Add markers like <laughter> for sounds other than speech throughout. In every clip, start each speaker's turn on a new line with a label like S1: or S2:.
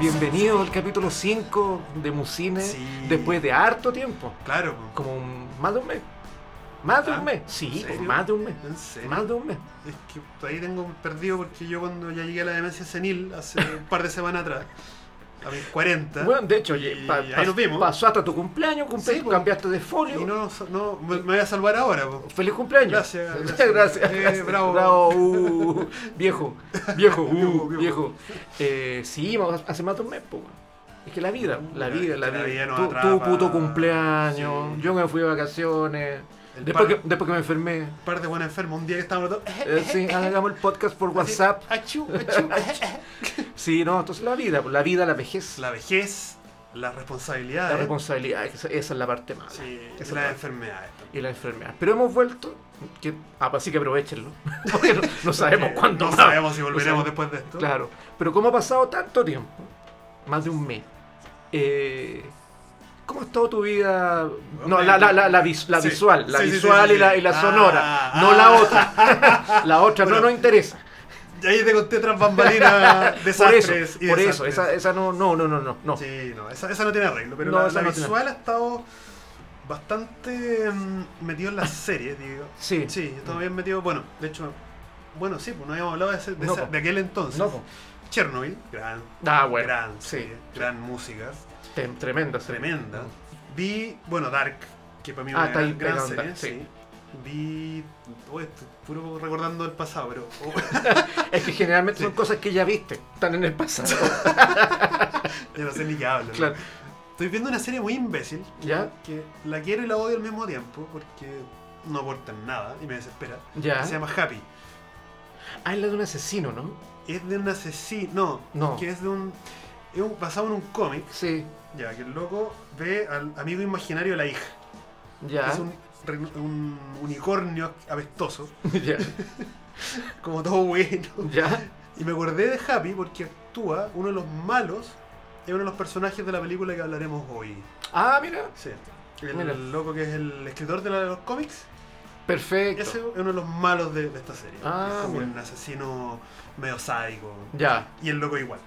S1: Bienvenido al capítulo 5 de Musine
S2: Sí.
S1: después de harto tiempo.
S2: Claro, po.
S1: Como un- más de un mes. Más de
S2: Ah,
S1: un mes. Sí,
S2: ¿en serio?
S1: más de un mes.
S2: ¿En serio?
S1: Más de un mes.
S2: Es que ahí tengo perdido porque yo cuando ya llegué a la demencia senil hace un par de semanas atrás, a mis 40,
S1: Bueno, de hecho,
S2: Y
S1: oye, pa-
S2: ahí
S1: pa-
S2: nos vimos.
S1: pasó hasta tu cumpleaños, cumple-
S2: Sí, pues.
S1: cambiaste de folio.
S2: y no, no me, me voy a salvar ahora. po.
S1: Feliz cumpleaños. <laughs>
S2: Gracias,
S1: Gracias.
S2: gracias.
S1: gracias,
S2: Eh,
S1: gracias.
S2: bravo.
S1: uh, viejo. Viejo. uh,
S2: <laughs> Viejo, viejo.
S1: viejo. Eh, sí, vamos, hace más de un mes, po, weón. Es que la vida, la
S2: Uh, La-
S1: vida, la
S2: la
S1: vida.
S2: vida nos
S1: Tú,
S2: atrapa.
S1: tú, puto cumpleaños.
S2: Sí.
S1: Yo me fui de vacaciones.
S2: El
S1: Después que,
S2: par-
S1: después que me enfermé.
S2: Un par de buenas enfermos, un día que estábamos los dos,
S1: Eh,
S2: <laughs>
S1: sí, hagamos el podcast por WhatsApp.
S2: Achú, achú.
S1: Sí, no, entonces la vida, la vida, la vejez, la,
S2: la vejez, las responsabilidades
S1: responsabilidad, esa, esa es la parte mala.
S2: sí,
S1: Esa es la
S2: y las
S1: parte-
S2: enfermedades. también.
S1: y la enfermedad. Pero hemos vuelto, que, ah, así que aprovechenlo, <laughs> porque no, no sabemos
S2: <laughs> Eh,
S1: cuándo.
S2: No
S1: más.
S2: sabemos si
S1: sabemos.
S2: volveremos después de esto.
S1: Claro, pero como ha pasado tanto tiempo, más de un mes, eh, ¿cómo ha estado tu vida? No, la, la, la, la vis- la
S2: Sí.
S1: visual, la
S2: Sí, sí, sí,
S1: visual
S2: sí,
S1: y la,
S2: sí.
S1: y la
S2: Ah,
S1: sonora,
S2: ah.
S1: no la
S2: <laughs>
S1: otra. la otra no
S2: Bueno,
S1: nos interesa.
S2: Y ahí te conté tras
S1: <laughs>
S2: bambalinas
S1: Por eso,
S2: desastres y
S1: por eso,
S2: desastres.
S1: esa, esa no, no, no, no, no. no.
S2: Sí, no, esa, esa no tiene arreglo, pero
S1: No,
S2: la,
S1: esa
S2: la
S1: no tiene
S2: visual ha estado bastante mm, metido en las series, digo.
S1: Sí.
S2: Sí, estaba bien metido, bueno, de hecho, bueno, sí, pues no habíamos hablado de, ese- de
S1: No,
S2: esa-
S1: po.
S2: de aquel entonces.
S1: No, po.
S2: Chernobyl, gran,
S1: Ah, bueno.
S2: gran
S1: sí.
S2: serie, gran música,
S1: Tem- tremenda, serie.
S2: tremenda. Vi, bueno, Dark, que para mí es
S1: Ah,
S2: una
S1: está ahí
S2: gran, gran
S1: pegado en
S2: serie,
S1: Dark, sí.
S2: sí. Vi, oh, estoy puro recordando el pasado, pero... <laughs> oh,
S1: Es que generalmente son cosas que ya viste, están en el pasado.
S2: ya no sé ni qué hablo. ¿no?
S1: claro.
S2: Estoy viendo una serie muy imbécil. que-
S1: ¿Ya?
S2: Que la quiero y la odio al mismo tiempo porque no aportan nada y me desespera.
S1: Ya.
S2: Se llama Happy.
S1: Ah, es la de un asesino, ¿no?
S2: Es de un asesino.
S1: No.
S2: Que es de un. Es un- basado en un cómic.
S1: Sí,
S2: Ya, que el loco ve al amigo imaginario de la hija.
S1: ya.
S2: Es un, reno- un unicornio apestoso.
S1: <laughs> ya.
S2: Como todo bueno.
S1: Ya.
S2: Y me acordé de Happy porque actúa uno de los malos. Es uno de los personajes de la película que hablaremos hoy.
S1: Ah, mira.
S2: Sí. El
S1: Mira.
S2: loco que es el escritor de la- de los cómics.
S1: Perfecto.
S2: Ese es uno de los malos de, de esta serie.
S1: Ah,
S2: es como
S1: mira.
S2: un asesino medio sádico.
S1: Ya.
S2: Y el loco igual.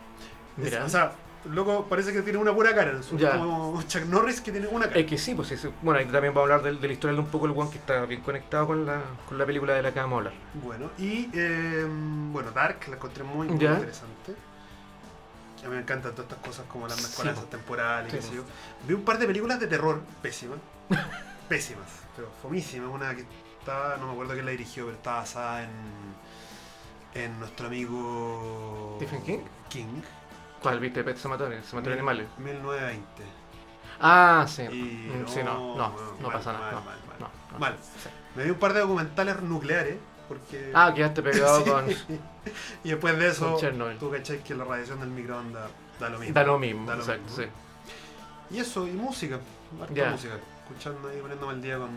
S2: Es-
S1: Mira.
S2: o sea, el loco parece que tiene una pura cara. en su-
S1: Ya.
S2: Como Chuck Norris que tiene una cara.
S1: Es que sí, pues eso. Bueno, ahí también va a hablar del, del historial de un poco el one que está bien conectado con la, con la película de la que vamos a hablar.
S2: Bueno, y eh, bueno, Dark la encontré muy, muy
S1: Ya.
S2: interesante. A mí me encantan todas estas cosas como las
S1: Sí,
S2: mezcolanzas
S1: po.
S2: temporales.
S1: Sí,
S2: qué
S1: po.
S2: sé yo. Vi un par de películas de terror
S1: <laughs>
S2: pésimas. pésimas, pero fomísimas. Una que estaba, no me acuerdo quién la dirigió, pero estaba basada en, en nuestro amigo.
S1: ¿Stephen King?
S2: King.
S1: ¿Cuál viste? Pet Cemetery, Cementerio de Animales.
S2: 1920.
S1: Ah, sí.
S2: Y
S1: Mm, sí, no, no,
S2: bueno,
S1: no
S2: mal,
S1: pasa nada.
S2: mal,
S1: no,
S2: mal, mal.
S1: no, no.
S2: Mal.
S1: Sí.
S2: Me vi un par de documentales nucleares. Porque
S1: Ah, quedaste
S2: <laughs>
S1: pegado con.
S2: Y después de eso,
S1: Con Chernobyl.
S2: tú cachai que la radiación del microondas da lo mismo.
S1: Da lo mismo,
S2: Da lo
S1: exacto,
S2: mismo.
S1: sí.
S2: Y eso, y música. Harta
S1: Ya.
S2: música. Escuchando y poniéndome al día con.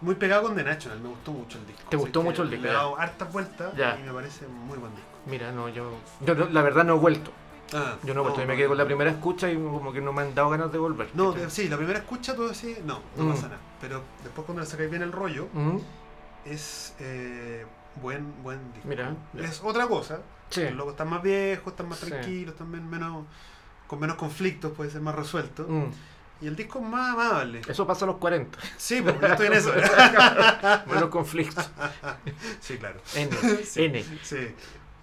S2: Muy pegado con The National, me gustó mucho el disco.
S1: ¿Te gustó
S2: que
S1: mucho el disco?
S2: Le he
S1: Ya.
S2: dado hartas vueltas
S1: Ya.
S2: y me parece muy buen disco.
S1: Mira, no, yo. Yo no- la verdad no he vuelto.
S2: Ah,
S1: Yo no he vuelto. yo me quedé con la primera escucha y como que no me han dado ganas de volver.
S2: No,
S1: ¿cachai?
S2: te- sí, la primera escucha tú decís, no, no
S1: Mm.
S2: pasa nada. Pero después cuando le sacáis bien el rollo,
S1: Mm,
S2: es eh, buen, buen disco.
S1: Mira. ya.
S2: Es otra cosa,
S1: Sí.
S2: Los locos están más viejos, están más
S1: Sí.
S2: tranquilos, también menos con menos conflictos, puede ser más resuelto.
S1: Mm,
S2: Y el disco es más amable.
S1: Eso pasa a los 40.
S2: Sí, porque yo estoy
S1: <laughs>
S2: en eso. ¿eh?
S1: Buenos
S2: <laughs>
S1: conflictos.
S2: sí, claro.
S1: N.
S2: Sí.
S1: N.
S2: Sí.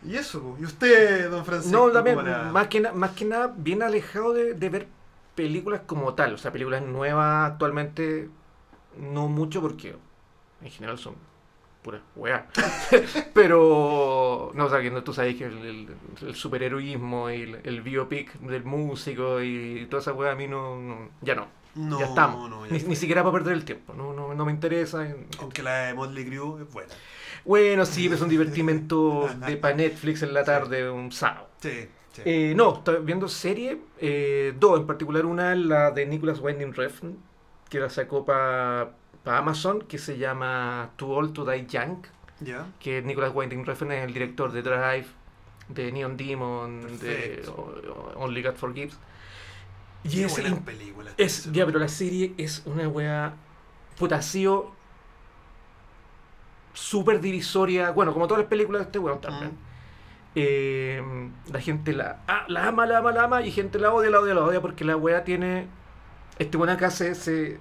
S2: Y eso, po. ¿y usted, don Francisco?
S1: No, también,
S2: cómo la-
S1: más que, na- más que nada, bien alejado de, de ver películas como tal. O sea, películas nuevas actualmente, no mucho porque en general son puras weas. <laughs> Pero, no, o sea, que no- tú sabes que el, el- el superheroísmo y el, el biopic del músico y toda esa wea a mí no, no- ya no.
S2: No,
S1: ya estamos.
S2: no, ya
S1: ni,
S2: está.
S1: ni siquiera para perder el tiempo. No, no, no me interesa.
S2: Aunque la de Motley Crue es buena.
S1: Bueno, sí,
S2: <laughs>
S1: es un divertimento de para Netflix en la tarde, un sábado.
S2: Sí, sí.
S1: Eh, no, estoy viendo serie, eh, dos en particular, una la de Nicholas Winding Refn, que la sacó para Amazon, que se llama Too Old to Die Young,
S2: ¿Ya?
S1: que Nicholas Winding Refn es el director de Drive, de Neon Demon, de
S2: Perfecto.
S1: o- o- Only God Forgives. Y
S2: Qué
S1: es,
S2: buenas
S1: in-
S2: películas.
S1: es-
S2: tío.
S1: ya, pero la serie es una wea puta, ha sido súper divisoria, bueno, como todas las películas de este weón también.
S2: Mm.
S1: eh, la gente la, ah, la ama, la ama, la ama, y gente la odia, la odia, la odia, porque la wea tiene. Este weón acá se, se,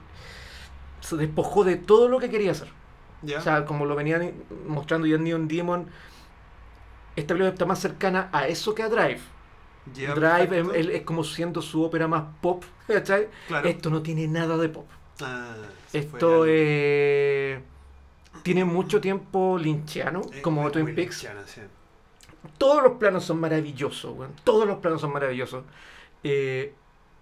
S1: se despojó de todo lo que quería hacer.
S2: Mm, ¿Ya?
S1: O sea, como lo venían mostrando ya en Neon Demon, esta película está más cercana a eso que a Drive.
S2: Ya,
S1: Drive em, es,
S2: perfecto.
S1: es- es como siendo su ópera más pop, <laughs> ¿cachai?
S2: Claro.
S1: Esto no tiene nada de pop.
S2: Ah, se fue
S1: Esto
S2: al-
S1: eh, tiene mucho tiempo lincheano,
S2: eh,
S1: como
S2: muy-
S1: Twin
S2: muy
S1: Peaks.
S2: linchana, sí. <laughs>
S1: Todos los planos son maravillosos, weón. Todos los planos son maravillosos. Eh,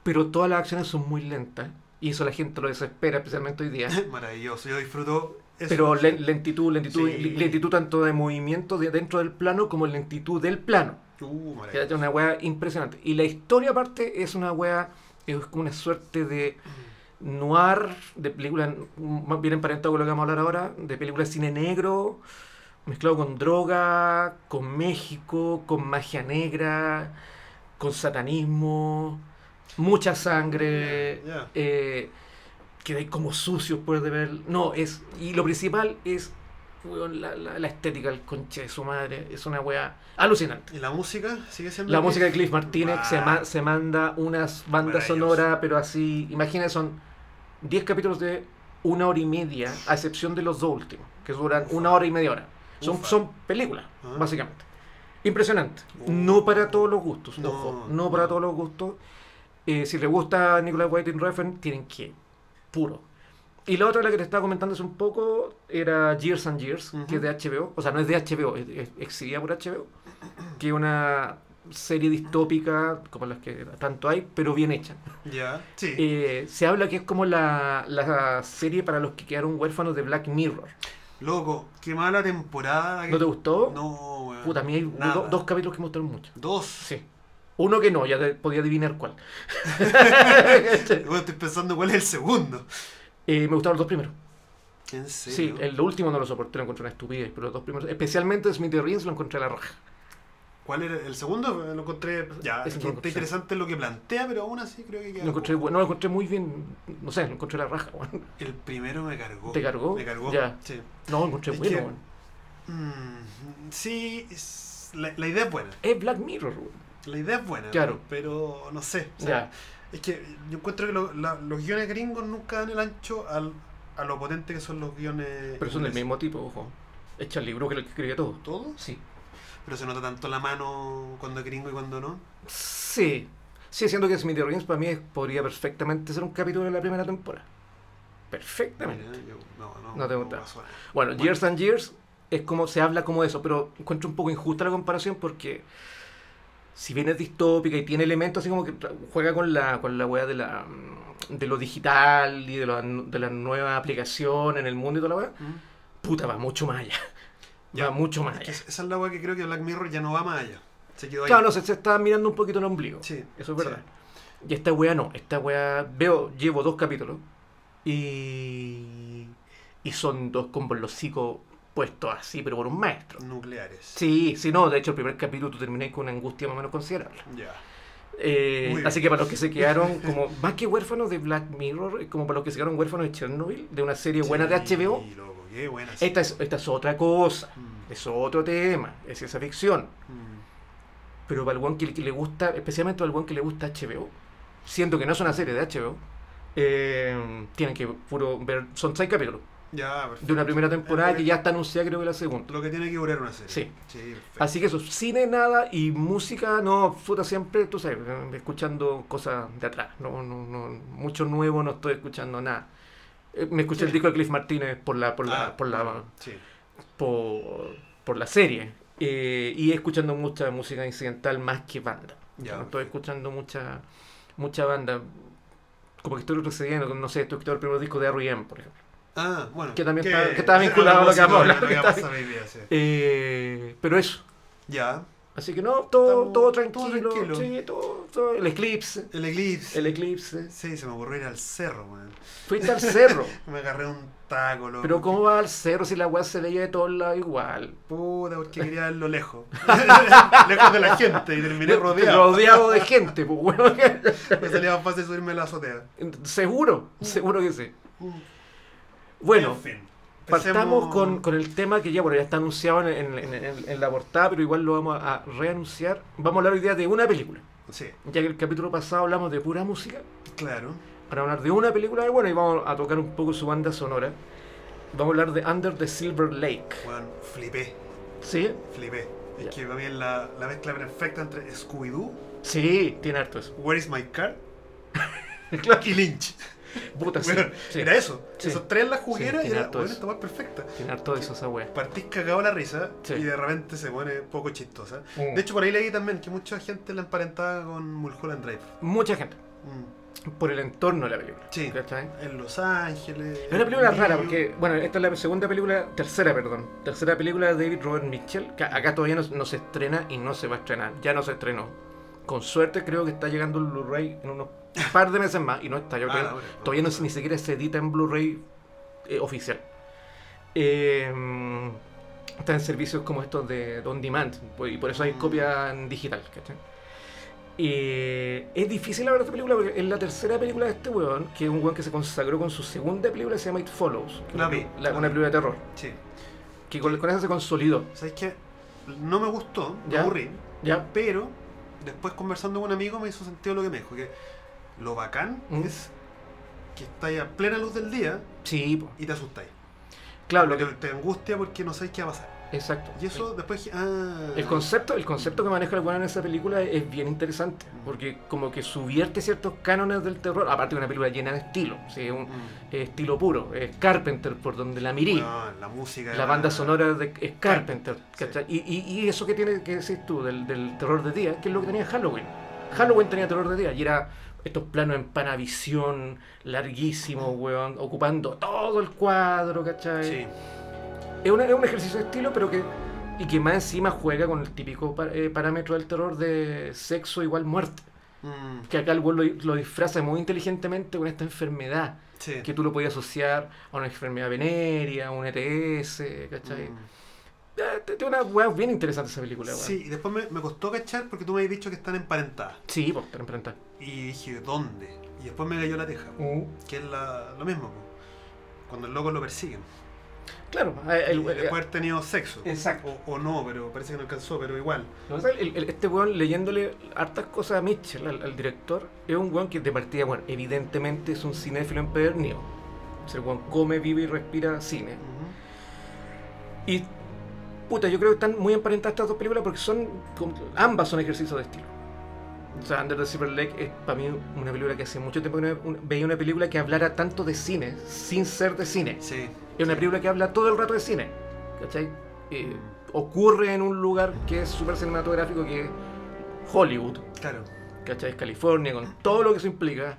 S1: pero todas las acciones son muy lentas. Y eso la gente lo desespera, especialmente hoy
S2: <laughs>
S1: día.
S2: Maravilloso. Yo disfruto eso.
S1: Pero len- lentitud, lentitud,
S2: Sí.
S1: le- lentitud tanto de movimiento de dentro del plano como lentitud del plano.
S2: Uh, maravilloso.
S1: Es una wea impresionante. Y la historia aparte es una wea, es como una suerte de noir, de película, más bien emparentado con lo que vamos a hablar ahora, de película de cine negro, mezclado con droga, con México, con magia negra, con satanismo, mucha sangre.
S2: Ya, ya.
S1: eh, quedáis como sucios por de ver. No, es. Y lo principal es. weón, la, la- la estética del conche de su madre. Es una wea alucinante.
S2: ¿Y la música? ¿Sigue siendo
S1: La
S2: Cliff?
S1: música de Cliff Martínez que se,
S2: Ah,
S1: ma- se manda unas bandas
S2: Maravilloso.
S1: sonoras, pero así, imagínate, son 10 capítulos de una hora y media, a excepción de los dos últimos, que duran
S2: Ufa.
S1: una hora y media hora. Son,
S2: Ufa.
S1: son películas,
S2: Ah.
S1: básicamente. Impresionante.
S2: Uh.
S1: No para todos los gustos,
S2: No,
S1: ojo, no para
S2: no.
S1: todos los gustos. Eh, si les gusta Nicolás Whiting Refn, tienen que, puro. Y la otra, la que te estaba comentando hace un poco, era Years and Years, que es de HBO. O sea, no es de HBO, es, es exhibida por HBO. Que es una serie distópica, como las que tanto hay, pero bien hecha.
S2: Ah, Ya. Sí.
S1: Eh, se habla que es como la, la serie para los que quedaron huérfanos de Black Mirror.
S2: Loco, qué mala temporada. la que-
S1: ¿No te gustó?
S2: No, weón.
S1: Puta, a mí hay do-
S2: Nada.
S1: dos capítulos que me gustaron mucho.
S2: Dos.
S1: Sí. Uno que no, ya te- podía adivinar
S2: <laughs>
S1: cuál. <laughs>
S2: Bueno, estoy pensando cuál es el segundo.
S1: Eh, me gustaron los dos primeros.
S2: ¿En
S1: Sí,
S2: serio?
S1: el último no lo soporté, lo encontré una estupidez, pero los dos primeros, especialmente Smith y Rins, lo encontré a la roja.
S2: ¿Cuál era? El segundo eh, lo encontré. Ya,
S1: Ese
S2: es que
S1: no lo
S2: está
S1: encontré.
S2: interesante lo que plantea, pero aún así creo que queda.
S1: Lo encontré, bueno, lo encontré muy bien, no sé, lo encontré a la raja, weón.
S2: El primero me cargó.
S1: ¿Te cargó?
S2: Me cargó.
S1: Ya.
S2: Sí.
S1: No, lo encontré
S2: Es
S1: bueno,
S2: que-
S1: weón.
S2: Mm, sí, es- la, la idea es buena.
S1: Es Black Mirror, weón.
S2: La idea es buena.
S1: Claro.
S2: Pero no sé. o
S1: Ya,
S2: sea, Es que yo encuentro que lo- la- los guiones gringos nunca dan el ancho al, a lo potente que son los guiones.
S1: pero son del
S2: ingleses.
S1: mismo tipo, ojo. Echa el libro que lo que escribió todo.
S2: ¿Todos?
S1: Sí.
S2: Pero se nota tanto la mano cuando es gringo y cuando no.
S1: Sí. Sí, siendo que Smith y Rins para mí es- podría perfectamente ser un capítulo de la primera temporada. Perfectamente.
S2: Mira, yo- no, no,
S1: No te gusta.
S2: pasó nada.
S1: Bueno, Years and Years es como se habla como eso, pero encuentro un poco injusta la comparación porque si bien es distópica y tiene elementos así como que tra- juega con la con la wea de la mm, de lo digital y de, la nu- de la nueva aplicación en el mundo y toda la wea,
S2: Mm.
S1: puta, va mucho más allá.
S2: Ya.
S1: Va mucho más
S2: Es que
S1: allá.
S2: esa es la weá que creo que Black Mirror ya no va más allá. Se quedó ahí.
S1: Claro, no, se, se está mirando un poquito el ombligo.
S2: Sí,
S1: Eso es
S2: sí.
S1: verdad. Y esta wea no, esta wea veo, llevo dos capítulos y y son dos con los hocicos puestos así, pero por un maestro.
S2: Nucleares.
S1: Sí, sí, no, de hecho el primer capítulo tú termináis con una angustia más o menos considerable.
S2: Ya.
S1: Eh,
S2: Muy bien.
S1: así que para los que se quedaron como más que huérfanos de Black Mirror, es como para los que se quedaron huérfanos de Chernobyl, de una serie buena de
S2: Sí,
S1: HBO,
S2: loco, qué buena.
S1: esta es, esta es otra cosa,
S2: Mm,
S1: es otro tema, es ciencia ficción.
S2: mm.
S1: Pero para el one que, que le gusta, especialmente para el one que le gusta HBO, siento que no es una serie de HBO, eh, tienen que puro ver, son seis capítulos
S2: Ya, perfecto.
S1: de una primera
S2: Eh,
S1: temporada que ya está anunciada creo que la segunda.
S2: Lo que tiene que durar una serie.
S1: Sí.
S2: perfecto.
S1: Así que eso, cine nada y música, no, puta, siempre, tú sabes, eh, escuchando cosas de atrás, no, no, no, mucho nuevo no estoy escuchando nada. Eh, Me escuché el disco de Cliff Martínez por la, por la,
S2: Ah,
S1: por la,
S2: bueno, Sí.
S1: por, por la serie eh, y escuchando mucha música incidental más que banda.
S2: Ya.
S1: No estoy escuchando mucha, mucha banda, como que estoy retrocediendo, no sé, estoy escuchando el primer disco de R.E.M., por ejemplo.
S2: Ah, bueno.
S1: Que también está- que
S2: <laughs>
S1: está vinculado a lo que vamos a hablar, que está-
S2: pasado hoy día, sí.
S1: Eh, pero eso.
S2: Ya.
S1: Así que no, todo,
S2: Estamos-
S1: todo
S2: todo
S1: tranquilo.
S2: tranquilo.
S1: sí, todo- todo- el eclipse.
S2: El eclipse.
S1: El eclipse.
S2: Sí, se me ocurrió ir al cerro, man.
S1: Fuiste al
S2: <laughs>
S1: cerro.
S2: Me agarré un taco, loco.
S1: Pero ¿cómo va al cerro si la weá se veía de todos lados igual?
S2: Puta, porque quería verlo lejos. <laughs> lejos de la gente y terminé rodeado.
S1: Rodeado de gente, pues bueno. <laughs>
S2: Me salía más fácil subirme a la azotea.
S1: Seguro, seguro que sí.
S2: Mm.
S1: Uh, Bueno,
S2: En fin.
S1: Partamos
S2: Empecemos-
S1: con, con el tema que ya, bueno, ya está anunciado en, en- en- en la portada, pero igual lo vamos a, a reanunciar. Vamos a hablar hoy día de una película.
S2: Sí,
S1: Ya que el capítulo pasado hablamos de pura música,
S2: claro.
S1: para hablar de una película, y bueno, y vamos a tocar un poco su banda sonora. Vamos a hablar de Under the Silver Lake.
S2: Bueno, flipé,
S1: ¿Sí?
S2: flipé. Es
S1: Ya.
S2: que para mí es la, la mezcla perfecta entre Scooby-Doo,
S1: Sí, tiene harto eso.
S2: Where is my car
S1: <laughs> Claro.
S2: y Lynch.
S1: Puta, sí,
S2: Bueno,
S1: sí.
S2: Era eso.
S1: Sí.
S2: Esos tres en la
S1: Sí,
S2: juguera y
S1: tiene
S2: era
S1: harto
S2: bueno,
S1: eso.
S2: esta weá es perfecta.
S1: Tiene harto eso esa wea.
S2: Partís cagado la risa
S1: Sí.
S2: y de repente se pone poco chistosa.
S1: Mm.
S2: De hecho, por ahí leí también que mucha gente la emparentaba con Mulholland Drive.
S1: Mucha gente.
S2: Mm.
S1: Por el entorno de la película.
S2: Sí.
S1: ¿Cachai?
S2: En Los Ángeles.
S1: Es una película
S2: en
S1: rara
S2: Río.
S1: porque, bueno, esta es la segunda película, tercera, perdón, tercera película de David Robert Mitchell, que acá todavía no, no se estrena y no se va a estrenar, ya no se estrenó. Con suerte creo que está llegando el Blu-ray en unos par de meses más y no está, yo
S2: Ah,
S1: creo.
S2: la hora.
S1: todavía no, se- ni siquiera se edita en Blu-ray eh, oficial. Eh, está en servicios como estos de on demand pues, y por eso hay
S2: Mm.
S1: copia en digital, ¿cachai? Eh, es difícil hablar de esta película porque es la tercera película de este weón, que es un weón que se consagró con su segunda película que se llama It Follows, que
S2: La
S1: es
S2: vi,
S1: una-
S2: la
S1: una
S2: vi.
S1: película de terror,
S2: Sí.
S1: que con, con esa se consolidó,
S2: ¿Sabes qué? No me gustó, me
S1: Ya.
S2: aburrí,
S1: ¿ya?
S2: pero después conversando con un amigo me hizo sentido lo que me dijo, que lo bacán
S1: Mm.
S2: es que estáis a plena luz del día
S1: Sí, po.
S2: y te asustáis.
S1: claro, Ah, lo
S2: Porque
S1: que,
S2: te angustia porque no sabes qué va a pasar.
S1: exacto.
S2: Y eso después... Ah,
S1: El concepto, el concepto que maneja el weón en esa película es bien interesante, porque como que subvierte ciertos cánones del terror, aparte de una película llena de estilo, sí, un,
S2: Mm.
S1: es estilo puro, es Carpenter por donde la mirí,
S2: Weón, la música...
S1: la banda sonora de, es Carpenter,
S2: Sí.
S1: ¿cachai? Y, y- y eso que tiene que decir tú del, del terror de día, que es lo que tenía Halloween. Halloween tenía terror de día y era estos planos en panavisión, larguísimos, weón, ocupando todo el cuadro, ¿cachai?
S2: Sí.
S1: Es, una- es un ejercicio de estilo, pero que. Y que más encima juega con el típico pa- eh, parámetro del terror de sexo igual muerte.
S2: Mm,
S1: Que acá el weón lo, lo disfraza muy inteligentemente con esta enfermedad.
S2: sí. Mm.
S1: Que tú lo podías asociar a una enfermedad venérea, a un ETS, ¿cachai?
S2: Mm.
S1: Eh, te- Tiene una weá bien interesante esa película, weón.
S2: Sí, y después me, me costó cachar porque tú me habías dicho que están emparentadas.
S1: Sí, pues, te lo enfrentas.
S2: Y dije, ¿dónde? Y después me cayó la teja, que es la- lo mismo. po. Cuando el loco lo persiguen.
S1: Claro, eh, el,
S2: Y después haber tenido sexo.
S1: Exacto.
S2: O, o no, pero parece que no alcanzó, pero igual.
S1: Lo que pasa es que el- el- este weón leyéndole hartas cosas a Mitchell, al, al director, es un weón que de partida, bueno, evidentemente es un cinéfilo empedernido. O sea, el weón come, vive y respira cine.
S2: Ujú.
S1: Y, puta, yo creo que están muy emparentadas estas dos películas porque son, como- ambas son ejercicios de estilo. O sea, Under the Silver Lake es para mí una película que hace mucho tiempo que no ve- un- veía una película que hablara tanto de cine, sin ser de cine.
S2: Sí.
S1: Es una película que habla todo el rato de cine. ¿Cachai? Eh,
S2: Mm.
S1: ocurre en un lugar que es súper cinematográfico, que es Hollywood.
S2: Claro.
S1: ¿Cachai? Es California, con todo lo que eso implica.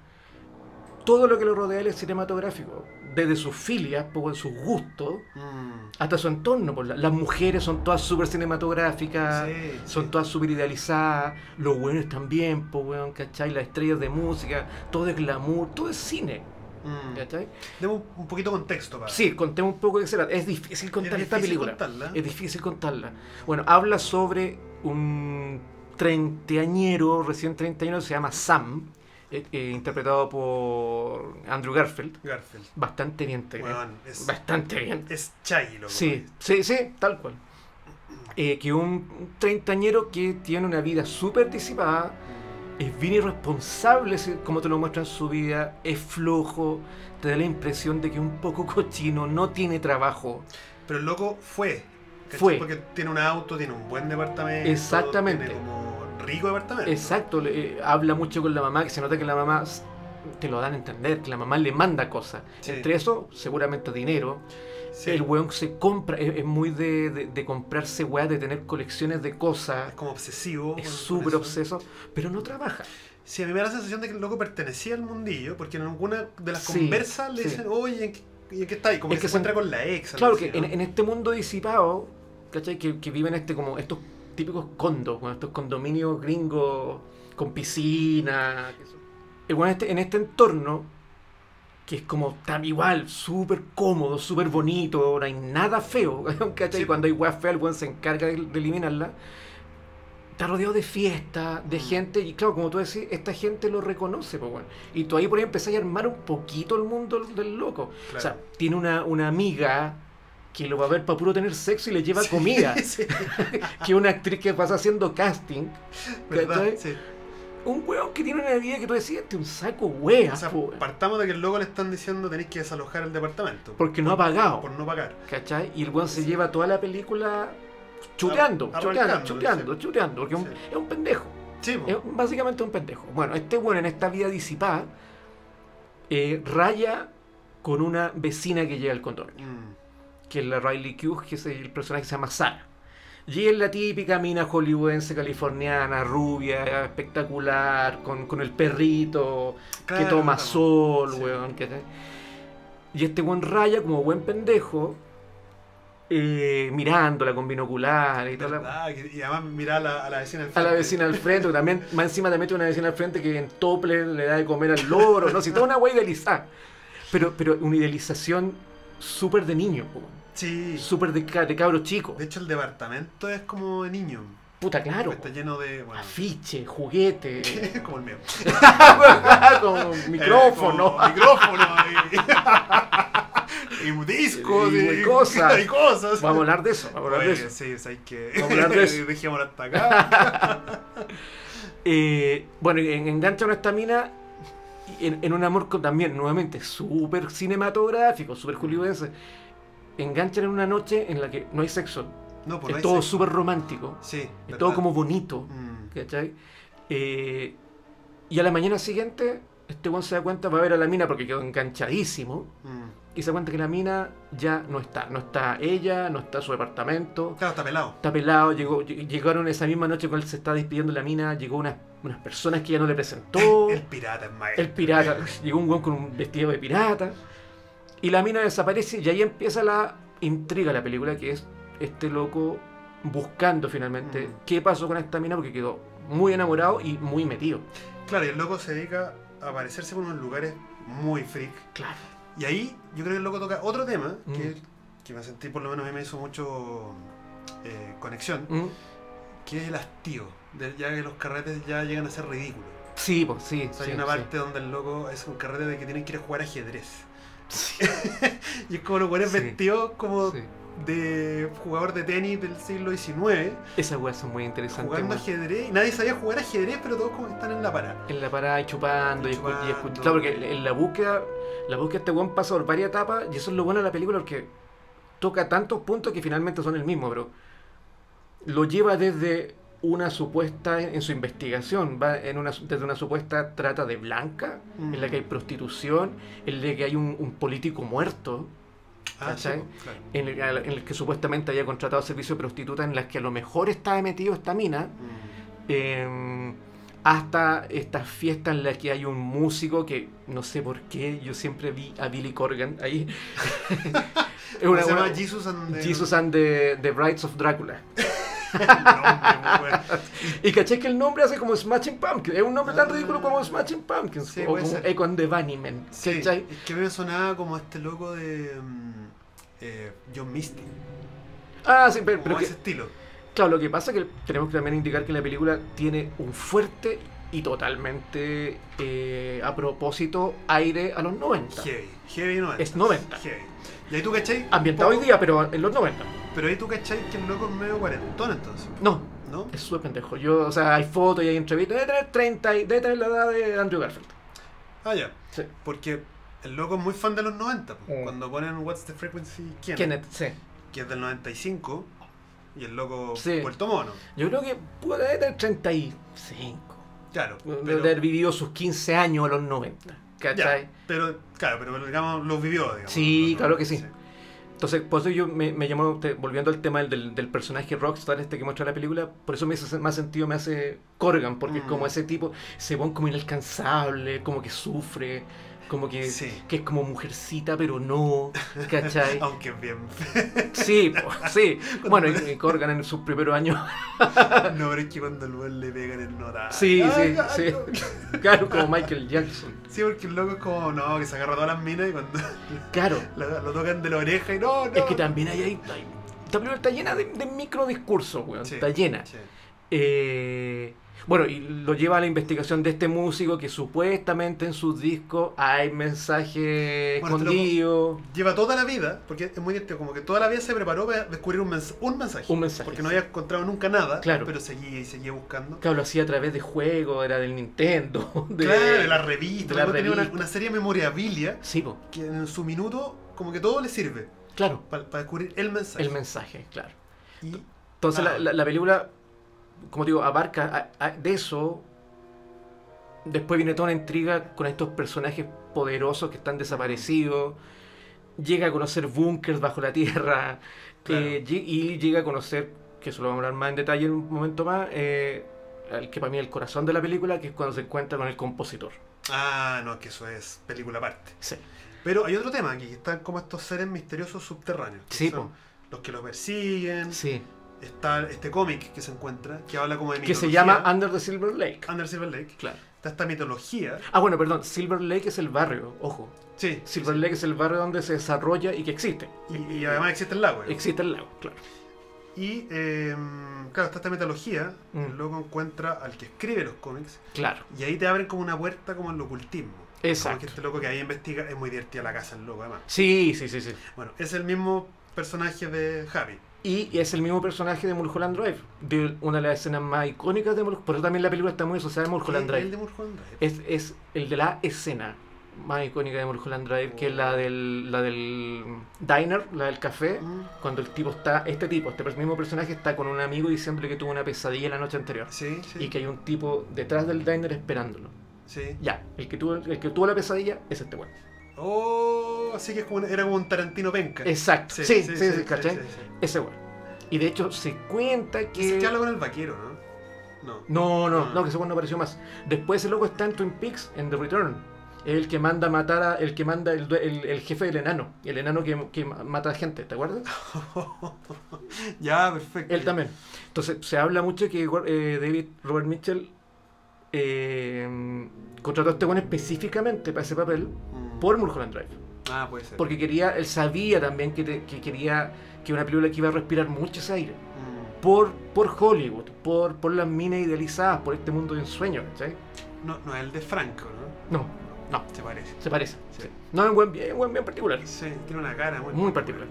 S1: Todo lo que lo rodea él es cinematográfico. Desde sus filias, por sus gustos,
S2: Mm.
S1: hasta su entorno. por la- las mujeres son todas súper cinematográficas.
S2: Sí,
S1: Ah, Son
S2: sí.
S1: todas súper idealizadas, los buenos también, po, weón, ¿cachai? Las estrellas de música, todo es glamour, todo es cine,
S2: Mm.
S1: ¿cachai?
S2: Demos un poquito de contexto para.
S1: Sí, contemos un poco de qué será. Es difícil contar
S2: Es
S1: esta
S2: difícil
S1: película.
S2: contarla.
S1: Es difícil contarla. Bueno, habla sobre un treintañero, recién treintañero, se llama Sam, eh, eh, interpretado por Andrew Garfield.
S2: Garfield.
S1: Bastante bien, te creo.
S2: Weón, es,
S1: Bastante bien.
S2: es Chai, loco.
S1: Sí, sí, sí, tal cual. Eh, que un treintañero que tiene una vida súper disipada, es bien irresponsable si- como te lo muestran su vida, es flojo, te da la impresión de que es un poco cochino, no tiene trabajo.
S2: Pero el loco fue. ¿cachai?
S1: Fue.
S2: Porque tiene un auto, tiene un buen departamento.
S1: Exactamente.
S2: Tiene como rico departamento.
S1: Exacto, le- eh, habla mucho con la mamá, que se nota que la mamá s- te lo dan a entender, que la mamá le manda cosas.
S2: Sí.
S1: Entre eso, seguramente dinero.
S2: Sí.
S1: El weón se compra, es, es muy de, de- de comprarse weá, de tener colecciones de
S2: Es
S1: cosas,
S2: como obsesivo.
S1: es
S2: con-
S1: súper
S2: con eso.
S1: obseso, pero no trabaja.
S2: Sí, a mí me da la sensación de que el loco pertenecía al mundillo, porque en alguna de las
S1: Sí,
S2: conversas le
S1: sí.
S2: dicen, oye, ¿en qué, y en qué está ahí? Como
S1: Es
S2: que,
S1: que
S2: se
S1: son-
S2: encuentra con la ex. algo
S1: Claro
S2: así,
S1: que en,
S2: ¿no?
S1: en este mundo disipado, ¿cachai? Que, que viven este, como estos típicos condos, con estos condominios gringos con piscina. que son- y bueno, este- en este entorno, que es como tan igual, súper cómodo, súper bonito, no hay nada feo, <laughs> ¿cachai?
S2: Sí.
S1: Cuando hay weas feas, el buen se encarga de, de eliminarla. Está rodeado de fiestas, de
S2: Mm.
S1: gente, y claro, como tú decís, esta gente lo reconoce, pues bueno. Y tú ahí por ahí empezás a armar un poquito el mundo del loco. O sea,
S2: Claro.
S1: tiene una, una amiga que lo va a ver para puro tener sexo y le lleva comida.
S2: <laughs> Sí,
S1: Que una actriz que pasa haciendo casting.
S2: ¿verdad?
S1: ¿cachai?
S2: Sí.
S1: Un weón que tiene una vida que tú decías, este un saco wea.
S2: O sea,
S1: po, weón,
S2: partamos de que el loco le están diciendo tenéis que desalojar el departamento.
S1: porque no ha pagado.
S2: Por no pagar.
S1: ¿Cachai? Y el weón se lleva toda la película chuteando,
S2: Ar-
S1: chuteando,
S2: arrancando,
S1: chuteando,
S2: sí.
S1: chuteando, porque es un-
S2: Sí. Mm.
S1: es un pendejo.
S2: Sí, po.
S1: Es un- básicamente un pendejo. Bueno, este bueno en esta vida disipada eh, raya con una vecina que llega al condominio,
S2: Mm.
S1: que es la Riley Q, que es el personaje que se llama Sara. Y es la típica mina hollywoodense californiana, rubia, espectacular, con, con el perrito, que
S2: Claro,
S1: toma
S2: estamos.
S1: sol,
S2: Sí.
S1: weón. que- Y este buen raya, como buen pendejo, eh, mirándola con binocular y tal.
S2: ¿Verdad? Y y además mirar a la, a la vecina al
S1: A la
S2: frente.
S1: vecina al frente, o también, más encima también tiene una vecina al frente que en Topler le da de comer al loro, no, si toda una wea idealizada. Pero, pero una idealización súper de niño, po,
S2: Sí.
S1: súper de, ca- de cabro chico.
S2: De hecho, el departamento es como de niño.
S1: Puta, claro.
S2: Está lleno de. Bueno,
S1: Ah,
S2: <laughs>
S1: Afiche, juguete, <laughs>
S2: como el mío.
S1: con micrófono.
S2: Eh, como <laughs> micrófono. Y, <laughs> y discos.
S1: Y cosas.
S2: <laughs> Y cosas.
S1: Vamos a hablar de eso, vamos a hablar de
S2: Oye,
S1: eso.
S2: Sí, o sea, hay que.
S1: Vamos a hablar
S2: <laughs>
S1: de eso.
S2: Dejémoslo
S1: <laughs>
S2: hasta acá.
S1: Eh, bueno, en- enganchan a esta mina y en, en un amor con- también, nuevamente, súper cinematográfico, súper hollywoodense. Enganchan en una noche en la que no hay sexo,
S2: Pues No, por
S1: es
S2: ahí
S1: todo
S2: sí.
S1: súper romántico.
S2: Sí.
S1: Es
S2: ¿verdad?
S1: todo como bonito.
S2: Mm.
S1: ¿Cachai? Eh, y a la mañana siguiente, este weón se da cuenta, va a ver a la mina porque quedó enganchadísimo.
S2: Mm.
S1: Y se da cuenta que la mina ya no está. No está ella, no está su departamento.
S2: Claro, está pelado.
S1: Está pelado, llegó, lleg- llegaron esa misma noche cuando él se está despidiendo la mina, llegó unas, unas personas que ya no le
S2: <laughs>
S1: presentó.
S2: El pirata es maestro.
S1: El pirata, llegó un weón con un vestido de pirata. Y la mina desaparece y ahí empieza la intriga de la película, que es este loco buscando finalmente
S2: Mm.
S1: qué pasó con esta mina porque quedó muy enamorado y muy metido.
S2: Claro, y el loco se dedica a aparecerse por unos lugares muy freak.
S1: Claro.
S2: Y ahí yo creo que el loco toca otro tema
S1: Mm.
S2: que, que me sentí, por lo menos a mí me hizo mucho eh, conexión,
S1: Mm.
S2: que es el hastío. de- ya que los carretes ya llegan a ser ridículos.
S1: Sí, pues sí.
S2: O sea,
S1: sí,
S2: hay una
S1: sí.
S2: parte donde el loco es un carrete de que tienen que ir a jugar ajedrez.
S1: Sí,
S2: <laughs> Y es como los buenos
S1: Sí.
S2: vestidos como
S1: sí.
S2: de jugador de tenis del siglo XIX,
S1: Esas weas son muy interesantes.
S2: jugando
S1: weón.
S2: ajedrez. Y nadie sabía jugar ajedrez, pero todos como que están en la parada.
S1: En la parada y chupando y, escu- y escu-
S2: Chupando.
S1: Claro, porque en la búsqueda, la búsqueda este weón pasa por varias etapas y eso es lo bueno de la película porque toca tantos puntos que finalmente son el mismo, pero lo lleva desde una supuesta en su investigación, va en una, desde una supuesta trata de blanca, en la que hay prostitución, en la que hay un, un político muerto,
S2: Ah, sí,
S1: ¿Cachai?
S2: pues, claro.
S1: en el, en el que supuestamente había contratado servicio de prostituta en las que a lo mejor estaba metido esta mina,
S2: Mm.
S1: eh, hasta estas fiestas en las que hay un músico que no sé por qué, yo siempre vi a Billy Corgan ahí. <laughs> Es
S2: ¿Cómo
S1: una-
S2: se llama
S1: una-
S2: Jesus and the-
S1: Jesus and the, the Brides of Drácula.
S2: nombre, muy bueno.
S1: <laughs> Y caché que el nombre hace como Smashing Pumpkins. Es un nombre tan
S2: Ah.
S1: ridículo como Smashing Pumpkins.
S2: Sí,
S1: o
S2: puede
S1: como
S2: ser.
S1: Echo and the Bunnymen.
S2: Sí,
S1: ¿cachai?
S2: es que me sonaba como este loco de mm, eh, John Misty.
S1: Ah, sí, pero,
S2: Como
S1: pero que-
S2: ese estilo.
S1: claro, lo que pasa es que tenemos que también indicar que la película tiene un fuerte y totalmente eh, a propósito aire a los 90.
S2: Heavy. Heavy no
S1: Es 90.
S2: Heavy. Y ahí tú cachai.
S1: Ambientado hoy
S2: poco-
S1: día, pero en los 90.
S2: Pero ahí tú cachai que el loco es medio cuarentón entonces.
S1: No,
S2: ¿No?
S1: es súper pendejo. Yo, o sea, hay fotos y hay entrevistas. Debe tener 30, y- debe tener la edad de Andrew Garfield.
S2: Ah, ya.
S1: Sí.
S2: Porque el loco es muy fan de los 90. po.
S1: Mm.
S2: Cuando ponen What's the Frequency Kenneth,
S1: Kenneth, sí.
S2: que es del 95. Y el loco
S1: Sí.
S2: Puerto Mono.
S1: Yo creo que pudo debe tener 35.
S2: Claro.
S1: de
S2: Pero,
S1: haber vivido sus 15 años a los 90. ¿Cachai?
S2: ya, pero claro, pero digamos, los vivió, digamos.
S1: Sí,
S2: los-
S1: claro que sí. Entonces, por eso yo me, me llamó, te- volviendo al tema del, del, del personaje rockstar este que muestra la película, por eso me hace más sentido, me hace Corgan, porque es
S2: Mm.
S1: como ese tipo, se pone como inalcanzable, como que sufre, como que,
S2: Sí.
S1: que es como mujercita, pero no,
S2: <laughs>
S1: ¿cachai?
S2: Aunque es
S1: <laughs>
S2: bien
S1: Sí, po, sí. Bueno, y, y Corgan en sus primeros años,
S2: No, pero es que cuando el weón le pegan el nota.
S1: Sí,
S2: Ay,
S1: sí,
S2: ay,
S1: sí.
S2: no.
S1: <laughs> claro, como Michael Jackson.
S2: Sí, porque el loco es como, no, que se agarra todas las minas y cuando <laughs>
S1: Claro,
S2: la- lo tocan de la oreja y no, no.
S1: es que también hay, hay, hay- esta película está llena de, de microdiscursos, weón,
S2: Sí,
S1: está llena.
S2: sí.
S1: Eh, bueno, y lo lleva a la investigación de este músico que supuestamente en sus discos hay mensajes
S2: Bueno, este
S1: escondidos.
S2: Lleva toda la vida, porque es muy divertido, como que toda la vida se preparó para descubrir un, mens- un mensaje.
S1: Un mensaje,
S2: Porque no
S1: sí.
S2: había encontrado nunca nada,
S1: Claro.
S2: pero seguía y seguía buscando.
S1: Claro, lo hacía a través de juegos, era del Nintendo. <laughs> De,
S2: claro, de la revista.
S1: de la
S2: luego tenía una,
S1: revista.
S2: una serie de memorabilia
S1: Sí, po,
S2: que en su minuto, como que todo le sirve
S1: claro.
S2: para descubrir el mensaje.
S1: El mensaje, claro.
S2: Y
S1: Entonces
S2: Ah.
S1: la, la- la película, como digo, abarca a- a- de eso. Después viene toda una intriga con estos personajes poderosos que están desaparecidos. Llega a conocer búnkers bajo la tierra. <laughs>
S2: Claro.
S1: eh, lle- y llega a conocer, que eso lo vamos a hablar más en detalle en un momento más, eh, al que para mí es el corazón de la película, que es cuando se encuentra con el compositor.
S2: Ah, no, que eso es película aparte.
S1: Sí.
S2: Pero hay otro tema aquí, que están como estos seres misteriosos subterráneos. que
S1: Sí,
S2: son
S1: po.
S2: los que los persiguen.
S1: Sí.
S2: Está este cómic que se encuentra, que habla como de
S1: Que se
S2: mitología.
S1: llama Under the Silver Lake.
S2: Under Silver Lake.
S1: Claro.
S2: Está esta mitología.
S1: Ah, bueno, perdón. Silver Lake es el barrio, ojo.
S2: Sí.
S1: Silver Lake es el barrio donde se desarrolla y que existe. Eh,
S2: Y, y además existe el lago. digamos.
S1: Existe el lago, claro.
S2: Y eh, claro, está esta mitología.
S1: Mm.
S2: el Luego encuentra al que escribe los cómics.
S1: Claro.
S2: Y ahí te abren como una puerta como en el ocultismo. Como que
S1: Exacto.
S2: este loco que ahí investiga es muy divertida la casa, el loco además.
S1: Sí, sí, sí, sí.
S2: Bueno, es el mismo personaje de Javi.
S1: Y es el mismo personaje de Mulholland Drive, de una de las escenas más icónicas de Mulholland Por eso también la película está muy asociada a Mulholland
S2: El
S1: Drive.
S2: de Mulholland Drive.
S1: Es, es el de la escena más icónica de Mulholland Drive, que es la del, la del diner, la del café,
S2: Oh. Mm.
S1: cuando el tipo está, este tipo, este mismo personaje está con un amigo diciéndole que tuvo una pesadilla la noche anterior.
S2: Sí, sí.
S1: Y que hay un tipo detrás del diner esperándolo.
S2: Sí.
S1: Ya, el que tuvo, el que tuvo la pesadilla es este bueno.
S2: Oh, así que es como un- era como un Tarantino penca.
S1: Exacto. Sí, sí, sí, ¿cachai?
S2: sí, sí.
S1: Ese bueno. Y de hecho se cuenta
S2: Ese
S1: que...
S2: que habla con el vaquero, ¿no? No.
S1: No, no,
S2: Ah.
S1: no, que ese weón no apareció más. Después ese loco está en Twin Peaks, en The Return. Es el que manda a matar a... El que manda el, due- el- el jefe del enano. El enano que, que ma- mata gente, ¿te
S2: <laughs>
S1: acuerdas?
S2: ya, perfecto.
S1: Él también. Entonces se habla mucho que eh, David Robert Mitchell eh, contrató a este weón específicamente para ese papel
S2: Mm.
S1: por Mulholland Drive.
S2: Ah, puede ser.
S1: Porque quería, él sabía también que, te- que quería que una película que iba a respirar mucho ese aire.
S2: Mm.
S1: Por, por Hollywood, por, por las minas idealizadas, por este mundo de ensueño, ¿cachai?
S2: No, no, el de Franco, ¿no?
S1: No, no.
S2: Se parece.
S1: Se parece.
S2: Sí.
S1: sí. No, es un buen, es un buen bien particular.
S2: Sí, tiene una cara muy,
S1: Muy particular.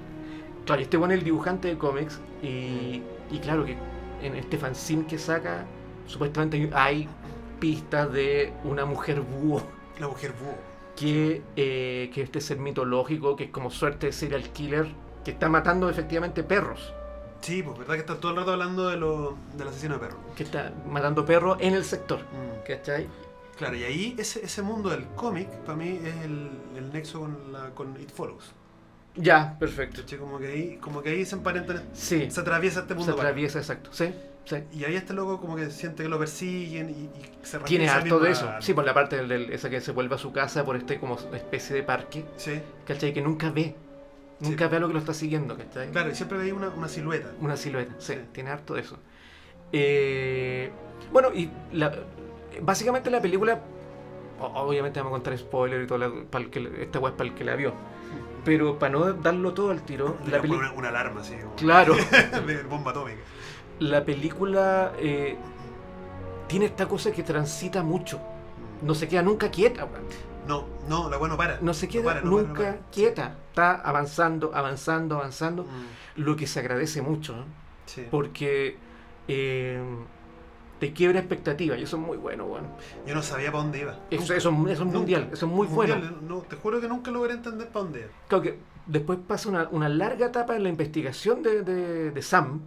S1: Claro, y este bueno es el dibujante de cómics. Y, y claro que en este fanzine que saca, supuestamente hay- hay pistas de una mujer búho
S2: La mujer búho.
S1: que, eh, que este ser mitológico, que es como suerte de serial killer, que está matando efectivamente perros.
S2: Sí, pues verdad que está todo el rato hablando de lo, del asesino de perro.
S1: Que está matando perros en el sector.
S2: Mm.
S1: ¿Cachai?
S2: Claro, y ahí ese, ese mundo del cómic para mí es el, el nexo con, la, con It Follows.
S1: Ya, perfecto.
S2: Entonces, como que ahí, como que ahí se emparentan,
S1: Sí,
S2: se atraviesa este
S1: se
S2: mundo. para-
S1: atraviesa, exacto. Sí, sí.
S2: Y ahí este loco como que siente que lo persiguen y, y se refiere
S1: Tiene
S2: a esa
S1: harto de eso.
S2: misma-
S1: Sí, por la parte del, del- esa que se vuelve a su casa por este como especie de parque,
S2: Sí,
S1: ¿cachai? Que nunca ve.
S2: Sí.
S1: Nunca ve a lo que lo está siguiendo, ¿cachai?
S2: claro, y siempre veía una, una silueta.
S1: Una silueta, sí,
S2: Sí.
S1: tiene harto de eso. Eh, bueno, y la- básicamente la película, o- obviamente vamos a contar spoiler y todo, la- para el que, le- esta weá es para el que la vio, pero para no darlo todo al tiro,
S2: Le
S1: la
S2: pone
S1: película...
S2: una, una alarma así, como
S1: Claro.
S2: <laughs> de bomba atómica.
S1: la película eh, tiene esta cosa que transita mucho. No se queda nunca quieta, weón.
S2: No, no, la weá no para.
S1: no se queda
S2: para, no para,
S1: nunca
S2: no para.
S1: quieta. Está avanzando, avanzando, avanzando.
S2: Mm,
S1: Lo que se agradece mucho, ¿no?
S2: sí.
S1: porque eh, te quiebra expectativa y eso es muy bueno, bueno.
S2: Yo no sabía para dónde iba.
S1: Eso, eso,
S2: Nunca.
S1: es- eso es mundial, eso es muy
S2: Mundial, eh,
S1: bueno.
S2: No, te juro que nunca logré entender para dónde iba.
S1: Claro que después pasa una, una larga etapa en la investigación de, de- de Sam,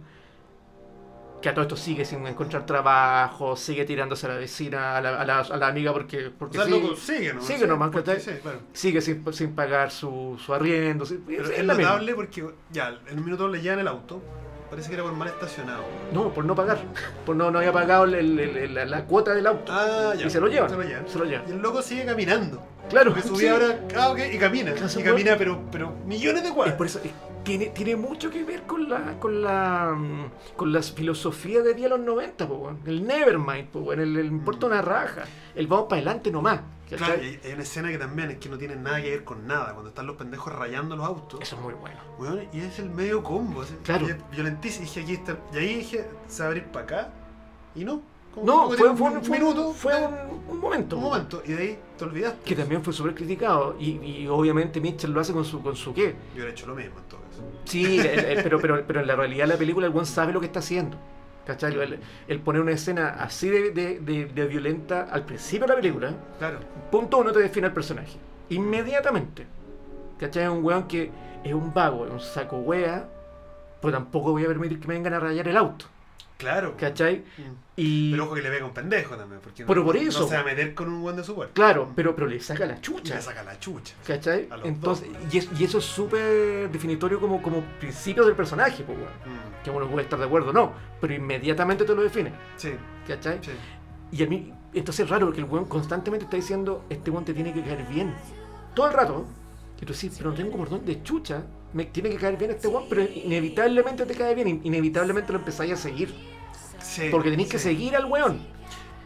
S1: que a todo esto sigue sin encontrar trabajo, sigue tirándose a la vecina, a la, a la- a la amiga porque,
S2: O
S1: porque
S2: sea,
S1: sí,
S2: loco, sigue nomás.
S1: sigue nomás,
S2: porque
S1: ¿cachai?
S2: sí, claro.
S1: sigue sin, sin pagar su, su arriendo. sí,
S2: Pero
S1: sí,
S2: es,
S1: la misma.
S2: notable porque ya, en un minuto le llevan el auto. Parece que era por mal estacionado.
S1: No, por no pagar. Por no, no había pagado el- el- el- la, la cuota del auto.
S2: Ah, ya.
S1: y se lo llevan.
S2: Se lo llevan. Y
S1: llevan.
S2: el loco sigue caminando.
S1: Claro.
S2: Porque subí
S1: sí.
S2: ahora, ah, ok, y camina.
S1: Claro, se
S2: Y camina, pero, pero millones de
S1: Es
S2: cuadras.
S1: por eso, es- tiene, tiene mucho que ver con la con la mm, con la filosofía de día de los 90, po, weón. el Nevermind, po, weón, el, el importa una raja, el vamos para adelante nomás. ¿cachai?
S2: Mm. Claro, y hay- hay una escena que también es que no tiene nada que ver con nada. Cuando están los pendejos rayando los autos.
S1: Eso es muy bueno.
S2: Weón, y es el medio combo. así,
S1: Claro.
S2: y es violentísimo. Y dije, aquí está. Y ahí dije, se va a abrir para acá. Y no. como
S1: No,
S2: que
S1: fue,
S2: tiene
S1: fue un, fue un-
S2: minuto,
S1: fue
S2: eh,
S1: un- un momento.
S2: un momento. Y de ahí te olvidaste.
S1: Que también fue súper criticado. Y, y obviamente Mitchell lo hace con su, con su qué.
S2: Yo hubiera hecho lo mismo en todo caso.
S1: Sí, el- el- pero, pero, pero en la realidad de la película el buen sabe lo que está haciendo. ¿Cachai? El, el poner una escena así de, de- de- de violenta al principio de la película,
S2: Claro.
S1: punto uno te define al personaje. Inmediatamente. ¿Cachai? Es un weón que es un vago, es un saco wea, pero tampoco voy a permitir que me vengan a rayar el auto.
S2: Claro.
S1: ¿Cachai?
S2: Mm.
S1: Y...
S2: Pero ojo que le pega un pendejo también. Porque
S1: Pero
S2: no,
S1: por
S2: no
S1: eso.
S2: se va a meter con un buen de su cuerpo.
S1: Claro, pero, pero le saca la
S2: Y
S1: chucha.
S2: le saca la chucha.
S1: ¿Cachai?
S2: A los
S1: Entonces,
S2: dos.
S1: y, es- y eso es súper definitorio como, como principios del personaje, pues, weón.
S2: Mm.
S1: Que uno puede estar de acuerdo o no, pero inmediatamente te lo define.
S2: Sí,
S1: ¿Cachai?
S2: sí.
S1: Y a mí, entonces es raro porque el weón constantemente está diciendo, este weón te tiene que caer bien. Todo el rato. Y tú sí, pero no tengo por dónde chucha. Me tiene que caer bien este weón, pero inevitablemente te cae bien. in- Inevitablemente lo empezáis a seguir.
S2: Sí,
S1: Porque tenéis que
S2: Eh, sí.
S1: seguir al weón.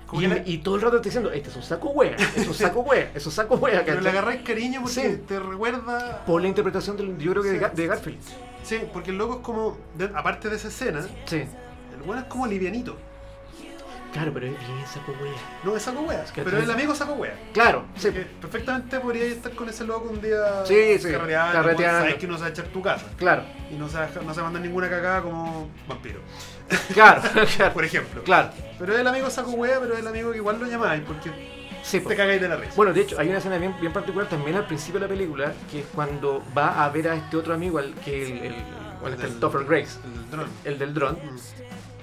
S2: Como
S1: Y,
S2: que le-
S1: y todo el rato está diciendo, este es un saco wea, es un saco wea, este es un saco wea,
S2: Pero le
S1: ¿cachai?
S2: agarráis cariño porque
S1: Sí.
S2: te recuerda.
S1: Por la interpretación del, yo creo que de, Ga- de Garfield.
S2: Sí, porque el loco es como. de- aparte de esa escena,
S1: Sí.
S2: el bueno es como livianito.
S1: Claro, pero es bien saco wea.
S2: No es saco wea.
S1: que
S2: Pero el
S1: atrás-
S2: amigo saco wea.
S1: Claro, sí.
S2: Que perfectamente podría estar con ese loco un día.
S1: Sí, sí,
S2: Carreteando.
S1: carreteando.
S2: Sabes que no se va a echar tu casa.
S1: Claro, <laughs>
S2: Y no se va a, no se va a mandar ninguna cagada como vampiro.
S1: claro, claro.
S2: Por ejemplo.
S1: claro.
S2: Pero es el amigo saco wea, pero es el amigo que igual lo llamáis porque
S1: Sí, po.
S2: te cagáis de la risa.
S1: Bueno, de hecho, hay una escena bien, bien particular también al principio de la película, que es cuando va a ver a este otro amigo, al que el, el, bueno, este, el Topher Grace,
S2: El dron.
S1: el del dron,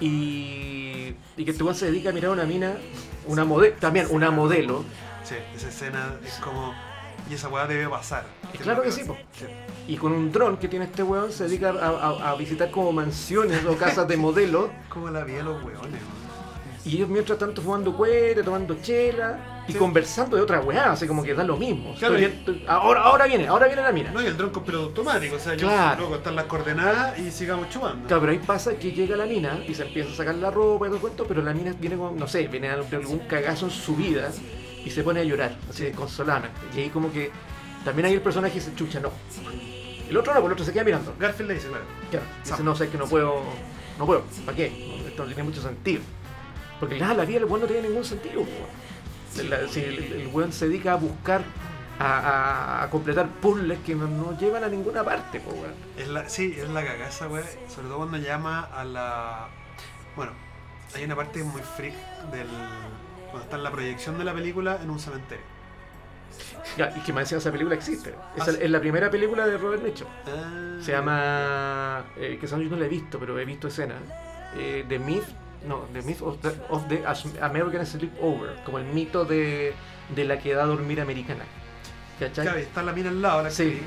S2: Mm.
S1: y, y que este weón se dedica a mirar a una mina, una modelo, también una modelo,
S2: Sí, esa escena es como. Y esa weá debe pasar.
S1: Eh, claro que sí, po.
S2: Sí.
S1: y con un dron que tiene este weón se dedica a, a- a visitar como mansiones o casas de modelo,
S2: Como la vida de los weones, weón.
S1: y ellos mientras tanto fumando cuero, tomando chela, y
S2: Sí.
S1: conversando de otra weá, así como que da lo mismo.
S2: Claro,
S1: Estoy- estoy- ahora, ahora viene, ahora viene la mina.
S2: No, y el dron con piloto automático, o sea, yo
S1: Claro.
S2: luego están las coordenadas y sigamos chupando.
S1: Claro, pero ahí pasa que llega la mina y se empieza a sacar la ropa y todo el cuento, pero la mina viene con, no sé, viene de algún cagazo en su vida y se pone a llorar, así
S2: Sí.
S1: desconsoladamente. Y ahí como que también ahí el personaje dice, chucha, no. El otro no, porque el otro se queda mirando.
S2: Garfield le dice, claro.
S1: Claro. Dice,
S2: Sam.
S1: no, sé que no puedo, no puedo, ¿para qué? No, Esto no tiene mucho sentido. Porque nada, la vida del weón no tiene ningún sentido, pues, weón. La- si el, el weón se dedica a buscar, a, a- a completar puzzles que no, no llevan a ninguna parte, po, weón.
S2: Es la, sí, es la cagaza, güey. Sobre todo cuando llama a la. Bueno, hay una parte muy freak del. Cuando está en la proyección de la película en un cementerio.
S1: Ya, y que me decían esa película existe. Es,
S2: Ah,
S1: el-
S2: sí.
S1: es la primera película de Robert Mitchum.
S2: Ah.
S1: Se llama. eh, que son, yo no la he visto, pero he visto escenas. Eh, the Myth. No, The Myth of the, of the As- American Sleepover. Como el mito de, de la que da a dormir americana. ¿Cachai?
S2: Ah, Claro, y está la mina al lado, la
S1: Sí.
S2: actriz.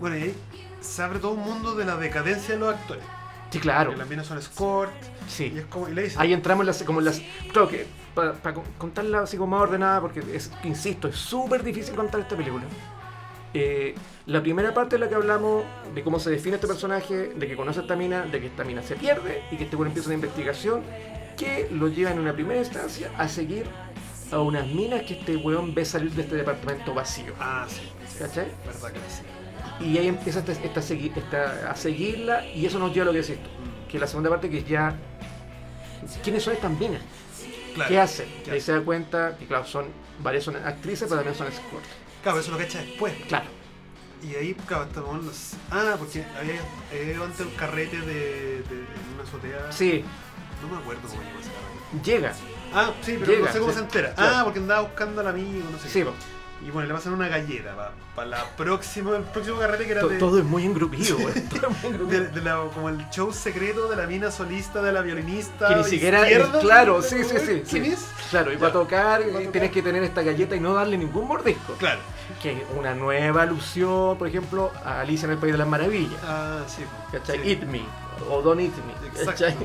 S2: Bueno, y ahí se abre todo un mundo de la decadencia de los actores.
S1: Sí, claro.
S2: Porque las minas son escort. Y
S1: Sí.
S2: es como. Y le dice.
S1: Ahí entramos en las. Como en las claro que. Para contarla así como más ordenada, porque es, insisto, es súper difícil contar esta película. Eh, la primera parte es la que hablamos de cómo se define este personaje, de que conoce a esta mina, de que esta mina se pierde y que este güey empieza una investigación que lo lleva en una primera instancia a seguir a unas minas que este weón ve salir de este departamento vacío.
S2: Ah, sí. sí,
S1: ¿Cachai?
S2: Verdad que sí.
S1: Y ahí empieza esta, esta segui- esta- a seguirla y eso nos lleva a lo que es esto,
S2: Mm,
S1: que es la segunda parte que es ya... ¿Quiénes son estas minas?
S2: Claro.
S1: ¿Qué hacen?
S2: ¿Qué
S1: Y ahí se da cuenta que, claro, son varias son actrices, pero también son escorts.
S2: Claro, eso lo cacha después.
S1: Claro.
S2: Y ahí, claro, este estamos los. Ah, porque había, había ido antes un carrete de, de- en una azotea.
S1: Sí,
S2: No me acuerdo cómo llegó ese carrete.
S1: llega.
S2: Ah, sí, pero
S1: Llega,
S2: no sé cómo
S1: sí.
S2: se entera.
S1: Claro.
S2: Ah, porque andaba buscando al amigo, no sé
S1: Sí,
S2: qué.
S1: po.
S2: Y bueno, le pasan una galleta para la próxima, el próximo carrete que era
S1: To-
S2: de,
S1: Todo es muy engrupido, <laughs> güey. Todo es muy engrupido.
S2: de- de la- como el show secreto de la mina solista, de la violinista.
S1: Que ni siquiera-
S2: izquierda.
S1: claro, sí, sí, sí,
S2: ¿Quién
S1: sí.
S2: es?
S1: Claro, y
S2: Ya.
S1: para tocar,
S2: tocar.
S1: tienes que tener esta galleta y no darle ningún mordisco.
S2: Claro.
S1: Que es una nueva alusión, por ejemplo, a Alicia en el País de las Maravillas.
S2: Ah, sí. pues,
S1: ¿Cachai?
S2: sí.
S1: Eat me. O don't eat me.
S2: Exacto.
S1: ¿Cachai?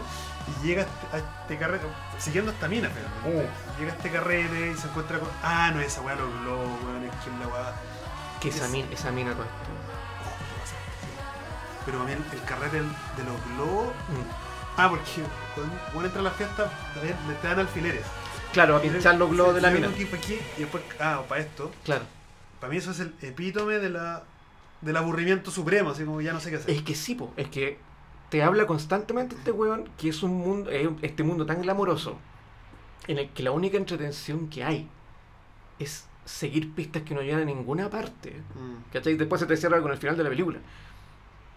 S2: Y llega a este carrete, siguiendo esta mina, pero
S1: Oh,
S2: llega a este carrete y se encuentra con. Ah, no, esa weá lo habló, weón, es que es la weá.
S1: Que esa
S2: Es-
S1: mina, esa mina todo
S2: Pero también el carrete del- de los globos.
S1: Mm.
S2: Ah, porque cuando uno entra a las fiestas, también le te dan alfileres.
S1: Claro, a pinchar los globos de la
S2: Sí,
S1: mina.
S2: aquí, pa' aquí, y después, ah, para esto.
S1: Claro.
S2: Para mí eso es el epítome de la, del aburrimiento supremo, así como ya no sé qué hacer.
S1: Es que sí, po, es que te habla constantemente este weón que es un mundo, eh, este mundo tan glamoroso, en el que la única entretención que hay es seguir pistas que no llegan a ninguna parte.
S2: Mm.
S1: ¿Cachai? Después se te cierra con el final de la película.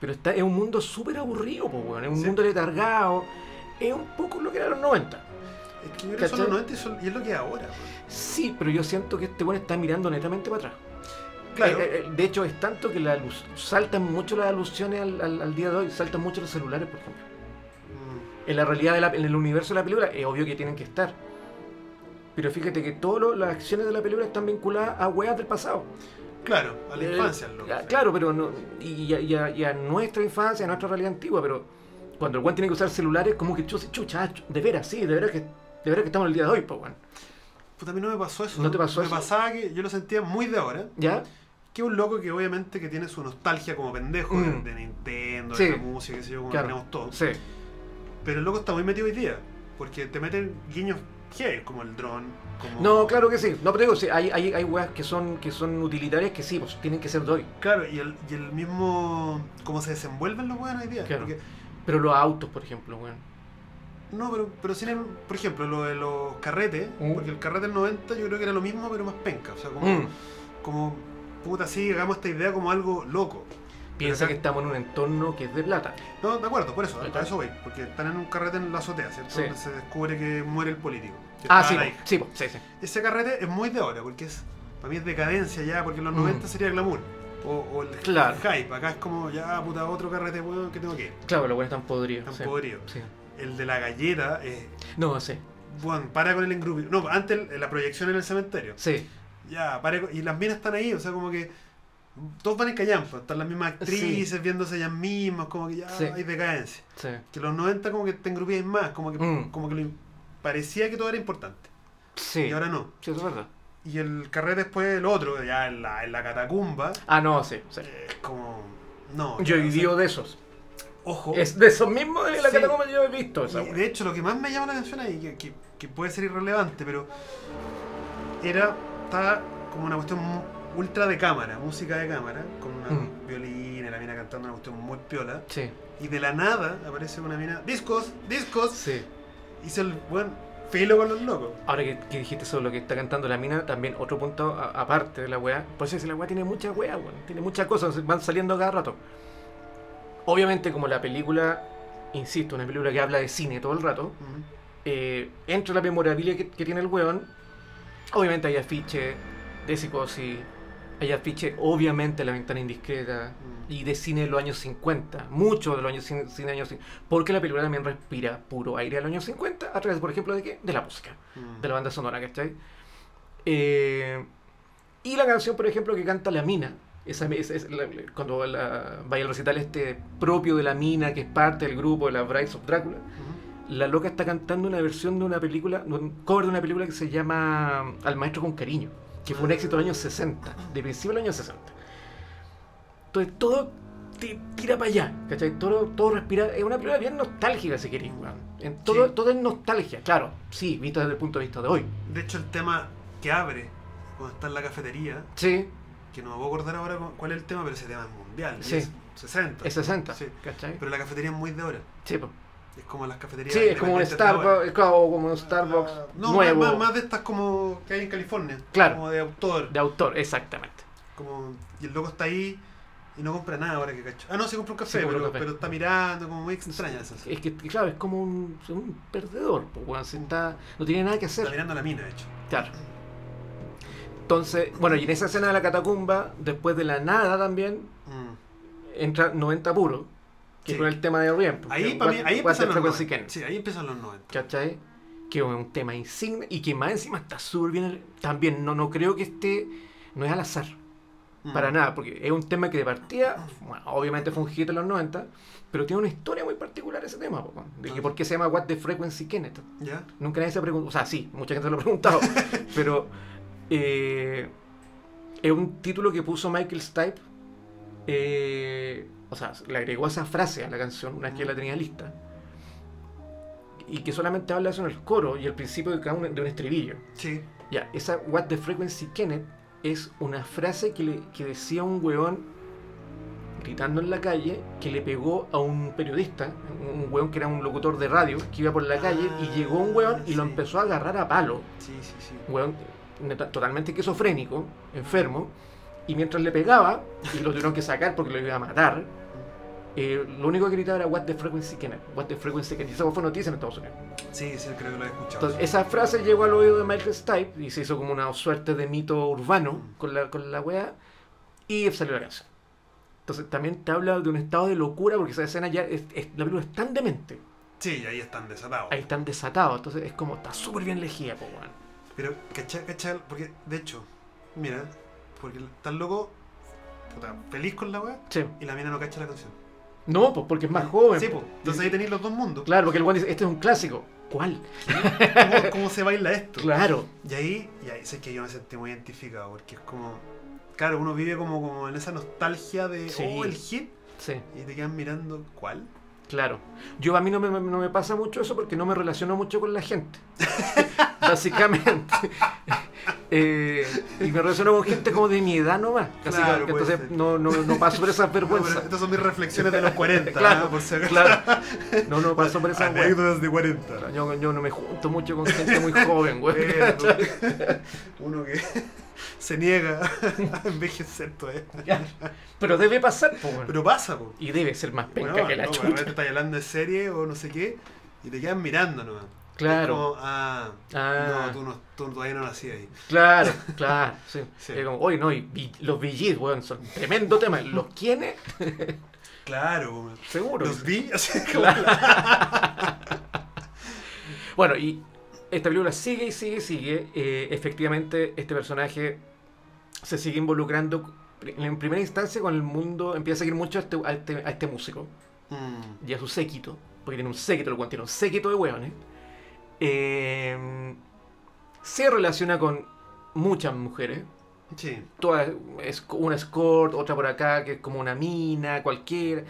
S1: Pero está, es un mundo súper aburrido, po, weón. Es un
S2: Sí.
S1: mundo letargado. Es un poco lo que era los 90.
S2: Es que yo creo que son
S1: ¿Cachai?
S2: los
S1: Eh,
S2: 90 y, son- y es lo que es ahora. pues. weón.
S1: Sí, pero yo siento que este bueno está mirando netamente para atrás.
S2: Claro.
S1: Eh, eh, de hecho, es tanto que la luz, saltan mucho las alusiones al, al- al día de hoy. Saltan mucho los celulares, por ejemplo.
S2: Mm.
S1: En la realidad, de la- en el universo de la película, es obvio que tienen que estar. Pero fíjate que todas las acciones de la película están vinculadas a weas del pasado.
S2: Claro, a la
S1: Eh,
S2: infancia. es lo que
S1: ah,
S2: fue.
S1: Claro, pero no, y, a, y a- y a nuestra infancia, a nuestra realidad antigua, pero cuando el weón tiene que usar celulares, como que chucha, chucha, ah, chu- de veras, sí, de veras que, de veras que estamos en el día de hoy, pues, weón.
S2: Puta, a mí no me pasó eso.
S1: ¿No te pasó
S2: me
S1: eso?
S2: pasaba que yo lo sentía muy de ahora.
S1: ¿Ya?
S2: Que un loco que obviamente que tiene su nostalgia como pendejo de-
S1: Mm.
S2: de, Nintendo,
S1: Sí.
S2: de la música, qué sé yo, como
S1: Claro.
S2: tenemos todos.
S1: Sí.
S2: Pero el loco está muy metido hoy día. Porque te meten guiños heavy, como el dron. Como...
S1: No, claro que sí. No, pero digo, sí, hay, hay, hay weas que son, que son utilitarias que sí, pues tienen que ser de hoy.
S2: Claro, y el, y el mismo. cómo se desenvuelven los weones hoy día.
S1: Claro.
S2: Porque-
S1: Pero los autos, por ejemplo, weón.
S2: no, pero, pero sin el- por ejemplo, lo de los carretes.
S1: Mm.
S2: Porque el carrete del 90 yo creo que era lo mismo, pero más penca. O sea, como.
S1: Mm.
S2: como puta, sí, hagamos esta idea como algo loco.
S1: Piensa
S2: acá-
S1: que estamos en un entorno que es de plata.
S2: No, de acuerdo, por eso,
S1: Ahí
S2: a
S1: está.
S2: eso voy. Porque están en un carrete en la azotea, ¿cierto?
S1: Sí.
S2: Donde se descubre que muere el político. que
S1: Ah,
S2: estaba
S1: sí,
S2: la
S1: po,
S2: hija.
S1: sí, po, sí, sí.
S2: Ese carrete es muy de ahora, porque es para mí es decadencia ya, porque en los
S1: Mm.
S2: 90 sería glamour. O, o el
S1: Claro.
S2: hype. Acá es como, ya, puta, otro carrete weón, que tengo que ir.
S1: Claro, los weones están podridos.
S2: Tan
S1: sí.
S2: podrido.
S1: Sí.
S2: El de la galleta, eh,
S1: No, sí.
S2: bueno, para con el engrupido. No, antes el- la proyección en el cementerio.
S1: Sí.
S2: Ya, para con- Y las minas están ahí, o sea, como que. Todos van en callampa, están las mismas actrices viéndose ellas mismas, como que ya
S1: Sí.
S2: hay decadencia.
S1: Sí.
S2: Que los 90 como que te engrupíais más, como que,
S1: Mm.
S2: como que lo im- parecía que todo era importante.
S1: Sí.
S2: Y ahora no.
S1: Sí, eso es verdad.
S2: Y el carrete después el otro, ya en la, en la catacumba,
S1: Ah, no, sí. sí.
S2: eh, es como. No.
S1: Yo
S2: ya, o sea,
S1: vivo de esos.
S2: Ojo.
S1: Es de esos mismos de la
S2: Oh. Sí.
S1: catacumba que yo he visto. Esa
S2: Y,
S1: wea.
S2: de hecho, lo que más me llama la atención ahí, que, que- que puede ser irrelevante, pero era, estaba como una cuestión mu- ultra de cámara, música de cámara, con una
S1: Mm.
S2: violina, la mina cantando una cuestión muy piola,
S1: Sí,
S2: y de la nada aparece una mina, discos, discos,
S1: sí.
S2: hizo el buen filo con los locos.
S1: Ahora que, que dijiste sobre lo que está cantando la mina, también otro punto a- aparte de la weá. Por eso es que la weá tiene mucha weá, weón. Tiene muchas cosas, van saliendo cada rato. Obviamente, como la película, insisto, una película que habla de cine todo el rato,
S2: Mm.
S1: eh, entre la memorabilia que, que tiene el weón, obviamente hay afiche de psicosis, hay afiche, obviamente, la ventana indiscreta.
S2: Mm.
S1: y de cine de los años 50, mucho de los años cin- cine de años 50, porque la película también respira puro aire de los años 50 a través, por ejemplo, de qué? De la música,
S2: Mm.
S1: de la banda sonora, ¿cachai? Eh, y la canción, por ejemplo, que canta La Mina, esa, esa- esa- la- la- cuando la- vaya al recital este propio de La Mina, que es parte del grupo de la Brides of Drácula,
S2: Mm.
S1: la loca está cantando una versión de una película, de un cover de una película que se llama Al Maestro con Cariño, que
S2: Ah.
S1: fue un éxito de los años 60, de principio de los años 60. Entonces todo ti- tira para allá, ¿cachai? Todo, todo respira, es una película bien nostálgica si queréis, weón. En todo,
S2: Sí.
S1: todo es nostalgia, claro, sí, visto desde el punto de vista de hoy.
S2: De hecho, el tema que abre cuando está en la cafetería,
S1: Sí,
S2: que no me puedo acordar ahora cu- cuál es el tema, pero ese tema es mundial, y
S1: Sí.
S2: es 60.
S1: es 60,
S2: Sí.
S1: ¿cachai?
S2: Pero la cafetería es muy de ahora.
S1: Sí, po.
S2: Es como las cafeterías.
S1: Sí, es como un
S2: independientes de ahora.
S1: Starbucks, claro, como un Starbucks
S2: Ah, no,
S1: nuevo,
S2: Más, más de estas como que hay en California.
S1: Claro.
S2: Como de autor.
S1: de autor, exactamente.
S2: Como, y el loco está ahí y no compra nada ahora que cacho. Ah, no, se compra un café,
S1: Se compra
S2: pero,
S1: un café.
S2: pero está mirando, como muy extraña esa sensación.
S1: Es que, claro, es como un, un perdedor, po, weón, se está, no tiene nada que hacer.
S2: Está mirando la mina, de hecho.
S1: Claro. Entonces, bueno, y en esa escena de la catacumba, después de la nada también,
S2: Mm.
S1: entra 90 puro, que
S2: Sí.
S1: con el tema de Orient.
S2: Ahí, para mí, ahí empiezan los 90.
S1: Sí.
S2: Sí, ahí empiezan los 90.
S1: ¿Cachai? Que es un tema insigne y que más encima está súper bien. También no, no creo que esté, no es al azar,
S2: Mm.
S1: para nada, porque es un tema que de partida, bueno, obviamente fue un hit en los 90, pero tiene una historia muy particular ese tema, po, de que por qué se llama What the Frequency Kenneth.
S2: ¿Ya?
S1: Nunca nadie se ha preguntado, o sea, sí, mucha gente se lo ha preguntado, pero eh, es un título que puso Michael Stipe, eh, o sea, le agregó esa frase a la canción una vez que la tenía lista, y que solamente habla eso en el coro y el principio de cada uno de un estribillo.
S2: Sí.
S1: Ya, esa What the Frequency Kenneth es una frase que, le, que decía un weón gritando en la calle que le pegó a un periodista, un weón que era un locutor de radio, que iba por la calle y llegó un weón y lo
S2: sí.
S1: empezó a agarrar a palo.
S2: Sí, sí, sí.
S1: weón neta- totalmente esquizofrénico, enfermo, y mientras le pegaba, y lo tuvieron que sacar porque lo iba a matar, eh, lo único que gritaba era What the Frequency Can I? What the Frequency Can I? Y Esa fue noticia en Estados Unidos.
S2: Sí, sí, creo que lo he escuchado.
S1: Entonces,
S2: sí.
S1: esa frase llegó al oído de Michael Stipe y se hizo como una suerte de mito urbano con la, con la wea, y salió la canción. Entonces, también te habla de un estado de locura porque esa escena ya es, es- la película es tan demente,
S2: Sí, ahí están desatados.
S1: ahí están desatados, entonces es como está súper bien elegida, po, weón.
S2: Pero, ¿cachai? ¿cachai? Porque, de hecho, mira, porque tan loco, puta, feliz con la weá,
S1: Sí.
S2: y la mina no cacha la canción.
S1: No, pues porque es más joven.
S2: Sí,
S1: po.
S2: pues. Entonces ahí tenéis los dos mundos.
S1: Claro, porque el guan dice, este es un clásico. ¿Cuál?
S2: ¿Cómo, cómo se baila esto?
S1: Claro.
S2: Y ahí, y ahí sé que yo me sentí muy identificado, porque es como. Claro, uno vive como, como en esa nostalgia de.
S1: Sí.
S2: Oh, el hit.
S1: Sí,
S2: Y te quedan mirando, ¿cuál?
S1: claro. Yo a mí no me, no me pasa mucho eso porque no me relaciono mucho con la gente. <laughs> Básicamente. <laughs> Eh, y me relaciono con gente como de mi edad nomás. Así que-
S2: Claro,
S1: que
S2: puede
S1: entonces
S2: ser.
S1: no, no, no paso por esas
S2: <laughs> No, Ah, pero
S1: vergüenzas.
S2: estas son mis reflexiones de los
S1: <laughs>
S2: 40,
S1: Claro,
S2: ¿ah? por si acaso. <laughs>
S1: Claro. No, no paso por esas weas.
S2: Anécdotas de 40.
S1: Yo, yo no me junto mucho con gente muy joven, güey.
S2: Bueno, <laughs> uno que se niega <laughs> a envejecer todavía.
S1: <laughs> Pero debe pasar, po, weón.
S2: Pero pasa, po.
S1: Y debe ser más penca
S2: Bueno,
S1: que la
S2: no, pues,
S1: chucha.
S2: bueno, te estás hablando de serie o no sé qué y te quedan mirando nomás.
S1: Claro.
S2: Como, ah,
S1: Ah.
S2: no, tú, no, tú todavía no nací ahí.
S1: Claro, claro, sí.
S2: <laughs> Sí.
S1: Es como, oye, no, y Bi- los VGs, weón, son tremendo tema. ¿Los quiénes?
S2: Claro, po.
S1: Seguro.
S2: los vi, <laughs> así como la-
S1: Bueno, y esta película sigue y sigue y sigue. Eh, efectivamente, este personaje se sigue involucrando en primera instancia con el mundo. Empieza a seguir mucho a este, a este, a este músico
S2: Mm,
S1: y a su séquito. Porque tiene un séquito, el cual tiene un séquito de weones. Eh, se relaciona con muchas mujeres.
S2: sí,
S1: todas es una escort, otra por acá que es como una mina, cualquiera.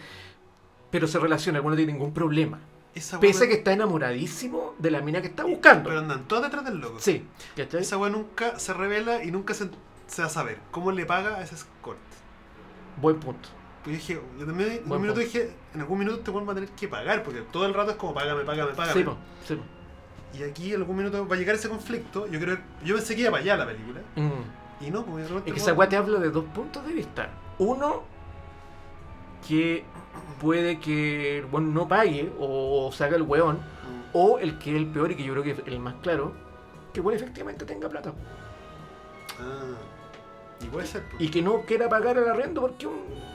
S1: Pero se relaciona, el bueno no tiene ningún problema.
S2: esa weá-
S1: Pese a que está enamoradísimo de la mina que está buscando.
S2: Pero andan todos detrás del loco.
S1: Sí, ¿cachai?
S2: Esa weá nunca se revela y nunca se, se va a saber cómo le paga a ese escort.
S1: Buen punto.
S2: Pues dije, yo también en
S1: Buen
S2: un
S1: punto.
S2: minuto dije, en algún minuto este weón va a tener que pagar, porque todo el rato es como págame, págame, págame.
S1: Sí, po, sí, po.
S2: Y aquí en algún minuto va a llegar ese conflicto. Yo creo, yo pensé que iba para allá la película.
S1: Mm.
S2: Y no, porque de repente
S1: Es que
S2: el
S1: esa
S2: weón-
S1: weá te habla de dos puntos de vista. Uno, que puede que el weón no pague o, o saca el weón.
S2: Mm,
S1: O el que es el peor y que yo creo que es el más claro, que el weón efectivamente tenga plata.
S2: Ah. Y puede ser, pues.
S1: Y que no quiera pagar el arrendo porque un,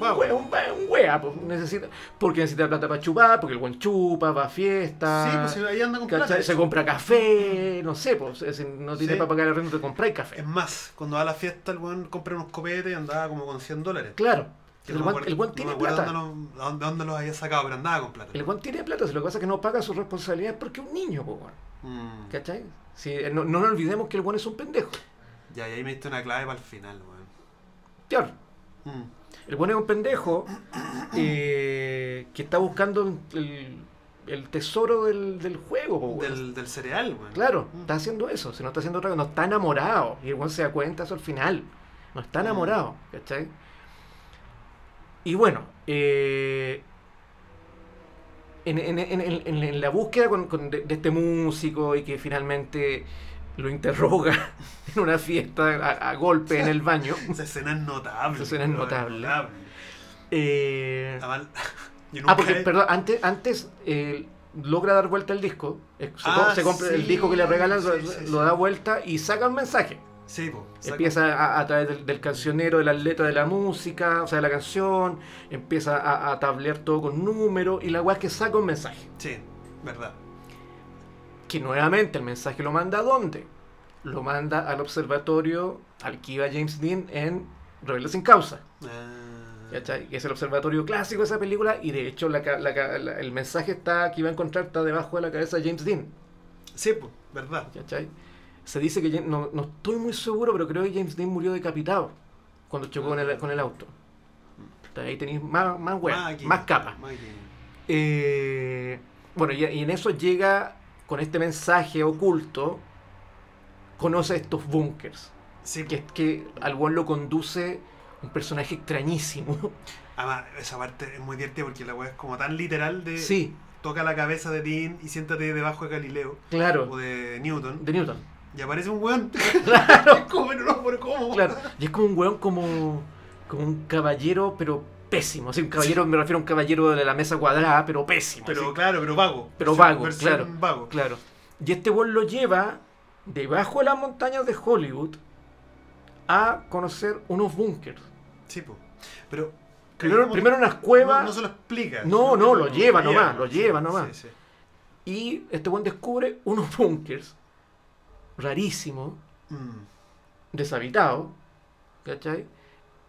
S2: Va,
S1: Wea, un wea, un wea, pues, necesita, porque necesita plata para chupar, porque el buen chupa, va a
S2: Sí,
S1: fiesta,
S2: pues si ahí anda con
S1: ¿cachai?
S2: plata.
S1: se compra café, no sé, pues, si no tiene
S2: Sí.
S1: para pagar el rento, te compráis café.
S2: Es más, cuando va a la fiesta el weón compra unos copetes y andaba como con 100 dólares.
S1: Claro,
S2: Que
S1: el
S2: no me
S1: buen,
S2: acuerdo-
S1: el buen
S2: no
S1: tiene
S2: me acuerdo
S1: plata.
S2: Dónde, los- a dónde- dónde los había sacado, pero andaba con plata.
S1: El buen tiene plata, si lo que pasa es que no paga sus responsabilidades porque es un niño, pues, weón,
S2: Mm.
S1: ¿cachai? Si, no, no nos olvidemos que el buen es un pendejo.
S2: Ya, y ahí me diste una clave para el final, weón.
S1: Claro,
S2: Mm.
S1: el buen es un pendejo eh, que está buscando el, el tesoro del, del juego, pues, weón.
S2: Del, del cereal, weón.
S1: Claro,
S2: Mm.
S1: está haciendo eso, si no está haciendo otra cosa, no está enamorado. Y el weón se da cuenta eso al final. No está enamorado, ¿cachai? Y bueno, eh, en, en- en- en- en- en la búsqueda con- con- de, de este músico y que finalmente lo interroga <laughs> en una fiesta a, a golpe en el baño.
S2: <laughs> Esa escena es notable.
S1: Esa escena es
S2: weón,
S1: notable. eh,
S2: Además, <laughs> yo nunca
S1: ah, porque,
S2: he-
S1: perdón, antes, antes eh, logra dar vuelta el disco. eh, Se,
S2: Ah,
S1: co- se compra el
S2: sí,
S1: disco que le regalan, lo,
S2: sí, sí,
S1: lo
S2: sí.
S1: da vuelta y saca un mensaje.
S2: Sí, po, saca-
S1: Empieza a, a través del, del cancionero, de las letras de la música, o sea, de la canción, empieza a, a tablear todo con números y la weá es que saca un mensaje.
S2: Sí, verdad.
S1: Que nuevamente el mensaje lo manda a dónde? Lo manda al observatorio al que iba James Dean en Rebelde sin Causa.
S2: Ah.
S1: ¿cachai? Que es el observatorio clásico de esa película y de hecho la ca- la ca- la- el mensaje está que iba a encontrar está debajo de la cabeza de James Dean.
S2: Sí, po, verdad.
S1: ¿cachai? Se dice que James- no, no estoy muy seguro, pero creo que James Dean murió decapitado cuando chocó con el, con el auto. Ahí tenéis más, más weas,
S2: Máquina,
S1: más capas.
S2: máquina.
S1: Eh, bueno, y, y en eso llega con este mensaje oculto, conoce estos bunkers,
S2: Sí,
S1: que, que al buen lo conduce un personaje extrañísimo.
S2: Además, esa parte es muy divertida porque la weá es como tan literal de
S1: Sí,
S2: toca la cabeza de Dean y siéntate debajo de Galileo o
S1: claro.
S2: de Newton
S1: De Newton.
S2: y aparece un weón.
S1: <laughs>
S2: <laughs>
S1: Claro,
S2: ¿Cómo? Pero no, pero ¿cómo?
S1: claro. Y es como un weón como, como un caballero, pero pésimo. Así, un caballero, me refiero a un caballero de la mesa cuadrada, pero pésimo.
S2: Pero
S1: así.
S2: claro, pero vago.
S1: Pero
S2: Versión-
S1: vago,
S2: versión
S1: claro.
S2: Vago.
S1: Claro. Y este weón lo lleva debajo de las montañas de Hollywood a conocer unos búnkers.
S2: Sí, po. Pero.
S1: Primero,
S2: como-
S1: primero unas
S2: No, no
S1: cuevas
S2: se lo explica.
S1: No,
S2: sino que
S1: no, lo lleva nomás, lo
S2: sí,
S1: lleva nomás.
S2: sí, sí.
S1: y este weón descubre unos búnkers rarísimos,
S2: Mm.
S1: deshabitados, ¿cachai?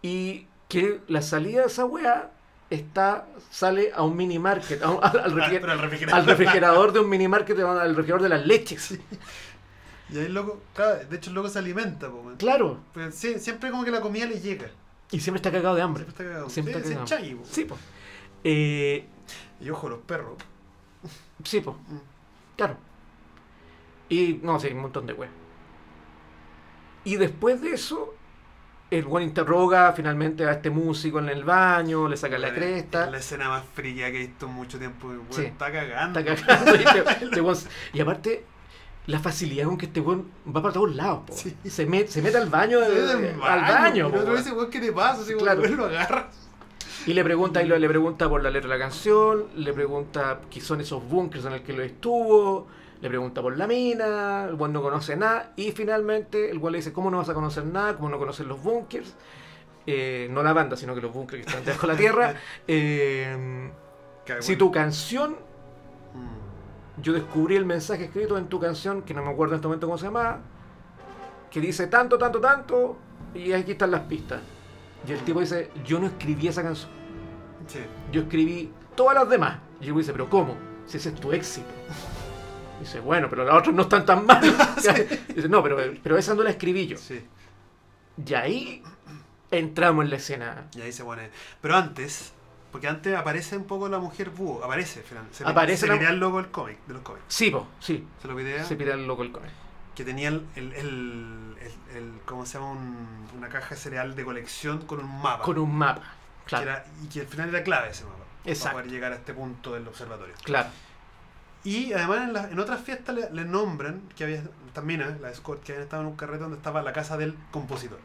S1: Y que la salida de esa weá está, sale a un mini market, a un- al, al
S2: Ah,
S1: refri-
S2: pero al
S1: <laughs>
S2: refrigerador.
S1: al refrigerador de un mini market, al refrigerador de las leches.
S2: Y ahí el loco, claro, de hecho el loco se alimenta, po, man.
S1: Claro.
S2: Pero sí, siempre como que la comida le llega.
S1: Y siempre está cagado de hambre.
S2: Siempre está cagado.
S1: Siempre
S2: Sí,
S1: está
S2: se
S1: cagado.
S2: enchagui, po.
S1: Sí, pues. Eh,
S2: Y ojo, los perros.
S1: sí, pues.
S2: Mm.
S1: Claro. Y no sé, un montón de weas. Y después de eso, el buen interroga finalmente a este músico en el baño, le saca la
S2: Bueno,
S1: cresta.
S2: es La escena más fría que he visto en mucho tiempo. weón,
S1: Sí.
S2: Está cagando.
S1: Está cagando. Y, este- este weón- y aparte, la facilidad con que este weón va para todos lados, po.
S2: Sí.
S1: Se, met- se mete al baño,
S2: Se mete
S1: al baño,
S2: Y el
S1: po,
S2: otro
S1: weón.
S2: dice, weón, ¿qué te pasa? Así,
S1: Claro.
S2: claro. <laughs> lo agarra.
S1: Y le pregunta, y lo- le pregunta por la letra de la canción, le pregunta qué son esos bunkers en el que lo estuvo, le pregunta por la mina, el cual no conoce nada, y finalmente el cual le dice, ¿cómo no vas a conocer nada? ¿Cómo no conoces los bunkers? Eh, no la banda, sino que los bunkers que están debajo de la tierra. Eh,
S2: Cae,
S1: si
S2: weón.
S1: tu canción,
S2: Mm.
S1: yo descubrí el mensaje escrito en tu canción, que no me acuerdo en este momento cómo se llama, que dice tanto, tanto, tanto, y aquí están las pistas. Y el tipo dice, yo no escribí esa canción.
S2: Sí.
S1: Yo escribí todas las demás. Y el güey dice, pero ¿cómo? Si ese es tu
S2: <laughs>
S1: éxito. Dice, bueno, pero las otras no están tan mal. <laughs> Dice, no, pero, pero esa no la escribí yo.
S2: Sí.
S1: Y ahí entramos en la escena.
S2: Y ahí se pone. Pero antes, porque antes aparece un poco la mujer búho. Aparece, finalmente. Se,
S1: Aparece
S2: se
S1: la-
S2: pide al loco el cómic, de los cómics.
S1: Sí, po, sí.
S2: Se lo pide
S1: Se pide el loco el cómic.
S2: que tenía el, el, el, el- el- ¿cómo se llama? Un- una caja de cereal de colección con un mapa.
S1: Con un mapa.
S2: que
S1: Claro,
S2: era- y que al final era clave ese mapa.
S1: Exacto.
S2: Para poder llegar a este punto del observatorio.
S1: claro.
S2: Y además en, la- en otras fiestas le, le nombran que había también eh, la Scott que habían estado en un carrete donde estaba la casa del compositor.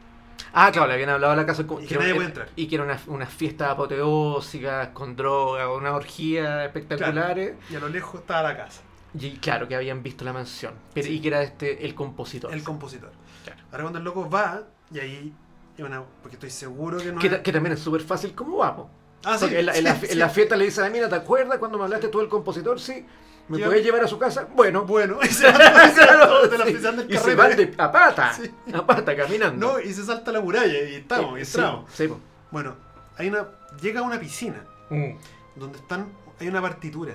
S1: Ah, claro, le habían hablado a la casa.
S2: Y
S1: como-
S2: que
S1: era-
S2: nadie puede entrar.
S1: Y que era una, una fiesta apoteósica, con droga, una orgía espectaculares.
S2: Y a lo lejos estaba la casa,
S1: Y claro, que habían visto la mansión. Pero,
S2: Sí.
S1: Y que era este el compositor.
S2: el compositor.
S1: Claro.
S2: Ahora cuando el loco va, y ahí, y bueno, porque estoy seguro que no...
S1: que,
S2: era-
S1: ta- que también es súper fácil como vamos.
S2: Ah,
S1: Porque en, la, en la-
S2: sí,
S1: en la <laughs>
S2: sí.
S1: fiesta le dice a la mina, ¿te acuerdas cuando me hablaste tú del compositor? Sí. ¿Me
S2: Ya.
S1: puedes llevar a su casa? Bueno.
S2: <laughs> Bueno, y se va
S1: Claro,
S2: de
S1: <laughs>
S2: la
S1: sí.
S2: oficina del
S1: Y se
S2: carrete.
S1: van de- a pata,
S2: Sí.
S1: a pata, caminando.
S2: No, y se salta la muralla y estamos, y
S1: Eh, sí,
S2: entramos.
S1: sí, po.
S2: Bueno, hay una, llega a una piscina
S1: Mm.
S2: donde están, hay una partitura.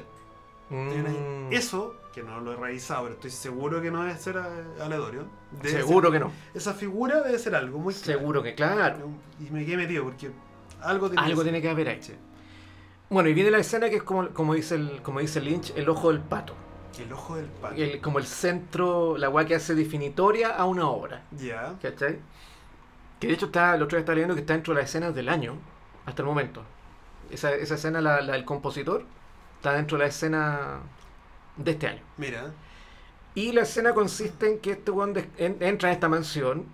S2: Hay una-
S1: Mm.
S2: Eso, que no lo he revisado, pero estoy seguro que no debe ser eh, aleatorio. Debe
S1: Seguro que no.
S2: ser- esa figura debe ser algo muy claro.
S1: Seguro que claro.
S2: Y me quedé metido porque algo tiene
S1: Algo
S2: que ser.
S1: tiene que haber ahí.
S2: Sí.
S1: Bueno, y viene la escena que es como, como dice el, como dice Lynch, el ojo del pato.
S2: El ojo del pan.
S1: El- como el centro, la weá que hace definitoria a una obra.
S2: Ya.
S1: ¿Cachai? Que de hecho está, el otro día estaba leyendo que está dentro de las escenas del año, hasta el momento. Esa, esa escena, la, la del compositor, está dentro de la escena de este año.
S2: Mira.
S1: Y la escena consiste en que este weón des- en- entra a esta mansión,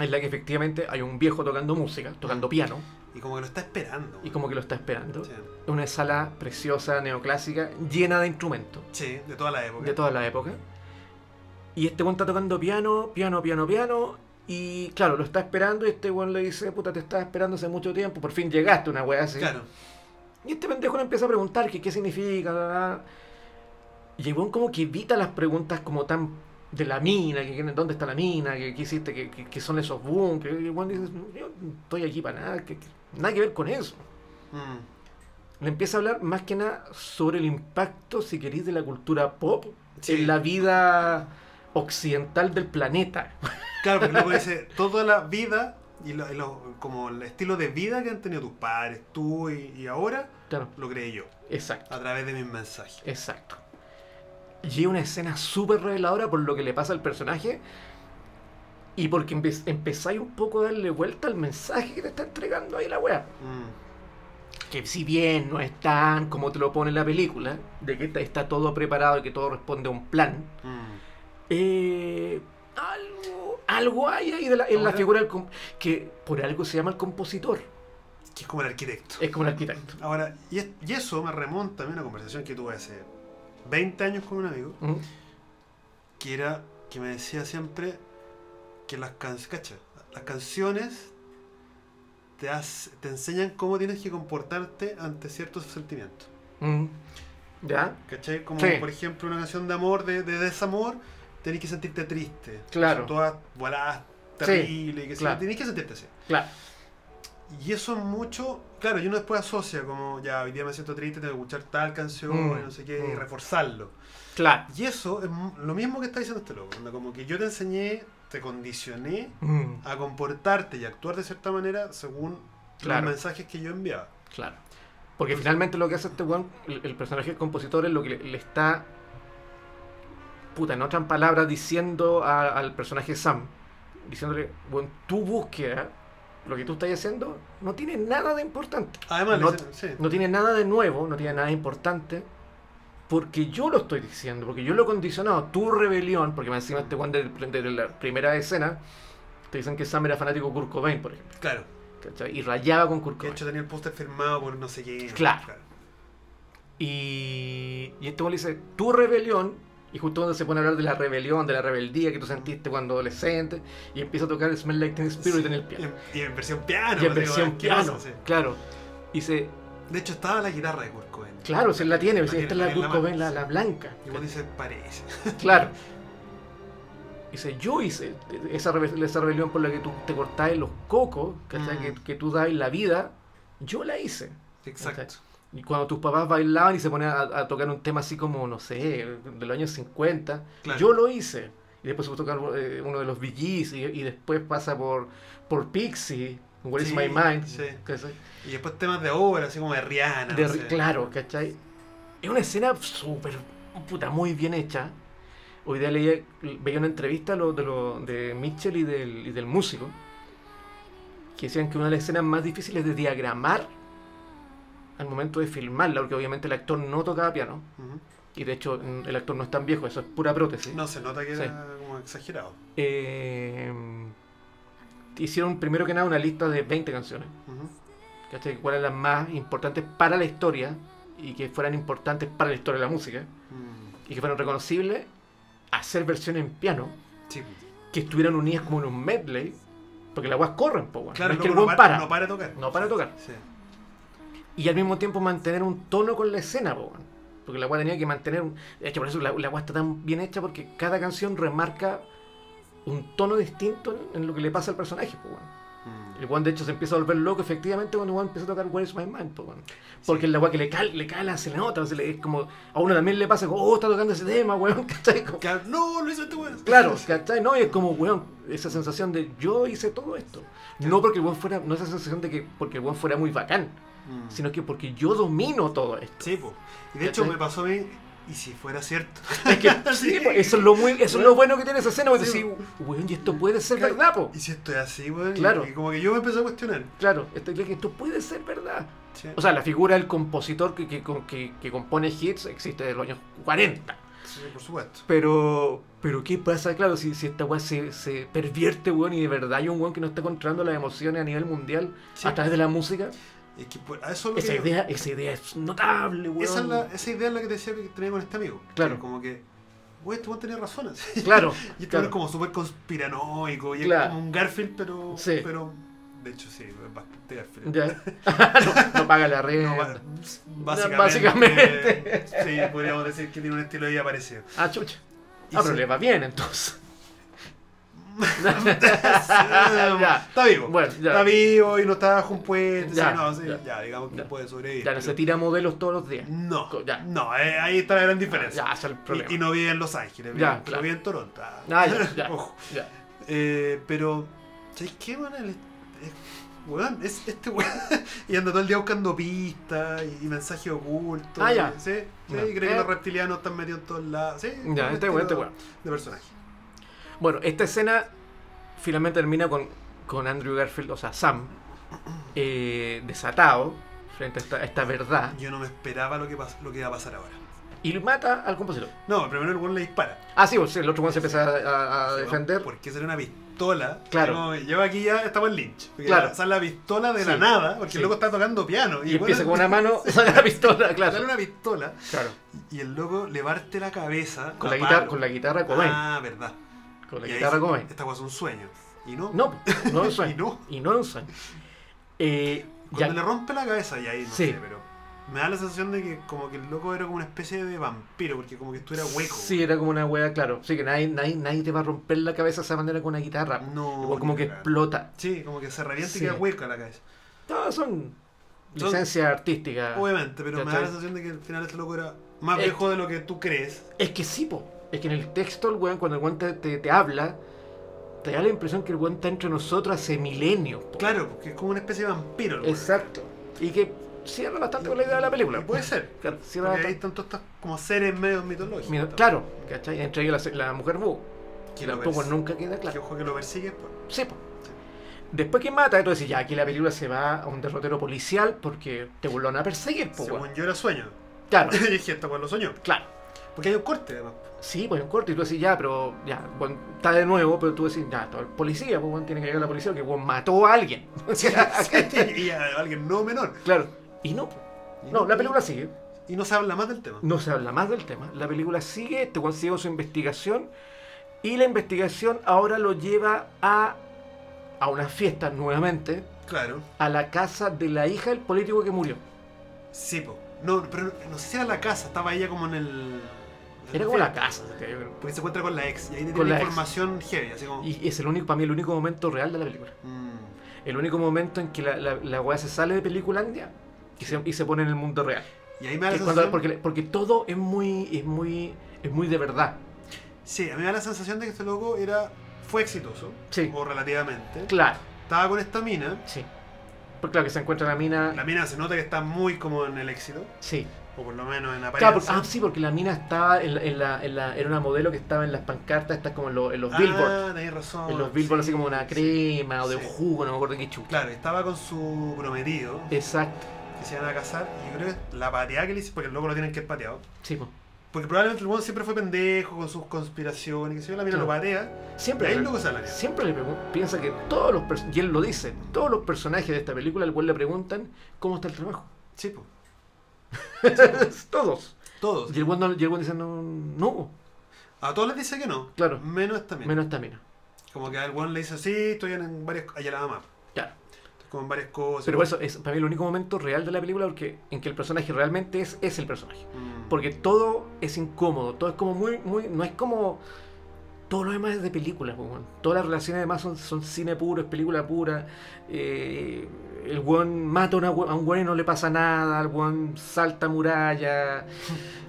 S1: en la que efectivamente hay un viejo tocando música, tocando piano,
S2: Y como que lo está esperando.
S1: y como que lo está esperando.
S2: Sí.
S1: Una sala preciosa, neoclásica, llena de instrumentos,
S2: Sí, de toda la época.
S1: de toda la época. Y este weón está tocando piano, piano, piano, piano. Y claro, lo está esperando y este weón le dice, puta, te estaba esperando hace mucho tiempo, por fin llegaste una weá así.
S2: Claro.
S1: Y este pendejo le empieza a preguntar que qué significa. bla, bla, bla. Y el weón como que evita las preguntas como tan de la mina, que, que- dónde está la mina, que, que hiciste, que, que- que son esos bunkers. Y el weón dice, yo no estoy aquí para nada, que, que- nada que ver con eso.
S2: Mm.
S1: Le empieza a hablar más que nada sobre el impacto, si queréis, de la cultura pop
S2: Sí.
S1: en la vida occidental del planeta.
S2: Claro, porque luego dice toda la vida y, lo- y lo- como el estilo de vida que han tenido tus padres, tú y, y ahora,
S1: Claro,
S2: lo creé yo
S1: exacto.
S2: a través de mis mensajes.
S1: Exacto. Y es una escena súper reveladora por lo que le pasa al personaje. Y porque empe- empezáis un poco a darle vuelta al mensaje que te está entregando ahí la weá.
S2: Mm,
S1: Que si bien no es tan como te lo pone la película, de que está, está todo preparado y que todo responde a un plan,
S2: mm.
S1: eh, algo, algo hay ahí de la- en la
S2: Ahora-
S1: figura del com- que por algo se llama el compositor.
S2: Que es como el arquitecto.
S1: Es como el arquitecto.
S2: Ahora, y, es- y eso me remonta a mí una conversación que tuve hace 20 años con un amigo,
S1: ¿Mm?
S2: que era que me decía siempre que las canciones, las canciones te, hace- te enseñan cómo tienes que comportarte ante ciertos sentimientos.
S1: ¿Mm? ¿Ya?
S2: ¿Cachai? Como
S1: Sí.
S2: por ejemplo una canción de amor, de, de desamor, tenés que sentirte triste.
S1: Claro.
S2: Son todas voladas,
S1: Sí,
S2: terribles, que
S1: claro.
S2: tenés que sentirte así.
S1: Claro.
S2: Y eso es mucho, claro, y uno después asocia como, ya, hoy día me siento triste, tengo que escuchar tal canción,
S1: Mm,
S2: y no sé qué, y
S1: mm.
S2: reforzarlo.
S1: Claro.
S2: Y eso es m- lo mismo que está diciendo este loco, onda, como que yo te enseñé, te condicioné
S1: Mm,
S2: a comportarte y actuar de cierta manera según
S1: Claro.
S2: los mensajes que yo enviaba.
S1: Claro. Porque finalmente lo que hace este weón, el, el personaje del compositor, es lo que le, le está. Puta, en otras palabras, diciendo a- al personaje Sam, diciéndole, bueno, tu búsqueda, lo que tú estás haciendo, no tiene nada de importante.
S2: Además,
S1: No-
S2: le dicen- sí,
S1: No tiene nada de nuevo, no tiene nada importante, porque yo lo estoy diciendo, porque yo lo he condicionado. Tu rebelión, porque me encima este weón desde desde la primera escena, te dicen que Sam era fanático de Kurt Cobain, por ejemplo,
S2: claro,
S1: ¿cachai? Y rayaba con Kurt
S2: que
S1: Cobain.
S2: de hecho tenía el póster firmado por no sé qué.
S1: Claro. Y, y este weón le dice, tu rebelión, y justo donde se pone a hablar de la rebelión, de la rebeldía que tú sentiste cuando adolescente, y empieza a tocar Smell Like Teen Spirit
S2: Sí,
S1: en el piano.
S2: Y en, y en versión piano.
S1: Y en
S2: digo,
S1: versión
S2: ¿qué
S1: piano,
S2: pasa? Sí.
S1: claro. Y dice,
S2: De hecho, estaba la guitarra de Kurt Cobain.
S1: claro, si él la tiene, si esta
S2: La
S1: es
S2: tiene,
S1: la
S2: la tiene en
S1: Kurt
S2: la
S1: Cobain,
S2: mano,
S1: la,
S2: sí.
S1: la blanca.
S2: Y vos dices, parece.
S1: <laughs> Claro. Dice, yo hice esa, rebe- esa rebelión por la que tú te cortabas los cocos, ¿cachai?
S2: Mm.
S1: que, que tú dabas la vida, yo la hice.
S2: Exacto.
S1: Y cuando tus papás bailaban y se ponían a, a tocar un tema así como, no sé, de los años 50,
S2: Claro.
S1: yo lo hice. Y después se tocar eh, uno de los Bee Gees y, y después pasa por, por Pixie, Where is
S2: Sí,
S1: My Mind.
S2: sí.
S1: ¿cachai?
S2: Y después temas de obra, así como de Rihanna. Ah, no
S1: De-
S2: sé.
S1: Claro, ¿cachai? Es una escena súper, puta, muy bien hecha. Hoy día leía, veía una entrevista lo- de, lo- de Mitchell y del, y del músico que decían que una de las escenas más difíciles de diagramar al momento de filmarla, porque obviamente el actor no tocaba piano,
S2: Ujú.
S1: y de hecho mm, el actor no es tan viejo, eso es pura prótesis.
S2: No, se nota que
S1: Sí.
S2: era como exagerado.
S1: Eh, hicieron primero que nada una lista de 20 canciones.
S2: Ujú.
S1: ¿Cachai? ¿Cuáles eran las más importantes para la historia? Y que fueran importantes para la historia de la música.
S2: Mm.
S1: Y que fueran reconocibles. Hacer versiones en piano.
S2: Sí.
S1: Que estuvieran unidas como en un medley. Porque las guas corren, po, weón. no
S2: Claro,
S1: es que el
S2: loco,
S1: weón
S2: no, para,
S1: para.
S2: no para de tocar.
S1: No para de tocar.
S2: Sí.
S1: Y al mismo tiempo mantener un tono con la escena, po, weón. Porque la gua tenía que mantener un... De hecho, por eso la, la gua está tan bien hecha porque cada canción remarca un tono distinto en, en lo que le pasa al personaje, po, weón.
S2: Mm.
S1: El Juan de hecho se empieza a volver loco efectivamente cuando Juan empieza a tocar Where's My Mind, po, weón. porque es la weá que le, cal- le cala, se le nota, se le- es como, a uno también le pasa como, oh, está tocando ese tema, weón, <laughs> ¿cachai? Como-
S2: Claro, no, lo hizo este weón. <laughs>
S1: claro, ¿cachai? No, y es como, weón, esa sensación de yo hice todo esto. No porque el weón fuera, no esa sensación de que porque el weón fuera muy bacán,
S2: Mm.
S1: sino que porque yo domino todo esto.
S2: Sí, po. Y de hecho
S1: ¿Cachai?
S2: me pasó a mí, y si fuera cierto.
S1: Es que,
S2: <laughs>
S1: sí, po, eso es lo muy, eso es lo bueno que tiene esa escena, porque
S2: Sí,
S1: decís, weón, y esto puede ser
S2: Claro.
S1: verdad, po.
S2: Y si esto es así, weón. Y-
S1: Claro.
S2: Y, como que yo me empecé a cuestionar.
S1: Claro, esto, esto puede ser verdad.
S2: Sí.
S1: O sea, la figura del compositor que, que, con- que- que compone hits existe desde los años 40.
S2: Sí, por supuesto.
S1: Pero, pero ¿qué pasa? Claro, si, si esta weá se, se pervierte, weón, y de verdad hay un weón que no está controlando las emociones a nivel mundial
S2: Sí.
S1: a través de la música.
S2: Es que por- a eso es lo
S1: Esa
S2: que yo-
S1: idea, esa idea es notable, weón.
S2: esa, es la, esa idea es la que te decía que tenía con este amigo.
S1: Claro.
S2: Que como que, güey, este weón tenía razón. <laughs> así.
S1: Claro,
S2: Y este
S1: claro.
S2: es como súper conspiranoico y
S1: Claro.
S2: es como un Garfield, pero.
S1: Sí.
S2: pero de hecho, sí, es bastante Garfield.
S1: Ya. <laughs> no, no paga la red.
S2: No, ba- Eh, básicamente,
S1: básicamente.
S2: Sí, podríamos decir que tiene un estilo de
S1: <laughs>
S2: vida parecido.
S1: Ah, chucha.
S2: Y
S1: Ah,
S2: sí.
S1: pero le va bien entonces. Ya.
S2: está vivo.
S1: Bueno, ya.
S2: Está vivo y no está bajo un puente.
S1: Ya,
S2: sí, no, sí,
S1: ya.
S2: ya, digamos que
S1: Ya.
S2: puede sobrevivir.
S1: Ya no se
S2: pero-
S1: tira modelos todos los días.
S2: No,
S1: Ya.
S2: no, eh, ahí está la gran diferencia.
S1: Ya, ese es el problema.
S2: Y, y no vive en Los Ángeles, vive,
S1: Ya,
S2: pero
S1: claro.
S2: vive en Toronto. Ah.
S1: Ah, ya, ya.
S2: <laughs> Ojo.
S1: Ya.
S2: Eh, pero, ¿sabes qué, weón? El- es- weón, es este weón. <laughs> y anda todo el día buscando pistas y, y mensajes ocultos.
S1: Ah, ya.
S2: Sí, sí,
S1: Ya.
S2: y cree
S1: Eh.
S2: que los reptilianos están metidos en todos lados. Sí,
S1: Ya,
S2: un
S1: este weón,
S2: estilo
S1: este weón.
S2: De personaje.
S1: Bueno, esta escena finalmente termina con, con Andrew Garfield, o sea, Sam, eh, desatado frente a esta, a esta verdad
S2: Yo no me esperaba lo que, pas- lo que iba a pasar ahora.
S1: y mata al compositor.
S2: No, primero el weón le dispara.
S1: Ah, sí, pues, sí, el otro one se empieza a, a- a defender.
S2: Porque será una pistola.
S1: Claro.
S2: Como, lleva aquí ya estamos en Lynch. Porque
S1: Claro.
S2: Sale la pistola de la
S1: Sí.
S2: nada, porque
S1: Sí.
S2: el loco está tocando piano.
S1: Y,
S2: el weón
S1: empieza con
S2: <laughs>
S1: una mano, <laughs> sale la pistola,
S2: Sale
S1: claro.
S2: una pistola
S1: Claro.
S2: y el loco le parte la cabeza.
S1: Con
S2: a
S1: la, guitarra,
S2: palo.
S1: con la guitarra Cobain.
S2: Ah, verdad.
S1: con la
S2: Y ahí
S1: guitarra
S2: sí,
S1: Cobain.
S2: Esta cosa es un sueño. Y no.
S1: No, no es un sueño.
S2: <laughs> Y no.
S1: Y no es un sueño. Eh, ya-
S2: Cuando le rompe la cabeza y ahí no
S1: Sí.
S2: sé, pero. Me da la sensación de que como que el loco era como una especie de vampiro, porque como que estuviera hueco.
S1: Sí, era como una wea, claro. Sí, que nadie, nadie, nadie te va a romper la cabeza de esa manera con una guitarra.
S2: No.
S1: Igual como
S2: ni
S1: que
S2: cagar.
S1: explota.
S2: Sí, como que se revienta
S1: Sí.
S2: y queda hueca la cabeza.
S1: No, son
S2: Son-
S1: licencias artísticas.
S2: Obviamente, pero me da
S1: ¿Cachai?
S2: la sensación de que al final este loco era más
S1: Es-
S2: viejo de lo que tú crees.
S1: Es que sí, po. Es que en el texto, el weón, cuando el weón te, te- te habla, te da la impresión que el weón está entre nosotros hace milenios. po.
S2: Claro, porque es como una especie de vampiro. el weón.
S1: Oh. Exacto. Y que cierra bastante con la idea de la
S2: Y
S1: película.
S2: puede ser.
S1: Claro, cierra
S2: Porque ahí
S1: bastante.
S2: están todos estos como seres medio mitológicos.
S1: Mira, claro, ¿cachai? Entre ellos la, la mujer búho. Que
S2: Que lo
S1: tampoco
S2: persigue.
S1: nunca queda
S2: Que
S1: claro.
S2: ojo que lo persigue, pues.
S1: Sí, po. Después que mata, entonces ya aquí la película se va a un derrotero policial porque te vuelvan a perseguir, po, weón.
S2: Según yo era sueño.
S1: Claro,
S2: <laughs> Yo dije, esta weón lo soñó.
S1: claro.
S2: Porque hay un corte, además.
S1: Sí, pues un corte y tú decís ya, pero ya, bueno, está de nuevo, pero tú decís, ya, todo el policía, pues bueno, tiene que llegar la policía, que bueno, mató a alguien. <laughs> O sea,
S2: <laughs> y a alguien no menor.
S1: claro. Y no,
S2: Y
S1: no, la película sigue,
S2: Y no se habla más del tema.
S1: no se habla más del tema. La película sigue, este weón sigue con su investigación y la investigación ahora lo lleva a, a una fiesta nuevamente,
S2: Claro.
S1: a la casa de la hija del político que murió.
S2: Sí, po. No, pero no sé si era la casa, estaba ella como en el.
S1: Era como la casa. o sea, yo creo.
S2: Porque se encuentra con la ex y ahí
S1: Con
S2: tiene
S1: la ex.
S2: información heavy, así como.
S1: Y es el único, para mí, el único momento real de la película.
S2: Mm.
S1: El único momento en que la, la, la weá se sale de Peliculandia y se, y se pone en el mundo real.
S2: Y ahí me da
S1: Que
S2: la
S1: es cuando-
S2: sensación.
S1: porque, porque todo es muy, es muy, es muy de verdad.
S2: Sí, a mí me da la sensación de que este loco era. fue exitoso.
S1: Sí.
S2: O relativamente.
S1: Claro,
S2: Estaba con esta mina.
S1: sí. Porque claro que se encuentra la mina.
S2: La mina se nota que está muy como en el éxito.
S1: Sí.
S2: O por lo menos en apariencia.
S1: Claro, porque- ah, sí, porque la mina estaba en la, en la, en la- era una modelo que estaba en las pancartas, estas como en los, en los billboards.
S2: Ah, tenés razón.
S1: En los billboards así como una crema o de
S2: sí.
S1: un jugo, no me acuerdo qué chucha.
S2: Claro, estaba con su prometido,
S1: Exacto.
S2: que se iban a casar, y yo creo que la pateada que le hicieron, porque el loco lo tienen que ir pateado.
S1: Sí, po.
S2: Porque probablemente el weón siempre fue pendejo con sus conspiraciones, que se yo, la mina lo
S1: Claro.
S2: patea, y
S1: Siempre.
S2: ahí el loco se la mierda.
S1: Siempre le pregun- piensa que todos los personajes, y él lo dice, todos los personajes de esta película al cual le preguntan cómo está el trabajo. <laughs>
S2: Sí, po.
S1: todos.
S2: Todos.
S1: Y el buen, no- y el buen dice, no, no,
S2: A todos les dice que no.
S1: Claro.
S2: Menos esta mina.
S1: menos esta mina.
S2: Como que al weón le dice, sí, estoy en varias... Allá la mamá.
S1: Claro.
S2: Estoy como en varias cosas.
S1: Pero por eso es para mí el único momento real de la película porque, en que el personaje realmente es, es el personaje.
S2: Mm.
S1: Porque todo es incómodo, todo es como muy, muy, no es como... Todo lo demás es de películas, pues, weón. todas las relaciones además son, son cine puro, es película pura. Eh, el weón mata a, una we- a un weón y no le pasa nada, el weón salta muralla,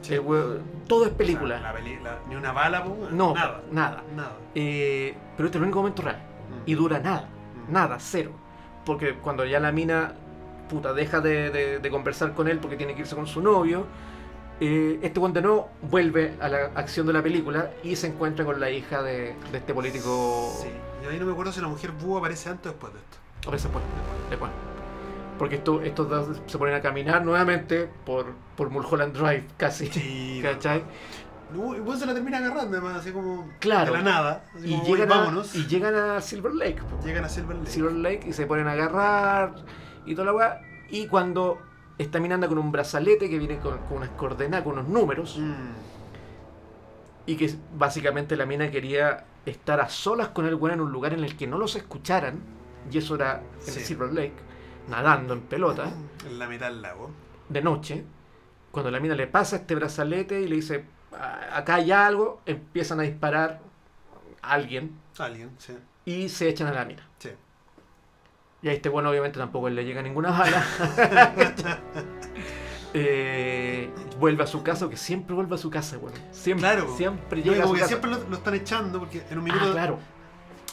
S2: Sí.
S1: el weón- todo es
S2: O sea,
S1: película.
S2: la peli- la- Ni una bala, po. weón.
S1: No,
S2: Nada.
S1: nada.
S2: Nada.
S1: Eh, pero este es el único momento real.
S2: Mm.
S1: Y dura nada,
S2: Mm.
S1: nada, cero. Porque cuando ya la mina, puta, deja de, de- de conversar con él porque tiene que irse con su novio, eh, este cuando no vuelve a la acción de la película y se encuentra con la hija de, de este político.
S2: Sí. Yo ahí no me acuerdo si la mujer búho aparece antes o después de esto.
S1: A veces después, después. Porque esto- estos dos se ponen a caminar nuevamente por, por Mulholland Drive, casi.
S2: Sí. no.
S1: ¿Cachai?
S2: No, y bueno, se la termina agarrando, además, así como
S1: Claro.
S2: de la nada. Así
S1: Y
S2: como,
S1: llegan,
S2: "Oye,
S1: a,
S2: vámonos.
S1: y llegan a Silver Lake. po.
S2: Llegan a Silver Lake.
S1: Silver Lake y se ponen a agarrar y toda la weá. Y cuando esta mina anda con un brazalete que viene con, con unas coordenadas, con unos números,
S2: Mm.
S1: y que básicamente la mina quería estar a solas con el weón en un lugar en el que no los escucharan, y eso era en
S2: Sí.
S1: Silver Lake, nadando en pelota,
S2: En la mitad del lago.
S1: de noche. Cuando la mina le pasa este brazalete y le dice, "Ah, acá hay algo, empiezan a disparar a alguien
S2: Alguien, sí.
S1: y se echan a la mina.
S2: Sí.
S1: Y a este bueno obviamente tampoco le llega ninguna bala.
S2: <laughs>
S1: Eh, vuelve a su casa, que siempre vuelve a su casa, bueno. Siempre,
S2: Claro.
S1: siempre
S2: No, y
S1: llega a
S2: como
S1: su
S2: que
S1: casa.
S2: siempre lo, lo están echando porque en un minuto.
S1: Ah, claro.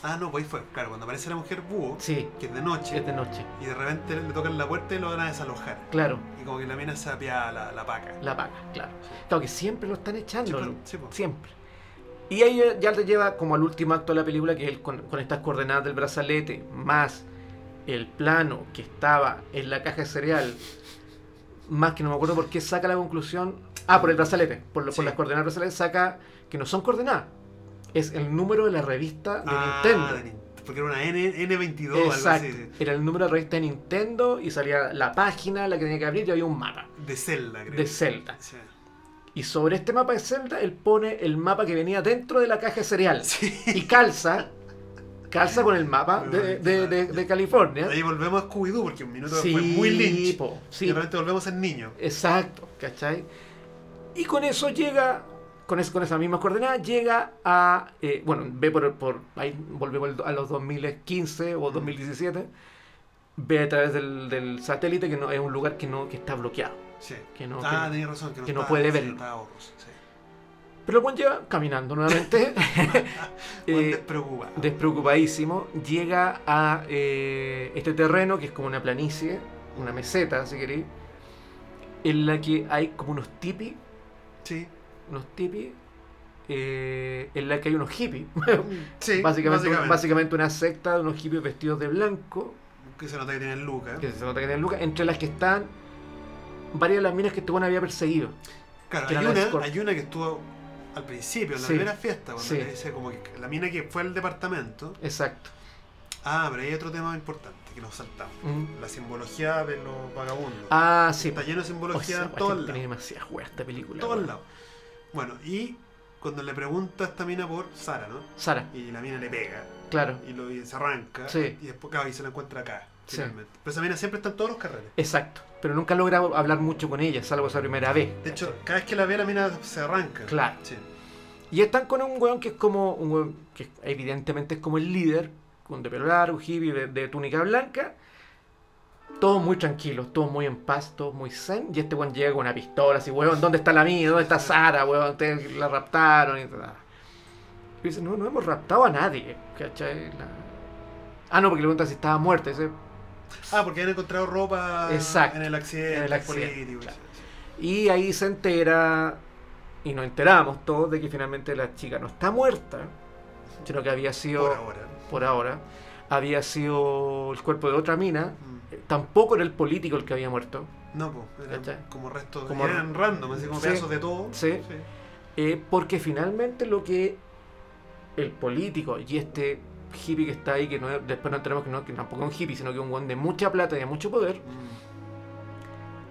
S2: Ah, no, pues ahí fue. Claro, cuando aparece la mujer búho,
S1: Sí,
S2: que es de noche,
S1: es de noche.
S2: y de repente le tocan la puerta y lo van a desalojar.
S1: Claro,
S2: Y como que la mina se apea a la, la paca.
S1: la paga, claro. Claro, que siempre lo están echando.
S2: Sí,
S1: ¿no?
S2: pues, sí, pues.
S1: Siempre. Y ahí ya te lleva como al último acto de la película, que es el con, con estas coordenadas del brazalete, más el plano que estaba en la caja de cereal, más que no me acuerdo por qué saca la conclusión. Ah, por el brazalete, por, lo- por
S2: Sí.
S1: las coordenadas del brazalete, saca que no son coordenadas, es el número de la revista de
S2: Ah,
S1: Nintendo.
S2: de Nin- porque era una N, N22 o algo
S1: Exacto.
S2: así. de-
S1: Era el número de revista de Nintendo y salía la página, la que tenía que abrir y había un mapa
S2: De Zelda, creo.
S1: de Zelda.
S2: Sí. <laughs>
S1: Y sobre este mapa de Zelda, él pone el mapa que venía dentro de la caja de cereal.
S2: Sí.
S1: Y calza, calza con el mapa de, de- de- de California.
S2: Ahí volvemos a Scooby-Doo porque un minuto
S1: Sí,
S2: fue muy Lynch.
S1: po,
S2: Y
S1: sí,
S2: de repente volvemos a ser niño.
S1: exacto, ¿cachai? Y con eso llega, con, es- con esas mismas coordenadas, llega a, eh, bueno, ve por, por ahí volvemos al do- a los 2015 o 2017, ve a través del, del satélite que no es un lugar que no que está bloqueado.
S2: Sí.
S1: Que no,
S2: ah,
S1: que-
S2: tenías razón. Que no,
S1: que no
S2: estaba-
S1: puede
S2: sí,
S1: verlo.
S2: estaba borroso, sí.
S1: Pero el buen llega caminando
S2: <laughs>
S1: nuevamente. <laughs>
S2: Juan
S1: eh,
S2: despreocupado.
S1: despreocupadísimo, llega a eh, este terreno que es como una planicie, una meseta, si queréis, en la que hay como unos tipis,
S2: Sí.
S1: unos tipis, eh, en la que hay unos hippies. <laughs>
S2: Sí,
S1: básicamente, básicamente una secta de unos hippies vestidos de blanco,
S2: Que se nota que tienen Lucas.
S1: que se nota que tienen lucas, entre las que están varias de las minas que este weón había perseguido.
S2: Claro,
S1: que
S2: hay
S1: era la
S2: una,
S1: escort.
S2: hay una que estuvo al principio, en la
S1: Sí.
S2: primera fiesta, cuando
S1: Sí.
S2: le dice como que la mina que fue al departamento.
S1: Exacto.
S2: Ah, pero hay otro tema importante que nos saltamos.
S1: Mm.
S2: La simbología de los vagabundos.
S1: Ah, sí.
S2: Está lleno de
S1: O
S2: simbología
S1: sea,
S2: en todos
S1: tiene
S2: lados.
S1: demasiadas weas esta película.
S2: todos
S1: weón.
S2: lados. Bueno, y cuando le pregunta a esta mina por Sara, ¿no?
S1: Sara,
S2: Y la mina le pega
S1: claro.
S2: y, lo, y se arranca.
S1: Sí.
S2: Y después, claro, y se la encuentra acá,
S1: Sí.
S2: finalmente. Pero esa mina siempre está en todos los carreras.
S1: Exacto, pero nunca logra hablar mucho con ella, salvo esa primera vez.
S2: De hecho, cada vez que la ve, la mina se arranca.
S1: Claro.
S2: Sí.
S1: Y están con un weón que es como un weón que evidentemente es como el líder, con de pelo largo, hippie, de, de túnica blanca. Todos muy tranquilos, todos muy en paz, todos muy zen. Y este weón llega con una pistola, así, weón, ¿dónde está la mía? ¿Dónde está Sara, weón? Te la raptaron y tal. Y dice, no, no hemos raptado a nadie, ¿cachai? La- Ah, no, porque le pregunta si estaba muerta. Dice,
S2: Ah, porque han encontrado ropa
S1: Exacto,
S2: en el accidente,
S1: en el accidente,
S2: político.
S1: claro.
S2: sí, sí.
S1: Y ahí se entera, y nos enteramos todos, de que finalmente la chica no está muerta, sino que había sido,
S2: Por
S1: por ahora,
S2: ahora.
S1: había sido el cuerpo de otra mina.
S2: Mm.
S1: Eh, Tampoco era el político el que había muerto,
S2: No, pues, eran
S1: ¿Cachai?
S2: como restos,
S1: Este. Como-
S2: eran random, así como
S1: Sí.
S2: pedazos de todo.
S1: Sí. eh, porque finalmente lo que el político y este hippie que está ahí, que no es- después no tenemos que, no, que tampoco es un hippie, sino que es un guan de mucha plata y de mucho poder,
S2: Mm.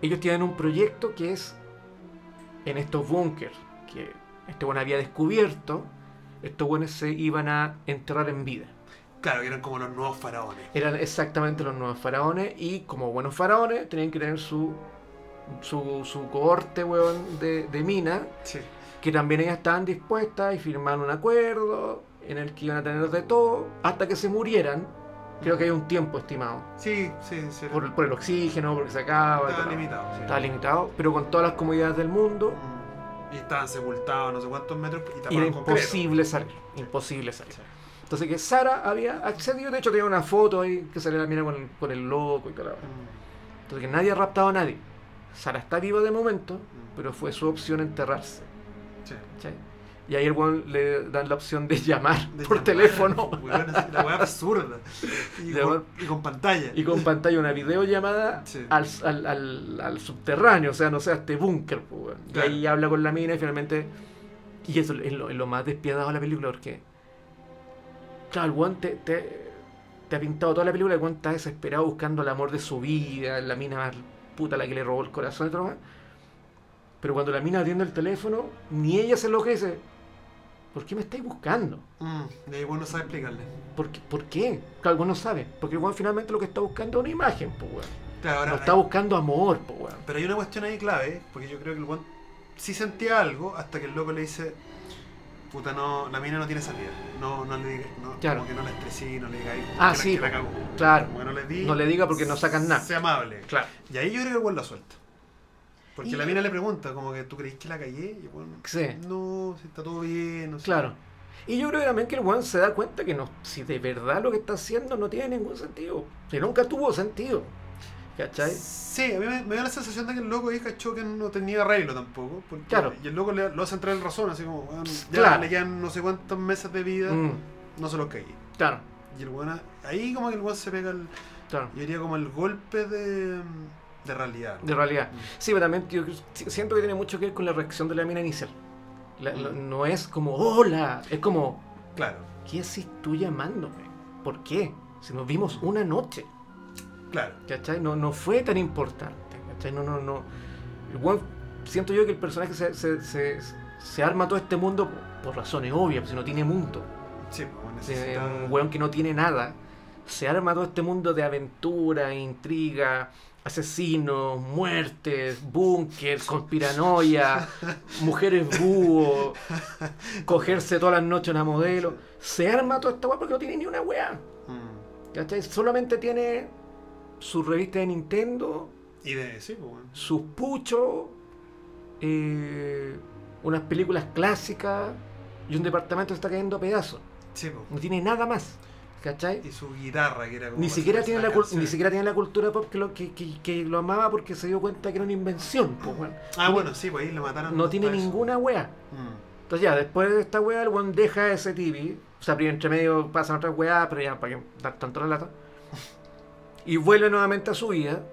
S1: ellos tienen un proyecto que es en estos búnkers que este buen había descubierto, estos buenos se iban a enterrar en vida.
S2: Claro, que eran como los nuevos faraones.
S1: Eran exactamente los nuevos faraones y como buenos faraones tenían que tener su su, su cohorte weón, de, de mina,
S2: Sí.
S1: que también ellas estaban dispuestas y firmaron un acuerdo en el que iban a tener de todo hasta que se murieran. Creo que hay un tiempo estimado.
S2: Sí, sí, sí.
S1: Por, por el oxígeno, porque se acaba.
S2: Estaban
S1: todo.
S2: limitados. sí.
S1: Estaba limitado, pero con todas las comodidades del mundo.
S2: Mm. Y estaban sepultados no sé cuántos metros
S1: Y
S2: y
S1: era
S2: taparon con concreto.
S1: imposible salir. Imposible salir.
S2: Sí.
S1: Entonces que Sara había accedido, de hecho tenía una foto ahí que salía la mina con el, con el loco y tal.
S2: Mm.
S1: Entonces que nadie ha raptado a nadie. Sara está viva de momento,
S2: Mm.
S1: pero fue su opción enterrarse.
S2: Sí.
S1: ¿cachai? Y ahí el weón le dan la opción de llamar
S2: De
S1: por
S2: llamar,
S1: teléfono
S2: <laughs> weón, así, la weá
S1: <laughs>
S2: absurda. Y,
S1: De
S2: con, y con pantalla.
S1: y con pantalla una videollamada
S2: Sí.
S1: al, al, al- al subterráneo, o sea, no sé, a este búnker. pues, weón. Y
S2: Claro.
S1: ahí habla con la mina y finalmente. Y eso es lo, es lo más despiadado de la película, porque. Claro, el weón te, te, te ha pintado toda la película, el weón está desesperado buscando el amor de su vida, la mina más puta la que le robó el corazón y todo lo más. Pero cuando la mina atiende el teléfono, ni ella se enloquece. ¿Por qué me estáis buscando?
S2: Mm. Y ahí bueno sabe explicarle.
S1: ¿Por qué? ¿Por qué? Claro, el weón no sabe. Porque el weón finalmente lo que está buscando es una imagen, pues, weón.
S2: Claro, ahora,
S1: No está buscando amor, po, weón.
S2: Pero hay una cuestión ahí clave, porque yo creo que el buen sí sentía algo hasta que el loco le dice, puta, no, la mina no tiene salida. No, no le diga, no,
S1: Claro.
S2: como que no la estresí, no le diga ahí,
S1: Ah,
S2: que la-
S1: sí.
S2: que la cagó.
S1: Claro.
S2: Como que no le di,
S1: No le diga porque no sacan nada.
S2: Sea amable.
S1: Claro.
S2: Y ahí yo creo que el buen la suelta. Porque
S1: Y-
S2: la mina le pregunta, como que, ¿tú creís que la callé? Y el buen,
S1: Sí.
S2: no, si está todo bien, no sé.
S1: Claro. Y yo creo que también que el weón se da cuenta que no, si de verdad lo que está haciendo no tiene ningún sentido. Que nunca tuvo sentido. ¿Cachai?
S2: Sí, a mí me, me da la sensación de que el loco ahí cachó que no tenía arreglo tampoco. porque-
S1: Claro.
S2: Y el loco le, lo hace entrar en razón, así como, weón, ya
S1: Claro.
S2: le quedan no sé cuántos meses de vida,
S1: Mm,
S2: no se los caí.
S1: claro,
S2: Y el weón, a- ahí como que el weón se pega el,
S1: claro.
S2: yo diría como el golpe de, de realidad.
S1: De realidad.
S2: Mm.
S1: Sí, pero también yo si- siento que tiene mucho que ver con la reacción de la mina inicial. La- la-
S2: Mm.
S1: no es como, hola, es como,
S2: Claro,
S1: ¿qué haces tú llamándome? ¿Por qué? Si nos vimos una noche,
S2: claro.
S1: ¿cachai? No, no fue tan importante, ¿cachai? No, no, no. El weón- siento yo que el personaje se, se- se- se arma todo este mundo por razones obvias, si no tiene mundo.
S2: Sí, pues
S1: de
S2: necesita...
S1: un weón que no tiene nada, se arma todo este mundo de aventura, intriga, asesinos, muertes, búnker, conspiranoia, mujeres búho, cogerse todas las noches una modelo. Se arma toda esta weá porque no tiene ni una weá.
S2: Mm.
S1: ¿Cachai? Solamente tiene su revista de Nintendo,
S2: Y de, sí, pues bueno.
S1: sus puchos, eh, unas películas clásicas y un departamento que está cayendo a pedazos.
S2: Sí, pues.
S1: No tiene nada más. ¿Cachai?
S2: Y su guitarra, que era como.
S1: Ni
S2: para
S1: siquiera,
S2: hacer
S1: tiene
S2: la
S1: la cul-
S2: canción.
S1: ni siquiera tiene la cultura pop que lo, que, que- que lo amaba porque se dio cuenta que era una invención. pues, weón.
S2: Ah, bueno, sí, pues ahí lo mataron.
S1: No tiene
S2: para eso.
S1: ninguna wea.
S2: Mm.
S1: Entonces ya, después de esta wea, el weón deja ese TV. O sea, primero entre medio pasan otras weas, pero ya, para que dar tanto relato. Y vuelve nuevamente a su vida,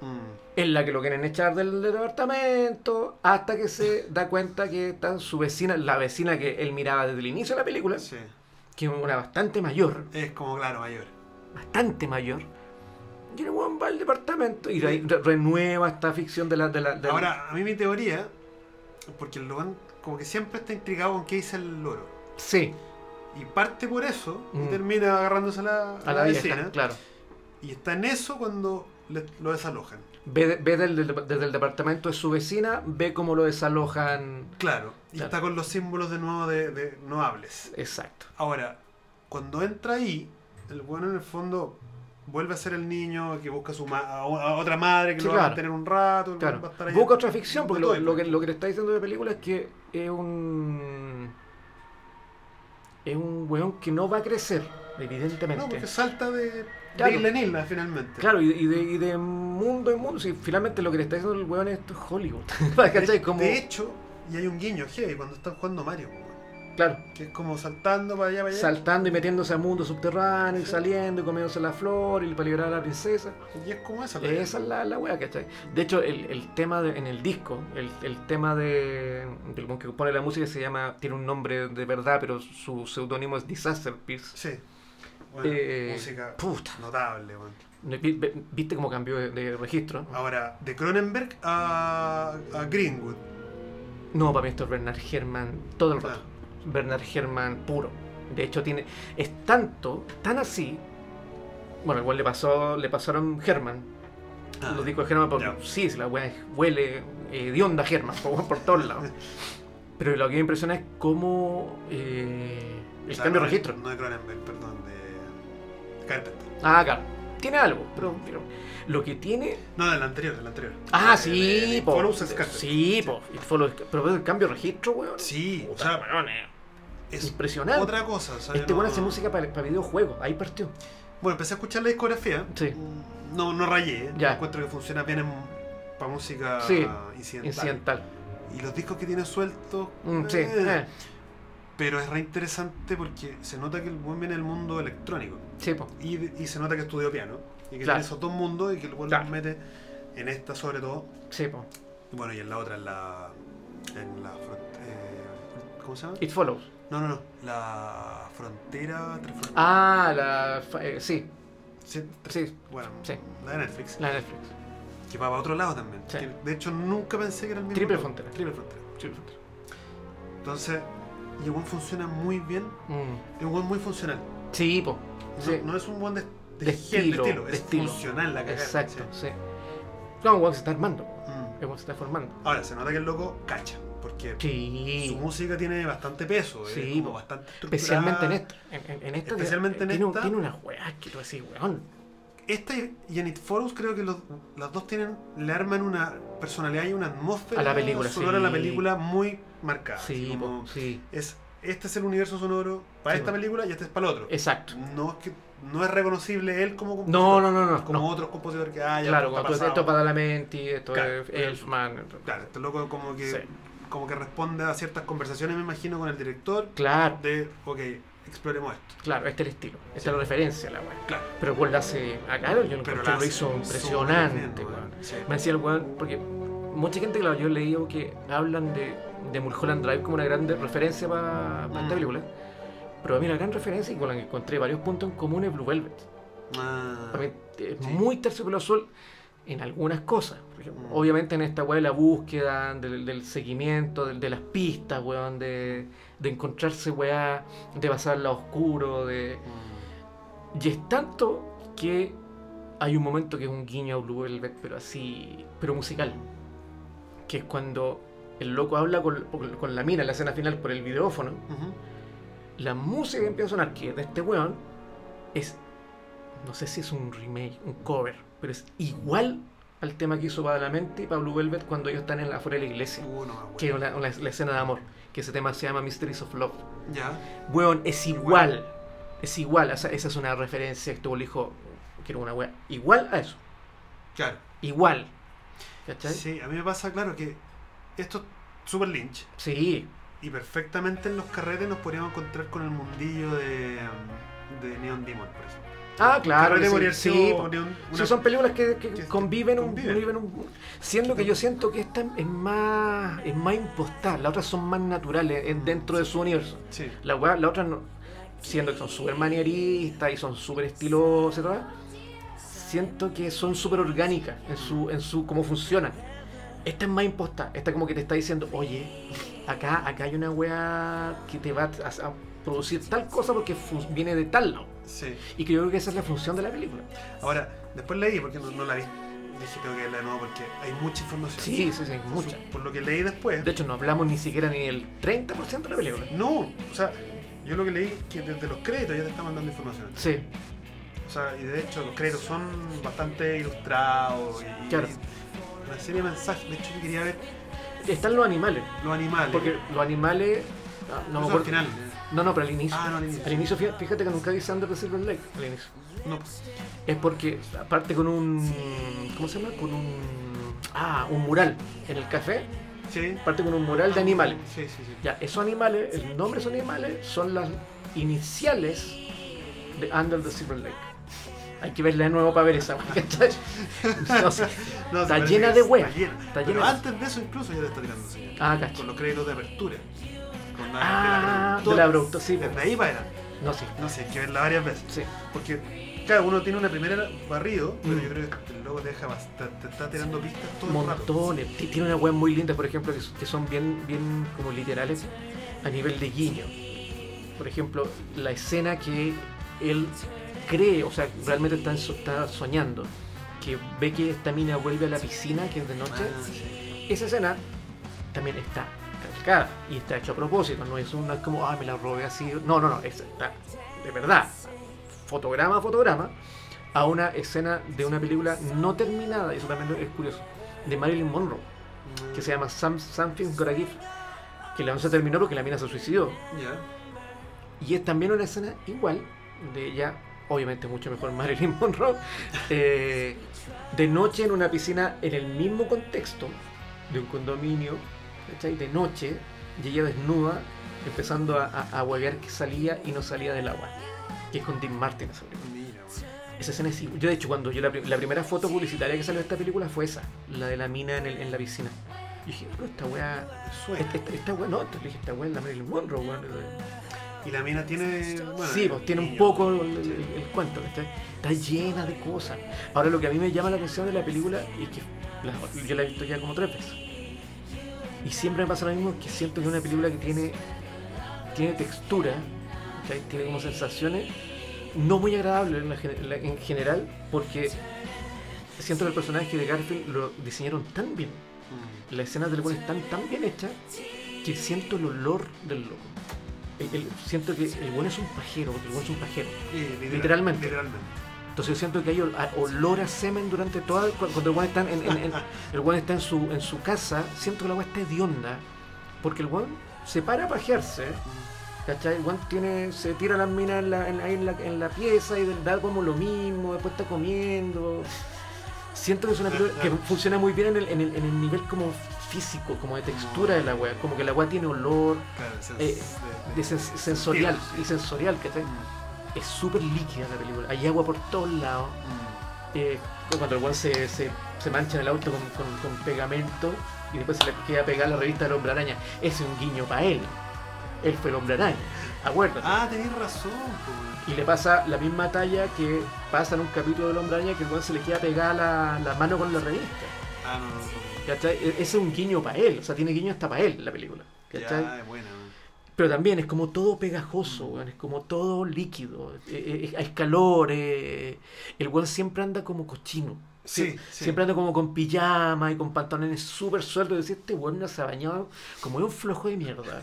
S2: Mm.
S1: en la que lo quieren echar del, del departamento, hasta que se da cuenta que está su vecina, la vecina que él miraba desde el inicio de la película,
S2: Sí.
S1: que es una bastante mayor.
S2: Es como, claro, mayor.
S1: bastante mayor. Y el weón va al departamento y de ahí re- renueva esta ficción de la. De la de la-
S2: Ahora, a mí mi teoría, porque el Logan como que siempre está intrigado con qué dice el loro.
S1: sí,
S2: Y parte por eso y
S1: Mm.
S2: termina agarrándose a la,
S1: a la vieja,
S2: vecina.
S1: claro.
S2: Y está en eso cuando le- lo desalojan.
S1: Ve, ve del- del- desde el departamento de su vecina, ve cómo lo desalojan.
S2: Claro. Y
S1: Claro.
S2: está con los símbolos de nuevo de, de no hables.
S1: Exacto.
S2: Ahora, cuando entra ahí, el bueno en el fondo vuelve a ser el niño que busca a, su ma- a o- a otra madre que
S1: Sí,
S2: lo va a
S1: claro.
S2: mantener un rato. el
S1: Claro.
S2: weón va a estar ahí.
S1: Busca otra ficción, porque lo,
S2: Todo,
S1: lo que, lo que le está diciendo de película es que es un. Es un weón que no va a crecer, evidentemente.
S2: No, porque salta de,
S1: Claro.
S2: de isla en isla finalmente.
S1: Claro, y, y de, y de mundo en mundo. Si finalmente lo que le está diciendo el weón es esto es Hollywood. <laughs> ¿Cachai?
S2: De,
S1: Como,
S2: de hecho, y hay un guiño heavy cuando están jugando Mario, weón,
S1: claro.
S2: que es como saltando para allá, para allá.
S1: saltando y metiéndose a mundo subterráneo y
S2: Sí.
S1: saliendo y comiéndose la flor y para liberar a la princesa.
S2: y es como esa. la idea.
S1: Esa es la, la wea, ¿cachai? De hecho, el, el tema de- en el disco, el, el tema de, del que compone la música se llama, tiene un nombre de verdad, pero su seudónimo es Disaster Piece.
S2: Sí. Bueno,
S1: Eh,
S2: música
S1: Puta,
S2: notable, weón.
S1: vi- vi- ¿viste cómo cambió de, de registro?
S2: Ahora, de Cronenberg a, a Greenwood.
S1: No, para mí esto es Bernard Herrmann todo el rato.
S2: Claro.
S1: Bernard Herrmann puro. De hecho, tiene es tanto, tan así. Bueno, igual le pasó, le pasaron Herman,
S2: Ah,
S1: Lo dijo Germán porque
S2: Ya.
S1: sí, si la weá es- huele eh, de onda Germán <laughs> por, por todos lados. Pero lo que me impresiona es cómo eh, el
S2: o sea,
S1: cambio
S2: no
S1: de registro.
S2: No de Cronenberg, perdón, de Carpenter.
S1: Ah, claro. Tiene algo, pero, pero lo que tiene.
S2: No, del anterior, del anterior.
S1: Ah,
S2: De- de-
S1: sí,
S2: de
S1: po.
S2: Follows and Scatter.
S1: Sí, po. It follows- Pero el cambio de registro, weón.
S2: Sí, o
S1: Puta,
S2: sea,
S1: weón, eh,
S2: es
S1: impresionante.
S2: otra cosa. o sea,
S1: este
S2: no-
S1: weón hace música para, para videojuegos. Ahí partió.
S2: Bueno, empecé a escuchar la discografía.
S1: Sí.
S2: No, no rayé.
S1: Ya.
S2: Encuentro que funciona bien para música
S1: Sí,
S2: incidental.
S1: Incidental.
S2: Y los discos que tiene sueltos.
S1: Mm, sí.
S2: eh,
S1: eh,
S2: Pero es re interesante porque se nota que el buen viene del mundo electrónico.
S1: sí, po.
S2: Y, y se nota que estudió piano. Y que
S1: Claro.
S2: tiene esos dos mundos y que el buen
S1: Claro.
S2: los mete en esta sobre todo.
S1: Sí, po.
S2: Y bueno, y en la otra, en la. En la front- eh, ¿Cómo se llama?
S1: It follows.
S2: No, no, no. La frontera. tres fron-
S1: Ah, la. fa- eh, sí,
S2: sí, tres-
S1: sí,
S2: Bueno,
S1: Sí.
S2: la de Netflix.
S1: la de Netflix.
S2: Que va para otro lado también.
S1: Sí.
S2: que de hecho, nunca pensé que era el mismo.
S1: Triple
S2: lado.
S1: frontera.
S2: Triple frontera.
S1: Sí,
S2: Entonces, y el buen funciona muy bien.
S1: Mm.
S2: Es un buen muy funcional. No,
S1: Sí, po. Sí.
S2: no es un buen de, de
S1: De
S2: gen-
S1: estilo, de
S2: Es
S1: estilo.
S2: funcional la cagada.
S1: Exacto,
S2: ¿cachai?
S1: sí. Claro, un weón se está armando, po.
S2: Mm.
S1: el weón se está formando.
S2: Ahora, se nota que el loco cacha. Porque su
S1: Sí.
S2: música tiene bastante peso.
S1: Sí,
S2: es como
S1: po.
S2: bastante estructurada.
S1: Especialmente en esta. En, en- en esta tiene-
S2: Especialmente en
S1: tiene, un-
S2: esta.
S1: Tiene una weá que tú decís, weón.
S2: Esta y y en It Follows creo que los, las dos tienen, le arman una personalidad y una atmósfera
S1: A la película,
S2: sonora a la
S1: sí.
S2: película muy marcada. así
S1: Sí,
S2: Ah, como
S1: po, sí.
S2: Es este es el universo sonoro para
S1: Sí,
S2: esta
S1: bueno.
S2: película y este es para el otro.
S1: Exacto.
S2: No es que no es reconocible él como compositor.
S1: No, no, no, no.
S2: Como
S1: no.
S2: otros compositores que "Ah, hay.
S1: claro, cuando tú dices, esto es Badalamenti, esto
S2: Claro,
S1: es
S2: pero-
S1: Elfman.
S2: Claro, este loco como que,
S1: Sí.
S2: como que responde a ciertas conversaciones, me imagino, con el director
S1: Claro,
S2: de, ok, exploremos esto.
S1: claro, este es el estilo. Esta es la referencia, la weá.
S2: Claro.
S1: Pero Paul la hace a Carol, yo lo,
S2: Pero
S1: encontré,
S2: la
S1: lo
S2: hace
S1: hizo
S2: súper
S1: impresionante,
S2: bien,
S1: weón.
S2: weón. Sí.
S1: Me decía el weón, porque mucha gente, claro, yo he leído que hablan de, de Mulholland Drive como una gran de- referencia para esta
S2: Mm.
S1: película. Pero a mí la gran referencia y con la que encontré varios puntos en común es Blue Velvet.
S2: Ah,
S1: Para mí es
S2: Sí.
S1: muy tercio pelo azul en algunas cosas. Por ejemplo,
S2: Mm.
S1: Obviamente en esta weá de la búsqueda, del, del seguimiento, del- de las pistas, weón, de, de encontrarse weá, de pasarla a oscuro, de...
S2: mm,
S1: Y es tanto que hay un momento que es un guiño a Blue Velvet, pero así, pero musical. Que es cuando el loco habla con, con- con la mina en la escena final por el videófono.
S2: ujú.
S1: La música que empieza a sonar, que es de este weón, es, no sé si es un remake, un cover, pero es igual al tema que hizo Badalamenti para Blue Velvet cuando ellos están en la, afuera de la iglesia.
S2: Uh, no, más
S1: Que es
S2: bueno.
S1: la, la- la escena de amor, que ese tema se llama Mysteries of Love.
S2: Ya.
S1: Weón, es igual. Es igual. o sea, esa es una referencia que tuvo el hijo. Quiero una wea. Igual a eso.
S2: Claro.
S1: Igual. ¿Cachai? Sí.
S2: Sí, a mí me pasa, claro, que esto es super lynch. Y perfectamente en los carretes nos podríamos encontrar con el mundillo de, um, de Neon Demon, por ejemplo.
S1: Ah, claro.
S2: Carrete
S1: que sí,
S2: podría haber
S1: sí,
S2: sido
S1: po.
S2: Neon-
S1: Sí,
S2: una-
S1: son películas que, que
S2: que- que
S1: conviven, un,
S2: conviven.
S1: conviven un- Siendo que yo siento que esta es más. Es más impostada. Las otras son más naturales en- dentro de su universo.
S2: Sí.
S1: La wea, la otra no. Siendo que son súper manieristas y son súper estilosas y todo, siento que son súper orgánicas en su, en su cómo funcionan. Esta es más imposta, esta como que te está diciendo, oye, acá, acá hay una wea que te va a, a producir tal cosa porque fu- viene de tal lado.
S2: Sí.
S1: Y que yo creo que esa es la función de la película.
S2: Ahora, después leí, porque no, no la vi. Dije, tengo que leerla de nuevo porque hay mucha información.
S1: Sí, sí, sí,
S2: Por su-
S1: mucha.
S2: Por lo que leí después.
S1: De hecho, no hablamos ni siquiera ni del 30% de la película.
S2: No, o sea, yo lo que leí es que desde los créditos ya te están mandando información.
S1: Sí,
S2: O sea, y de hecho los créditos son bastante ilustrados y,
S1: Claro.
S2: y una serie de mensajes. De hecho yo quería ver
S1: están los animales,
S2: los animales.
S1: porque los animales... ah, No, me
S2: Eso
S1: acuerdo.
S2: al final.
S1: No, no, pero al inicio.
S2: Ah, no, al inicio.
S1: Al inicio, fí- fíjate que nunca dice Under the Silver Lake al inicio.
S2: No, pues,
S1: Es porque, aparte con un. ¿Cómo se llama? Con un. Ah, un mural en el café.
S2: sí. Ah,
S1: Parte con un mural de animales.
S2: Sí, sí, sí.
S1: Ya, esos animales, el nombre de esos animales son las iniciales de Under the Silver Lake. Hay que verla de nuevo para ver esa. <laughs>
S2: <laughs>
S1: ¿cachai? No sé.
S2: No,
S1: Está
S2: se parece
S1: llena
S2: que
S1: de
S2: es-
S1: hueá.
S2: Está llena.
S1: Está
S2: Pero
S1: llena de-
S2: antes de eso incluso ya te está tirando señal.
S1: Ah, cacho.
S2: Con los créditos de apertura. Con la,
S1: Ah,
S2: de
S1: de
S2: la
S1: la productora, sí,
S2: Desde
S1: pues.
S2: ahí para adelante.
S1: No sé.
S2: No sé, hay que verla varias veces.
S1: Sí.
S2: Porque, claro, uno tiene una primera barrido, pero
S1: Mm.
S2: yo creo que el loco te deja bast- te, te está tirando pistas todo el rato.
S1: Montones. Ti- Tiene una web muy linda, por ejemplo, que, s- que son bien, bien como literales a nivel de guiño. Por ejemplo, la escena que él cree, o sea, realmente está, en so- está soñando, que ve que esta mina vuelve a la piscina, que es de noche.
S2: Ah, sí.
S1: Esa escena también está calcada y está hecha a propósito. No es una como, ah, me la robé así. No, no, no, es- está de verdad, fotograma a fotograma, a una escena de una película no terminada, y eso también es curioso, de Marilyn Monroe,
S2: Mm,
S1: que se llama Some, Something's Gotta Give, que la no se terminó porque la mina se suicidó.
S2: Ya.
S1: Y es también una escena igual de ella, obviamente mucho mejor Marilyn Monroe, eh, de noche en una piscina en el mismo contexto de un condominio, ¿cachai? De noche, y ella desnuda, empezando a, a, a huevear que salía y no salía del agua. Que es con Dean Martin esa película.
S2: Mira, bueno.
S1: Esa escena es igual. Yo, de hecho, cuando yo la, pri- la primera foto publicitaria que salió de esta película fue esa, la de la mina en, el- en la piscina. Y dije, pero esta weá.
S2: Suena.
S1: Esta, esta- esta weá, no, le dije, esta weá es la Marilyn Monroe, weón.
S2: Y la mina tiene. Bueno,
S1: Sí, pues tiene un
S2: niño.
S1: poco el, el- el cuento, ¿cachai? Está llena de cosas. Ahora lo que a mí me llama la atención de la película es que la- yo la he visto ya como tres veces. Y siempre me pasa lo mismo que siento que es una película que tiene, tiene textura, ¿cachai? tiene como sensaciones no muy agradables en, la gen- en la- en general porque siento que el personaje de Garfield lo diseñaron tan bien,
S2: Mm.
S1: las escenas del weón están tan bien hechas que siento el olor del loco. El- el- siento que el buen es un pajero, porque el buen es un pajero.
S2: Y literal-
S1: Literalmente.
S2: Literalmente.
S1: Entonces yo siento que hay ol- a- olor a semen durante toda cu- cuando el weón está en, en- en- el weón está en su en su casa, siento que la weá está hedionda, porque el weón se para a pajearse,
S2: Mm.
S1: ¿Cachai? El weón tiene, se tira las minas en la, en, ahí en la, en la pieza y da como lo mismo, después está comiendo. Siento que es una película que funciona muy bien en el, en el, en el nivel como físico, como de textura de la weá, como que la weá tiene olor
S2: Claro, o sea,
S1: Eh,
S2: de-
S1: de
S2: Mm, de-
S1: sens- sensorial
S2: sí.
S1: y sensorial, ¿cachai? Es súper líquida la película, hay agua por todos lados.
S2: Mm,
S1: Eh, cuando el weón se, se, se mancha en el auto con, con- con pegamento y después se le queda pegar la revista del hombre araña, ese es un guiño para él. Él fue el hombre araña,
S2: mm.
S1: acuérdate.
S2: Ah, tenés razón, pues, po, weón.
S1: Y le pasa la misma talla que pasa en un capítulo del hombre araña que el weón se le queda pegada la, la mano con la revista.
S2: Ah, no, no, no.
S1: ¿Cachai? E- Ese es un guiño para él, o sea, tiene guiño hasta para él la película. ¿Cachai?
S2: Ya, es buena, weón.
S1: Pero también es como todo pegajoso, weón, es como todo líquido, eh, eh, es calor, eh, el weón siempre anda como cochino. Sie-
S2: Sí, sí.
S1: Siempre anda como con pijama y con pantalones súper sueltos. Decía, este weón no se ha bañado como es un flojo de
S2: <laughs>
S1: mierda.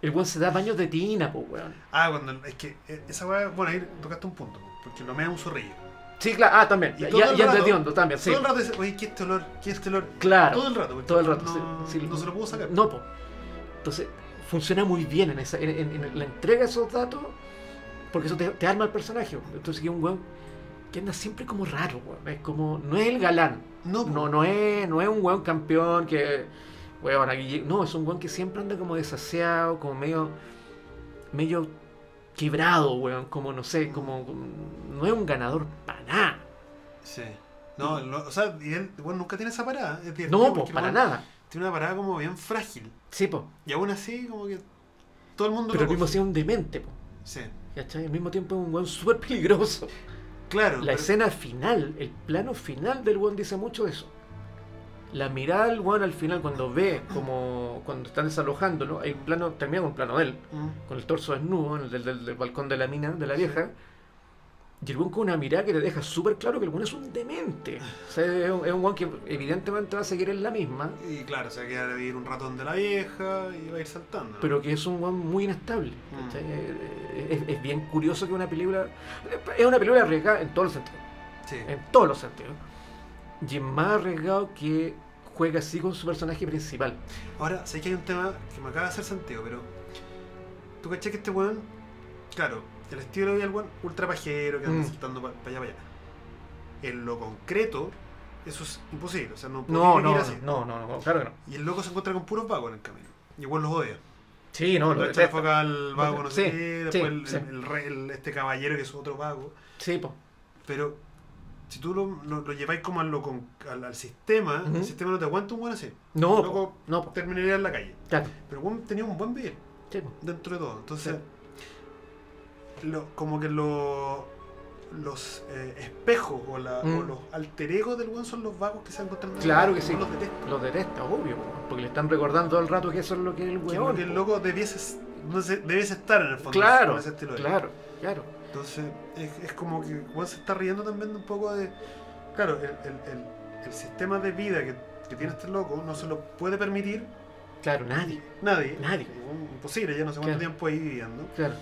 S1: El weón se da baños de tina, pues weón.
S2: Ah, cuando. Es que eh, esa weá. Bueno, ahí tocaste un punto. Porque lo mea un zorrillo.
S1: Sí, claro, ah, también.
S2: Y
S1: Ya,
S2: todo
S1: ya
S2: el
S1: ya
S2: rato-
S1: entendí hondo, también, sí.
S2: Todo el rato dice, oye, ¿qué es este olor? ¿Qué es este olor?
S1: Claro.
S2: Todo el rato. porque
S1: todo el rato,
S2: No,
S1: sí, sí.
S2: no se lo puedo sacar.
S1: No, po. Entonces, funciona muy bien en, esa, en, en- en la entrega de esos datos, porque eso te, te arma el personaje. Entonces, que un weón que anda siempre como raro, weón. Es como, no es el galán,
S2: No, po.
S1: no, no, es, no es un weón campeón que. Weón, aquí, no, es un weón que siempre anda como desaseado, como medio. medio quebrado, weón. Como no sé, como. No es un ganador para nada.
S2: Sí. No, lo- o sea, y él, bueno, nunca tiene esa parada. Es divertido
S1: No, pues,
S2: porque,
S1: para
S2: bueno,
S1: nada.
S2: Tiene una parada como bien frágil.
S1: Sí, pues.
S2: Y aún así, como que todo el mundo
S1: Pero el
S2: lo
S1: mismo
S2: coge.
S1: sí es un demente, po.
S2: Sí.
S1: ¿Cachai? Al mismo tiempo es un weón súper peligroso.
S2: Claro.
S1: La
S2: pero-
S1: escena final, el plano final del weón dice mucho de eso. La mirada del weón al final cuando ve como cuando están desalojándolo, el plano termina con un plano de él,
S2: Mm.
S1: con el torso desnudo en el del, del- del balcón de la mina, de la vieja. Y el weón con una mirada que te deja súper claro que el weón es un demente. O sea, es un, es un weón que evidentemente va a seguir en la misma,
S2: Y claro, se va a quedar a vivir un ratón de la vieja y va a ir saltando. ¿no?
S1: pero que es un weón muy inestable.
S2: Mm.
S1: ¿cachai? Eh, Es, es bien curioso que una película... Es una película arriesgada en todos los sentidos.
S2: Sí.
S1: en todos los sentidos. Y es más arriesgado que juega así con su personaje principal.
S2: Ahora, sé que hay un tema que me acaba de hacer sentido, pero. ¿Tú caché que este weón? Claro, el estilo de vida del weón, ultra pajero, que anda
S1: Mm.
S2: saltando para allá, para allá. En lo concreto, eso es imposible. O sea, no puede
S1: No,
S2: vivir
S1: no,
S2: así.
S1: no, no, no, claro que no.
S2: Y el loco se encuentra con puros vagos en el camino. Y el weón los odia.
S1: Sí, no, lo
S2: Lo echa la
S1: detesta.
S2: foca al vago, no sé
S1: Sí,
S2: qué.
S1: sí,
S2: Después el-
S1: sí.
S2: el re- el- este caballero que es otro vago.
S1: Sí, po.
S2: Pero si tú lo, lo- lo lleváis como a lo con- al, al sistema,
S1: Ujú.
S2: el sistema no te aguanta un buen así.
S1: No,
S2: Luego-
S1: po. no, po.
S2: Terminaría en la calle.
S1: Claro,
S2: Pero Juan tenía un buen vivir
S1: sí, po.
S2: dentro de todo. Entonces, lo- como que lo- los eh, espejos o, la-
S1: Mm.
S2: o los alter egos del buen son los vagos que se encuentran. en la
S1: Claro
S2: calle,
S1: que
S2: uno
S1: sí.
S2: Los detesta.
S1: Lo detesta, obvio, po, porque le están recordando todo el rato que eso es lo que es el
S2: Que es lo
S1: weón.
S2: que el loco debiese, no sé, debiese estar en el fondo.
S1: Claro,
S2: con ese estilo de vida.
S1: claro, claro.
S2: Entonces, es, es como que Juan se está riendo también un poco de. Claro, el, el- el- el sistema de vida que, que tiene este loco no se lo puede permitir
S1: Claro, nadie.
S2: nadie.
S1: Nadie.
S2: Juan, Imposible, ya no sé
S1: Claro.
S2: cuánto tiempo ahí viviendo.
S1: Claro,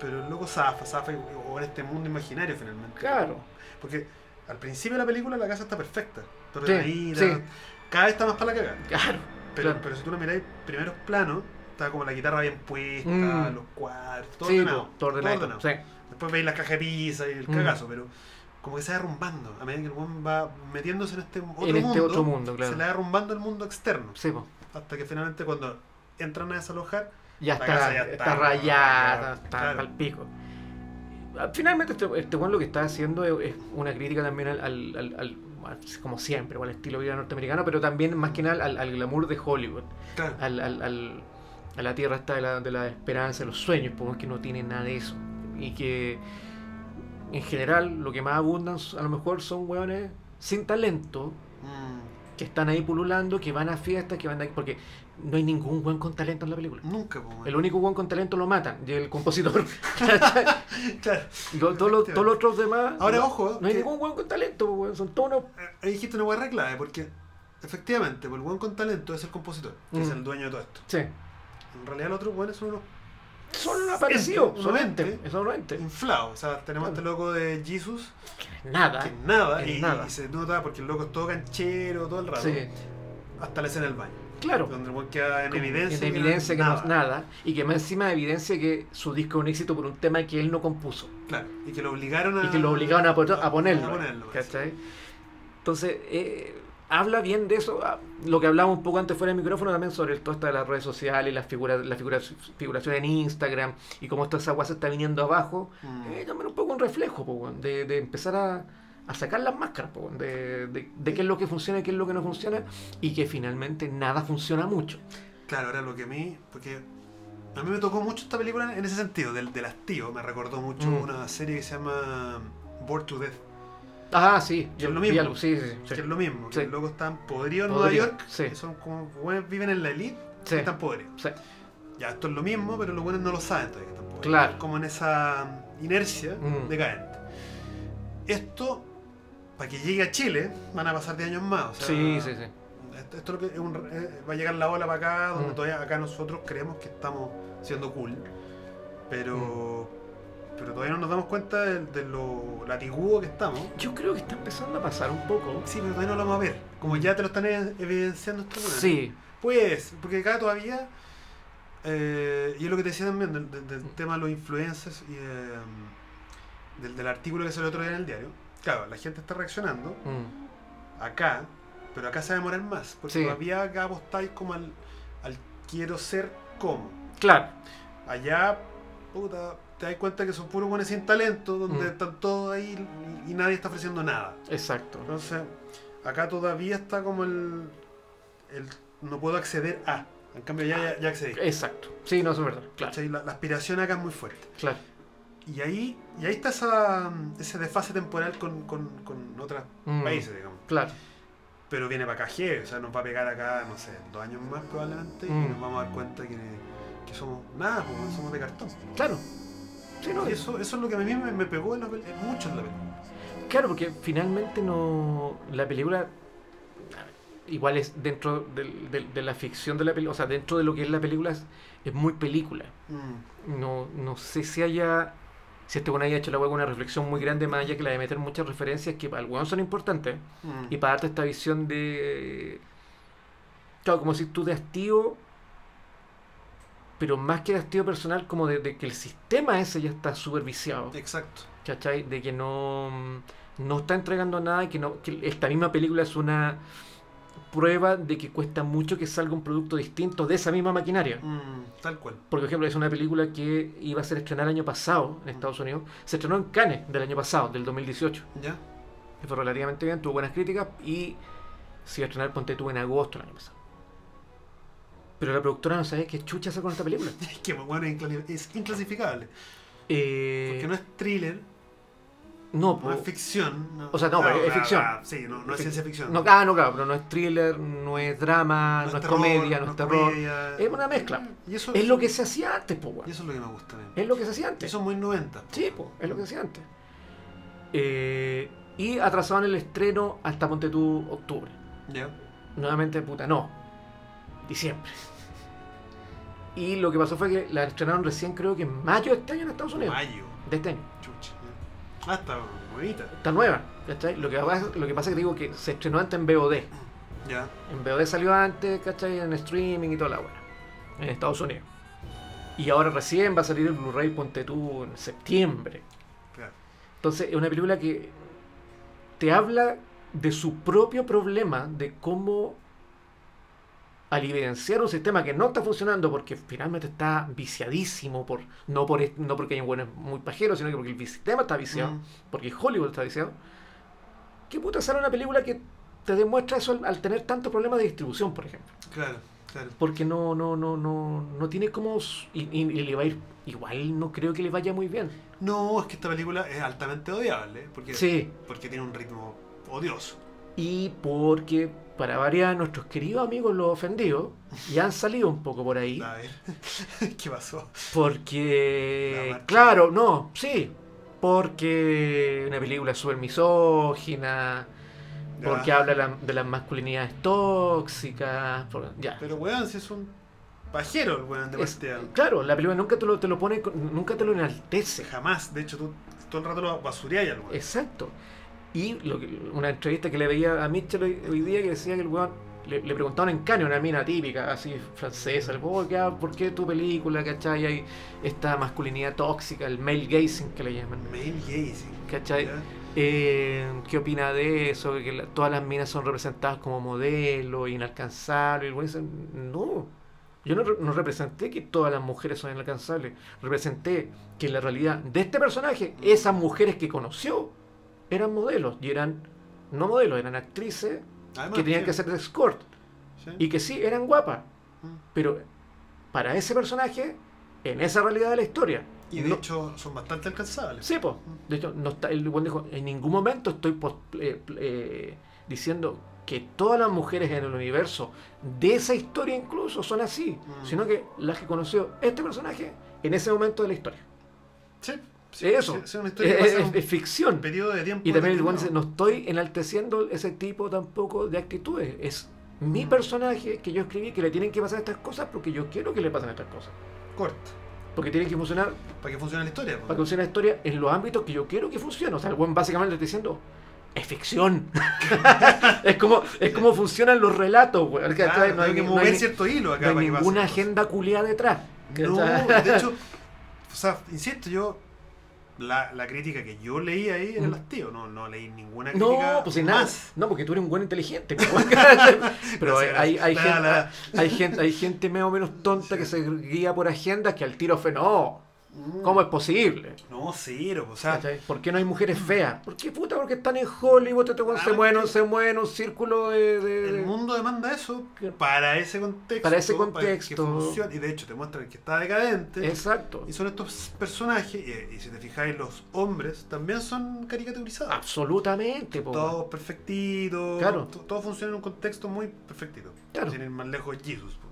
S2: Pero el loco zafa, zafa y- o en este mundo imaginario finalmente.
S1: claro.
S2: Porque al principio de la película la casa está perfecta. Está
S1: Sí,
S2: ordenadita,
S1: sí.
S2: Cada vez está más para la cagada.
S1: Claro,
S2: Pero,
S1: Claro.
S2: pero si tú lo miráis primeros planos, está como la guitarra bien puesta,
S1: Mm.
S2: los cuadros, todo
S1: sí,
S2: ordenado.
S1: po, todo ordenado. Sí.
S2: Después veis la caja de pizza y el
S1: Mm.
S2: cagazo, pero como que se va derrumbando. A medida que el weón va metiéndose en este otro
S1: En este
S2: mundo,
S1: otro mundo, claro.
S2: se le va derrumbando el mundo externo.
S1: Sí, po.
S2: Hasta que finalmente cuando entran a desalojar,
S1: Ya está,
S2: La casa ya
S1: está,
S2: está
S1: rayada,
S2: rayada,
S1: está
S2: claro.
S1: pa'l pico. Finalmente, este este weón lo que está haciendo es, es una crítica también al, al- al- al- como siempre, o al estilo de vida norteamericano, pero también más que nada al, al glamour de Hollywood,
S2: claro,
S1: al, al- al- a la tierra esta de la, de la esperanza, de los sueños, porque no tiene nada de eso. Y que en general lo que más abundan a lo mejor son hueones sin talento,
S2: mm,
S1: que están ahí pululando, que van a fiestas, que van a... porque no hay ningún hueón con talento en la película.
S2: nunca, po,
S1: El
S2: weón.
S1: único weón con talento lo matan, y el compositor.
S2: <laughs>
S1: <laughs>
S2: Claro.
S1: Lo- Todos los todos los otros demás.
S2: Ahora,
S1: no,
S2: ojo,
S1: No hay
S2: que-
S1: ningún weón con talento, po, weón. Son todos unos.
S2: Eh, Ahí dijiste una guerra clave, porque efectivamente, el buen con talento es el compositor, que es
S1: Mm.
S2: el dueño de todo esto.
S1: Sí.
S2: En realidad, los otros buenos son unos
S1: Son unos aparecidos.
S2: Ente,
S1: Son
S2: un
S1: entes.
S2: ente.
S1: Son unos entes.
S2: inflados. O sea, tenemos este loco de Jesus,
S1: Nada.
S2: que nada,
S1: Ah, que
S2: y,
S1: nada.
S2: y se nota porque el loco es todo canchero todo el rato,
S1: Sí.
S2: hasta la escena del baño.
S1: Claro.
S2: Donde el weón queda en
S1: como
S2: evidencia.
S1: en
S2: que
S1: evidencia que
S2: no-
S1: no es nada. Y que más encima evidencia que su disco es un éxito por un tema que él no compuso.
S2: Claro, y que lo obligaron a.
S1: y que lo obligaron a, poner- a ponerlo.
S2: Ah, a ponerlo,
S1: ¿cachai? Entonces, eh, habla bien de eso. ah, Lo que hablábamos un poco antes fuera del micrófono también sobre el- todo esto de las redes sociales, las figuras, la figura, figuración en Instagram y cómo toda esa guasa está viniendo abajo.
S2: Mm.
S1: Eh, también un poco un reflejo po, weón, de, de empezar a, a sacar las máscaras, po, weón, de, de- de qué es lo que funciona y qué es lo que no funciona y que finalmente nada funciona mucho.
S2: Claro, ahora lo que a mí, porque a mí me tocó mucho esta película en ese sentido, del, del hastío, me recordó mucho
S1: Mm.
S2: una serie que se llama Born to Death,
S1: Ah, sí,
S2: Que es lo
S1: vi
S2: mismo.
S1: algo, sí, sí, sí.
S2: que es lo mismo,
S1: Sí.
S2: que los locos están podridos en
S1: Podridos,
S2: Nueva York,
S1: sí.
S2: que son como, buenos viven en la elite,
S1: Sí,
S2: y están podridos.
S1: sí.
S2: Ya, esto es lo mismo, pero los buenos no lo saben todavía que están podridos.
S1: Claro.
S2: Están Como en esa um, inercia
S1: Mm.
S2: decadente. Esto, para que llegue a Chile, van a pasar 10 años más. o sea,
S1: sí, sí, sí.
S2: Esto, esto es lo que es un- eh, va a llegar la ola para acá, donde
S1: Mm.
S2: todavía acá nosotros creemos que estamos siendo cool, pero,
S1: Mm.
S2: pero todavía no nos damos cuenta de, de lo latigudo que estamos.
S1: Yo creo que está empezando a pasar un poco.
S2: Sí, pero todavía no lo vamos a ver. Como ya te lo están e- evidenciando estos weones.
S1: Sí,
S2: Pues, porque acá todavía. eh, y es lo que te decía también del, del- del tema de los influencers y de, mm, del, del artículo que salió otro día en el diario. Claro, la gente está reaccionando
S1: Mm,
S2: acá, pero acá se va a demorar más. Porque
S1: Sí.
S2: todavía acá apostáis como al, al quiero ser como.
S1: claro.
S2: Allá, puta, te das cuenta que son puros buenos sin talento, donde
S1: Mm.
S2: están todos ahí y, y nadie está ofreciendo nada.
S1: Exacto.
S2: Entonces, acá todavía está como el, el no puedo acceder a. En cambio, ya, ya, ya accedí.
S1: Exacto. Sí, no, eso es verdad. Claro.
S2: ¿Cachai? La, la aspiración acá es muy fuerte.
S1: Claro.
S2: Y ahí, y ahí está esa, ese desfase temporal con, con, con otros
S1: Mm,
S2: países, digamos.
S1: Claro.
S2: Pero viene para acá heavy, o sea, nos va a pegar acá, no sé, dos años más probablemente, y
S1: Mm.
S2: nos vamos a dar cuenta que, que somos nada, porque somos de cartón.
S1: Claro. Sí, no,
S2: Y eso, eso es lo que a mí me, me pegó en la pel- en mucho en la película.
S1: Claro, porque finalmente no. La película. Igual es dentro del- del- de, la ficción de la película. O sea, dentro de lo que es la película, es, es muy película.
S2: Mm,
S1: No, no sé si haya. Si este weón haya hecho la web una reflexión muy grande, más allá que la de meter muchas referencias que para el weón son importantes.
S2: Mm, mm.
S1: Y para darte esta visión de. Claro, como si tú de hastío. Pero más que de hastío personal, como de, de que el sistema ese ya está superviciado.
S2: Exacto.
S1: ¿Cachai? De que no. mm, No está entregando nada y que, no, que esta misma película es una prueba de que cuesta mucho que salga un producto distinto de esa misma maquinaria.
S2: Mm, tal cual.
S1: Por ejemplo, es una película que iba a ser estrenada el año pasado en Estados Unidos. Se estrenó en Cannes del año pasado, del 2018
S2: ¿Ya? <laughs>
S1: que fue relativamente bien, tuvo buenas críticas y se iba a estrenar Ponte tú en agosto el año pasado. Pero la productora no sabía qué chucha hacer con esta película.
S2: Es que bueno, es inclasi- es inclasificable.
S1: Eh,
S2: Porque no es thriller,
S1: no, pues,
S2: no es
S1: po-
S2: ficción. no.
S1: O sea, no, pero es ficción.
S2: ah, sí, no, no es
S1: Fic-
S2: ciencia ficción.
S1: no, ah, no, claro, pero no es thriller, no es drama, no, es,
S2: terror,
S1: comedia, no, es terror.
S2: comedia.
S1: Es una mezcla.
S2: Y eso,
S1: Es lo que se hacía antes, po,
S2: y
S1: weón.
S2: eso es lo que me gusta a mí.
S1: Es lo que se hacía antes.
S2: Eso es muy 90.
S1: Sí, po, es lo que se hacía antes. Eh, y atrasaban el estreno hasta Ponte tú octubre.
S2: Ya.
S1: Nuevamente, puta, no. Diciembre. Y lo que pasó fue que la estrenaron recién, creo que en mayo de este año en Estados Unidos.
S2: Mayo.
S1: De este año.
S2: Chucha. Ah, está bonita.
S1: Está nueva. ¿cachai? Lo que, pasa, lo que pasa es que digo que se estrenó antes en VOD.
S2: Ya.
S1: En VOD salió antes, ¿cachai? En streaming y toda la buena. En Estados Unidos. Y ahora recién va a salir el Blu-ray Ponte tú en septiembre.
S2: Claro.
S1: Entonces, es una película que te habla de su propio problema, de cómo al evidenciar un sistema que no está funcionando porque finalmente está viciadísimo por no por est- no porque hay buenos muy pajeros, sino que porque el sistema está viciado,
S2: Mm,
S1: porque Hollywood está viciado. ¿Qué puta sale una película que te demuestra eso al, al tener tantos problemas de distribución, por ejemplo?
S2: Claro, claro.
S1: Porque no no no no no tiene como y, y- y le va a ir igual no creo que le vaya muy bien.
S2: No, es que esta película es altamente odiable. ¿eh? Porque,
S1: Sí.
S2: porque tiene un ritmo odioso.
S1: Y porque, para variar, nuestros queridos amigos los ofendidos ya han salido un poco por ahí.
S2: A ver. <laughs> ¿Qué pasó? La
S1: Porque,
S2: marcha.
S1: claro, no, sí. Porque una película súper misógina,
S2: Ya.
S1: porque habla la- de las masculinidades tóxicas, por- ya.
S2: Pero weón, si es un pajero el weón de
S1: Es-
S2: partida.
S1: claro, la película nunca te lo, te lo pone, con- nunca te lo enaltece.
S2: Jamás. De hecho, tú todo el rato lo basureáis al weón.
S1: Exacto. Y lo que- una entrevista que le veía a Mitchell hoy, hoy día que decía que el weón le, le preguntaban en Cannes, una mina típica, así francesa, el, "Oh, ya, ¿por qué tu película, cachai? Hay esta masculinidad tóxica, el male gazing que le llaman,
S2: Male gazing.
S1: cachai.
S2: ¿ya?
S1: Eh, ¿Qué opina de eso? Que la- todas las minas son representadas como modelos, inalcanzables. Y el güey dice, no, yo no, re- no representé que todas las mujeres son inalcanzables. Representé que la realidad de este personaje, esas mujeres que conoció, eran modelos. Y eran, no modelos, eran actrices
S2: Además,
S1: que tenían
S2: sí,
S1: que hacer de escort.
S2: sí.
S1: Y que sí, eran guapas.
S2: Mm.
S1: Pero para ese personaje, en esa realidad de la historia.
S2: Y de
S1: no-
S2: hecho son bastante alcanzables.
S1: Sí, po. De hecho, no está, el buen dijo, en ningún momento estoy pos- eh, pl- eh, diciendo que todas las mujeres en el universo, de esa historia incluso, son así,
S2: Mm.
S1: sino que las que conoció este personaje en ese momento de la historia.
S2: Sí, sí,
S1: Eso.
S2: sí, Es una historia
S1: Es-
S2: que pasa
S1: es-
S2: en
S1: es ficción.
S2: un periodo de tiempo.
S1: Y también el buen dice,
S2: determinado.
S1: no estoy enalteciendo ese tipo tampoco de actitudes. Es mi
S2: Mm.
S1: personaje que yo escribí que le tienen que pasar estas cosas porque yo quiero que le pasen estas cosas.
S2: Corta.
S1: Porque tienen que funcionar
S2: Para que funcione la historia.
S1: para que
S2: pues.
S1: funcione la historia en los ámbitos que yo quiero que funcione. O sea, el buen básicamente le está diciendo, es ficción. <laughs> es como es como funcionan los relatos, güey.
S2: Claro,
S1: ¿cachai? no hay,
S2: tengo que
S1: ni- no
S2: mover
S1: hay ni-
S2: cierto hilo acá
S1: no hay
S2: para que pase
S1: ninguna
S2: las cosas.
S1: agenda culiada detrás. ¿cachai?
S2: No, de hecho, o sea, insisto, yo. La, la crítica que yo leí ahí era
S1: Mm.
S2: el hastío, no, no leí ninguna crítica.
S1: <laughs> No, pues si nada.
S2: más.
S1: No, porque tú eres un buen inteligente. güey. <laughs> ¿cachai? Pero hay,
S2: Gracias,
S1: hay, hay
S2: gracias.
S1: gente,
S2: La, la.
S1: hay gente, hay gente más o menos tonta que se guía por agendas que al tiro fe no. ¿Cómo es posible?
S2: No, cero, o sea,
S1: ¿Cachai? ¿Por qué no hay mujeres feas? ¿Por qué puta? Porque están en Hollywood, este weón se
S2: Mm. Ah,
S1: mueven, se mueven en un círculo de. de- de-
S2: el mundo demanda eso
S1: Claro.
S2: para ese contexto.
S1: Para ese
S2: que
S1: contexto.
S2: funcione, y de hecho te muestran que está decadente.
S1: Exacto.
S2: Y son estos personajes, y, y si te fijáis, los hombres también son caricaturizados.
S1: Absolutamente, po, weón.
S2: Todos perfectitos.
S1: Claro.
S2: to- Todo funciona en un contexto muy perfectito.
S1: Claro.
S2: Sin ir más lejos, Jesus. po.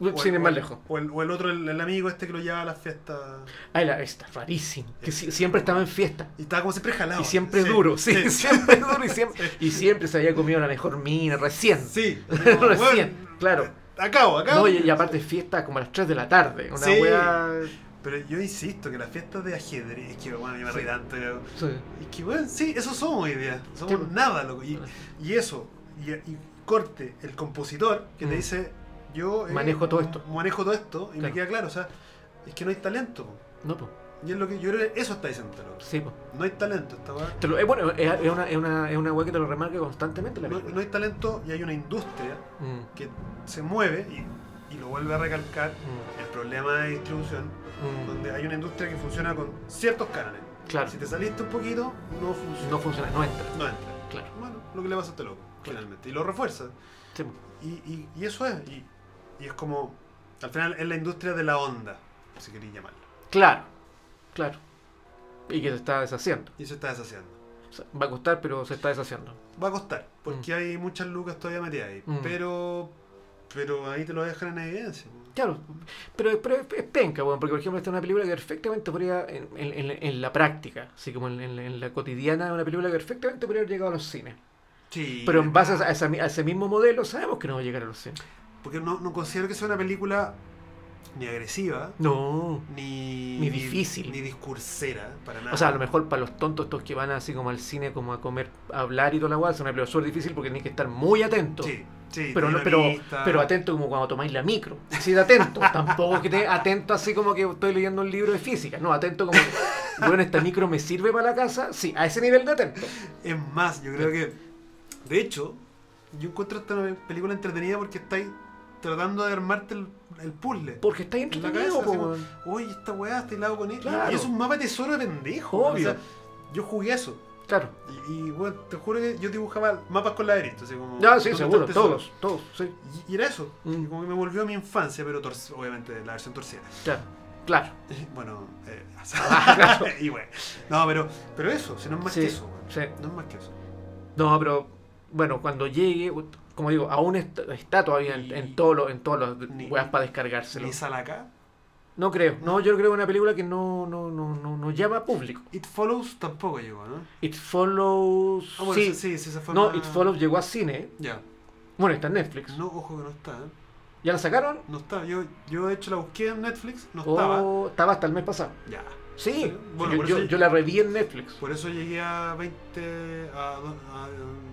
S1: Uy,
S2: O
S1: Sin
S2: el-
S1: ir más
S2: o el-
S1: lejos.
S2: O el, o el otro, el, el amigo este que lo lleva a las fiestas.
S1: Ah, la, está rarísimo. Que si- siempre estaba en fiesta.
S2: Y estaba como siempre jalado.
S1: Y siempre
S2: Sí,
S1: duro, sí,
S2: Sí.
S1: <laughs> siempre duro y
S2: <laughs>
S1: siempre, y siempre se había comido la mejor mina recién.
S2: sí.
S1: <laughs> Recién,
S2: Bueno,
S1: claro.
S2: Acabo, acabo.
S1: No, y, y aparte fiesta como a las 3 de la tarde. Una
S2: Sí.
S1: weá.
S2: Pero yo insisto que las fiestas de ajedrez, es que bueno, yo me reí
S1: Sí.
S2: tanto. yo-
S1: sí.
S2: Es que bueno, sí, eso somos hoy día. Somos
S1: Sí.
S2: nada, loco. Y, y eso, y, y corte, el compositor que te
S1: Mm.
S2: dice, yo eh,
S1: Manejo todo esto.
S2: Manejo todo esto y me
S1: Claro.
S2: queda claro, o sea, es que no hay talento. po.
S1: No, po.
S2: Y es lo que yo creo que eso está diciendo, loco.
S1: Sí, po.
S2: No hay talento, esta weá.
S1: Te lo- eh, bueno, es, es una, es, una, es una weá que te lo remarca constantemente la
S2: No,
S1: película.
S2: no hay talento y hay una industria
S1: Mm,
S2: que se mueve y, y lo vuelve a recalcar
S1: mm,
S2: el problema de distribución,
S1: mm.
S2: donde hay una industria que funciona con ciertos canales.
S1: Claro,
S2: Ah, Si te saliste un poquito, no funciona.
S1: no funciona, no entra.
S2: No entra.
S1: Claro.
S2: Bueno, lo que le pasa a este loco, finalmente. Y lo refuerza.
S1: Sí, po.
S2: Y, y- y eso es. Y, y es como. Al final es la industria de la onda, si queréis llamarla.
S1: Claro, claro. Y que se está deshaciendo.
S2: Y se está deshaciendo.
S1: O sea, va a costar, pero se está deshaciendo.
S2: Va a costar, porque hay muchas lucas todavía metidas ahí.
S1: Mm.
S2: Pero. Pero ahí te lo dejan en evidencia.
S1: Claro, pero, pero es, es penca, weón, porque por ejemplo esta es una película que perfectamente podría, en, en- en- en la práctica, así como en, en- en la cotidiana, es una película que perfectamente podría haber llegado a los cines.
S2: Sí.
S1: Pero en base a, esa mi- a ese mismo modelo sabemos que no va a llegar a los cines.
S2: Porque no, no considero que sea una película ni agresiva,
S1: No.
S2: ni.
S1: Ni difícil.
S2: Ni discursera, para nada.
S1: O sea, a lo mejor para los tontos estos que van así como al cine como a comer, a hablar y toda la guada, es una película súper difícil porque tienes que estar muy atento.
S2: Sí, sí.
S1: Pero,
S2: tiene
S1: no,
S2: una
S1: pero,
S2: pista.
S1: pero atento como cuando tomáis la micro. Sí, de atento.
S2: <laughs>
S1: Tampoco es que te atento así como que estoy leyendo un libro de física. No, atento como, bueno, esta micro me sirve para la casa. Sí, a ese nivel de atento.
S2: Es más, yo creo que. De hecho, yo encuentro esta película entretenida porque estáis tratando de armarte el, el puzzle.
S1: Porque estáis
S2: En la
S1: entretenido,
S2: cabeza,
S1: po,
S2: así como,
S1: weón.
S2: Oye, esta weá está hilado con él.
S1: Claro.
S2: Y es un mapa de tesoro de pendejo.
S1: Obvio.
S2: o sea, yo jugué eso.
S1: Claro.
S2: Y, y bueno, te juro que yo dibujaba mapas con laberinto. Así como,
S1: No, sí,
S2: ¿dónde
S1: seguro.
S2: está el tesoro?
S1: Todos, todos, sí.
S2: Y, y era eso.
S1: Mm.
S2: Y como que me volvió a mi infancia, pero torc- obviamente la versión torcida. <laughs>
S1: Claro. Claro. <laughs>
S2: Bueno, eh, <laughs> y bueno. No, pero, pero eso, si no es más
S1: Sí,
S2: que eso. weón.
S1: sí.
S2: No es más que eso.
S1: No, pero bueno, cuando llegue, como digo, aún est- está todavía en, en todos los, en todos los
S2: Ni-
S1: weas para
S2: Se
S1: descargárselo.
S2: le sale acá.
S1: No creo. No, yo creo que es una película que no, no, no, no, no llama a público.
S2: It Follows tampoco llegó, ¿no?
S1: It Follows.
S2: Ah, bueno,
S1: sí.
S2: sí, sí, sí, esa fue
S1: No,
S2: más-
S1: It Follows llegó a cine.
S2: Ya.
S1: Bueno, está en Netflix.
S2: No, ojo que no está, ¿eh?
S1: ¿Ya la sacaron?
S2: No está. Yo, yo de hecho la busqué en Netflix, no
S1: O-
S2: estaba.
S1: Oh, hasta el mes pasado.
S2: Ya.
S1: Sí.
S2: Sí, bueno,
S1: yo,
S2: por
S1: yo-
S2: eso-
S1: yo la reví en Netflix.
S2: Por eso llegué a 20. a, do- a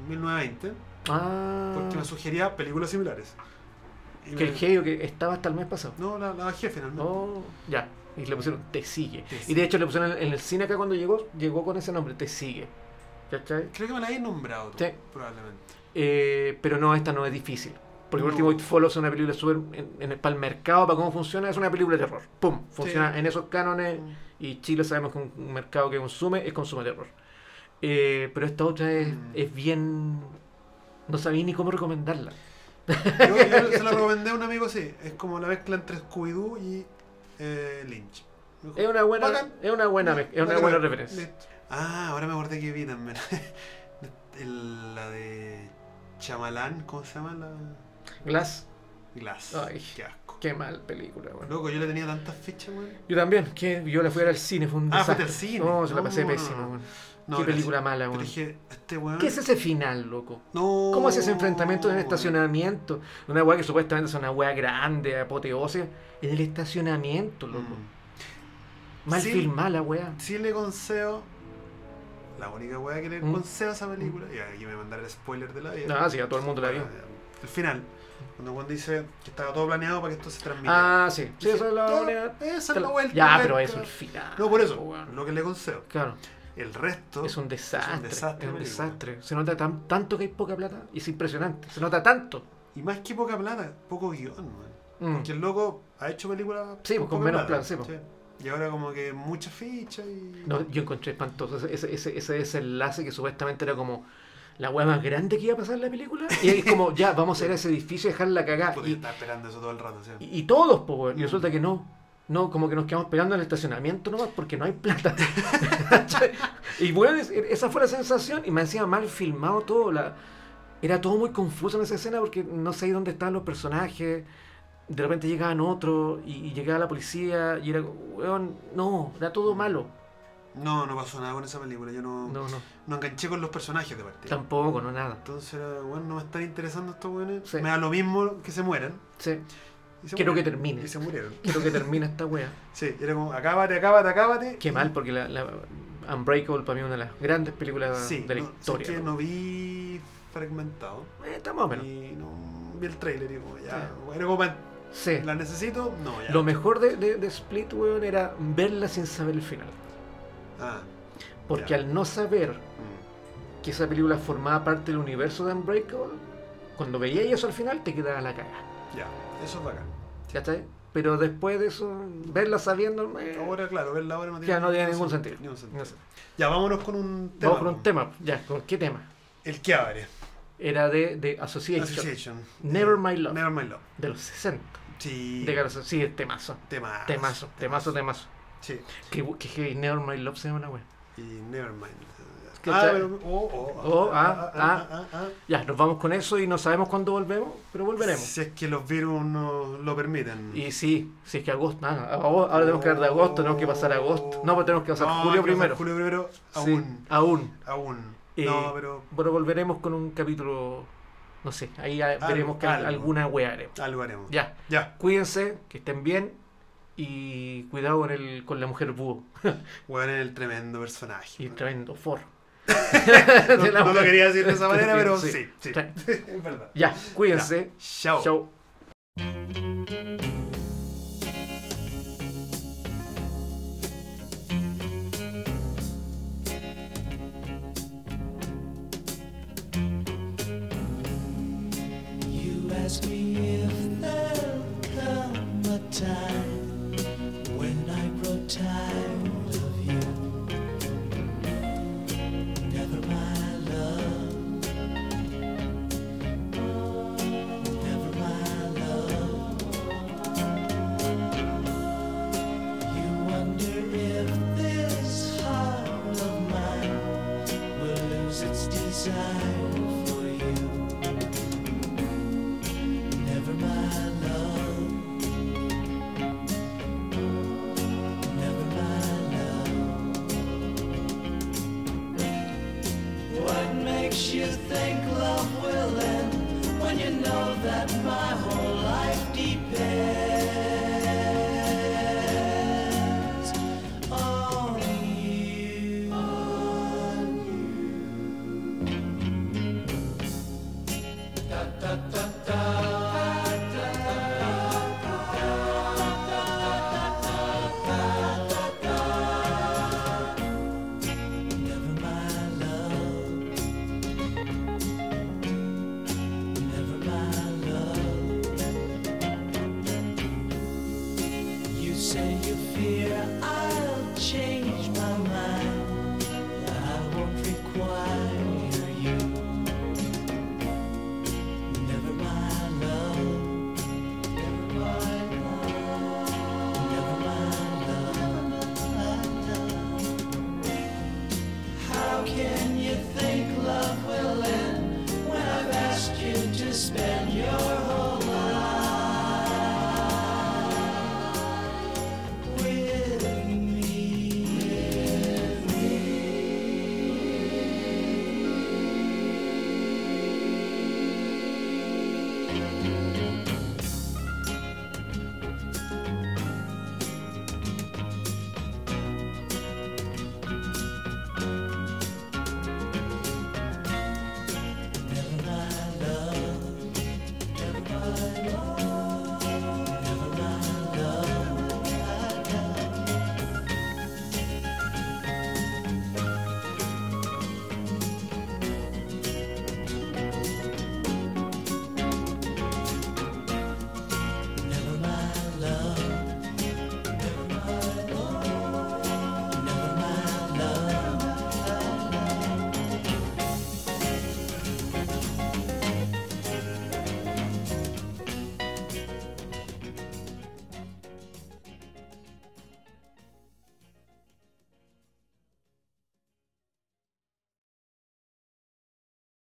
S2: 1920.
S1: Ah,
S2: Porque me sugería películas similares. Y
S1: que el
S2: me-
S1: genio que estaba hasta el mes pasado.
S2: No, la, la bajé finalmente.
S1: Oh, ya. Y le pusieron Te sigue.
S2: Te
S1: y de
S2: sigue.
S1: hecho le pusieron en el, en el cine acá cuando llegó, llegó con ese nombre, Te sigue. ¿Cachai?
S2: Creo que me la he nombrado tú,
S1: Sí.
S2: probablemente.
S1: Eh, pero no, esta no es difícil. Porque por
S2: No.
S1: último, It Follows es una película súper. En, en el- para el mercado, para cómo funciona, es una película de terror. ¡Pum! Funciona en esos cánones. Y Chile sabemos que un mercado que consume es consume terror. Eh, pero esta otra es,
S2: Mm.
S1: es bien. No sabía ni cómo recomendarla.
S2: Yo,
S1: <laughs>
S2: yo se la recomendé a un amigo, sí. Es como la mezcla entre Scooby-Doo y eh, Lynch. Me dijo,
S1: Es una buena,
S2: Bacán.
S1: es una buena, mez- es una buena
S2: Bacán.
S1: referencia.
S2: Listo. Ah, ahora me acordé que vi también. <laughs> El- la de Chamalán, ¿cómo se llama? La...
S1: Glass,
S2: Glass.
S1: Ay.
S2: Qué asco.
S1: qué mal película, weón.
S2: Loco, yo le tenía tantas fichas, weón.
S1: Yo también, que yo la fui a ver al cine, fue un
S2: Ah,
S1: desastre.
S2: fuiste al cine.
S1: No, se la
S2: No,
S1: pasé
S2: no,
S1: pésimo,
S2: no.
S1: weón.
S2: No,
S1: Qué
S2: era
S1: película
S2: así.
S1: mala,
S2: Pero
S1: weón.
S2: dije, este weón.
S1: ¿Qué es ese final, loco?
S2: No.
S1: ¿Cómo hace ese enfrentamiento en el
S2: Oh, weón.
S1: estacionamiento? Una weá que supuestamente es una weá grande, apoteósea, en el estacionamiento, loco.
S2: Mm.
S1: Mal
S2: Sí.
S1: filmada la weá.
S2: Sí le concedo. La única weá que le
S1: Mm.
S2: concedo a esa película. Y aquí me mandaron el spoiler de la vida.
S1: Ah, sí, a todo el mundo la vio.
S2: El final. Cuando Juan dice que estaba todo planeado para que esto se transmita.
S1: Ah, sí. Sí, esa es la moneda.
S2: Esa es la vuelta.
S1: Ya,
S2: vuelta.
S1: pero eso es el final.
S2: No, por eso.
S1: po, weón.
S2: Lo que le concedo.
S1: Claro,
S2: El resto.
S1: es un desastre. Es un desastre.
S2: desastre, película.
S1: Se nota tan- tanto que hay poca plata y es impresionante. Se nota tanto.
S2: Y más que poca plata, poco guión, man.
S1: Mm.
S2: Porque el loco ha hecho películas.
S1: Sí, pues, con
S2: poca
S1: menos plan,
S2: plata,
S1: sí, pues.
S2: sí. Y ahora como que muchas fichas y.
S1: No, yo encontré espantoso ese, ese, ese, ese desenlace que supuestamente era como la hueá más grande que iba a pasar en la película. Y es como, ya, vamos a ir a ese edificio y dejarla cagar.
S2: Puta, yo
S1: Y,
S2: estaba esperando eso todo el rato, sí.
S1: y- y todos, pues, weón. Y
S2: Mm.
S1: resulta que no. No, como que nos quedamos pegando en el estacionamiento nomás porque no hay
S2: <laughs>
S1: plata. y bueno, es- esa fue la sensación. Y me decía mal filmado todo. La... Era todo muy confuso en esa escena porque no sé dónde estaban los personajes. De repente llegaban otros y, y llegaba la policía y era, weón, no, era todo malo.
S2: No, no pasó nada con esa película. Yo no, no.
S1: No, no.
S2: enganché con los personajes de partida.
S1: Tampoco, no nada.
S2: Entonces, era, bueno, no me están interesando estos weones.
S1: Sí.
S2: Me da lo mismo que se mueran.
S1: Sí.
S2: Y se
S1: Quiero que
S2: murieron.
S1: termine.
S2: Y se murieron.
S1: Quiero que termine esta wea.
S2: Sí, era como, acábate, acábate, acábate.
S1: Qué mal, porque la, la Unbreakable para mí es una de las grandes películas
S2: Sí,
S1: de la
S2: no, sé
S1: historia.
S2: que
S1: ¿no?
S2: no vi fragmentado.
S1: Eh, está más o menos.
S2: Y no vi el trailer y como, ya,
S1: Sí.
S2: bueno, como, pa-
S1: Sí.
S2: ¿la necesito? No, ya.
S1: Lo mejor de, de- de Split, weón, era verla sin saber el final.
S2: Ah,
S1: Porque
S2: Ya.
S1: al no saber
S2: mm,
S1: que esa película formaba parte del universo de Unbreakable, cuando veía eso al final te quedaba la cagada.
S2: ya, eso es bacán.
S1: ¿Cachai? Pero después de eso, verla sabiendo, eh,
S2: Ahora, claro, verla ahora no tiene,
S1: Ya no tiene
S2: ni
S1: ningún
S2: un
S1: sentido.
S2: ni un sentido.
S1: no sé.
S2: Ya, vámonos con un tema.
S1: vamos por un
S2: po.
S1: tema. Ya, ¿con qué tema?
S2: El que abre.
S1: Era de, de Association,
S2: Association.
S1: Never
S2: Eh,
S1: My Love.
S2: Never My Love.
S1: de los 60.
S2: Sí.
S1: De Garza, sí, es temazo.
S2: Temazo.
S1: Temazo, temazo, temazo.
S2: Sí.
S1: Que, que heavy, Never My Love se llama la wea.
S2: Y Nevermind.
S1: que
S2: ah,
S1: ya-
S2: pero- oh, oh,
S1: Oh, ah,
S2: ah, ah.
S1: Ya, nos vamos con eso y no sabemos cuándo volvemos, pero volveremos.
S2: Si es que los virus nos lo permiten.
S1: Y sí, si es que agosto, ah, ah, ahora tenemos que hablar de agosto, tenemos que pasar agosto. No, pero tenemos que pasar
S2: No,
S1: julio
S2: hay que
S1: primero.
S2: pasar Julio primero,
S1: Sí,
S2: aún.
S1: aún.
S2: Aún.
S1: Eh,
S2: no, pero
S1: Bueno, volveremos con un capítulo, no sé, ahí ah,
S2: Algo,
S1: veremos que
S2: algo.
S1: alguna wea haremos.
S2: algo haremos.
S1: Ya,
S2: Ya,
S1: cuídense, que estén bien y cuidado con, el, con la mujer búho
S2: weón, es el tremendo personaje.
S1: y <laughs>
S2: weón.
S1: tremendo forro.
S2: <laughs>
S1: <laughs>
S2: No,
S1: De la
S2: no lo
S1: mujer.
S2: quería decir de esa manera,
S1: <laughs>
S2: pero
S1: Sí,
S2: sí, sí.
S1: tra-
S2: <laughs> es verdad.
S1: Ya, cuídense.
S2: Chao.
S1: Chau.
S3: You ask me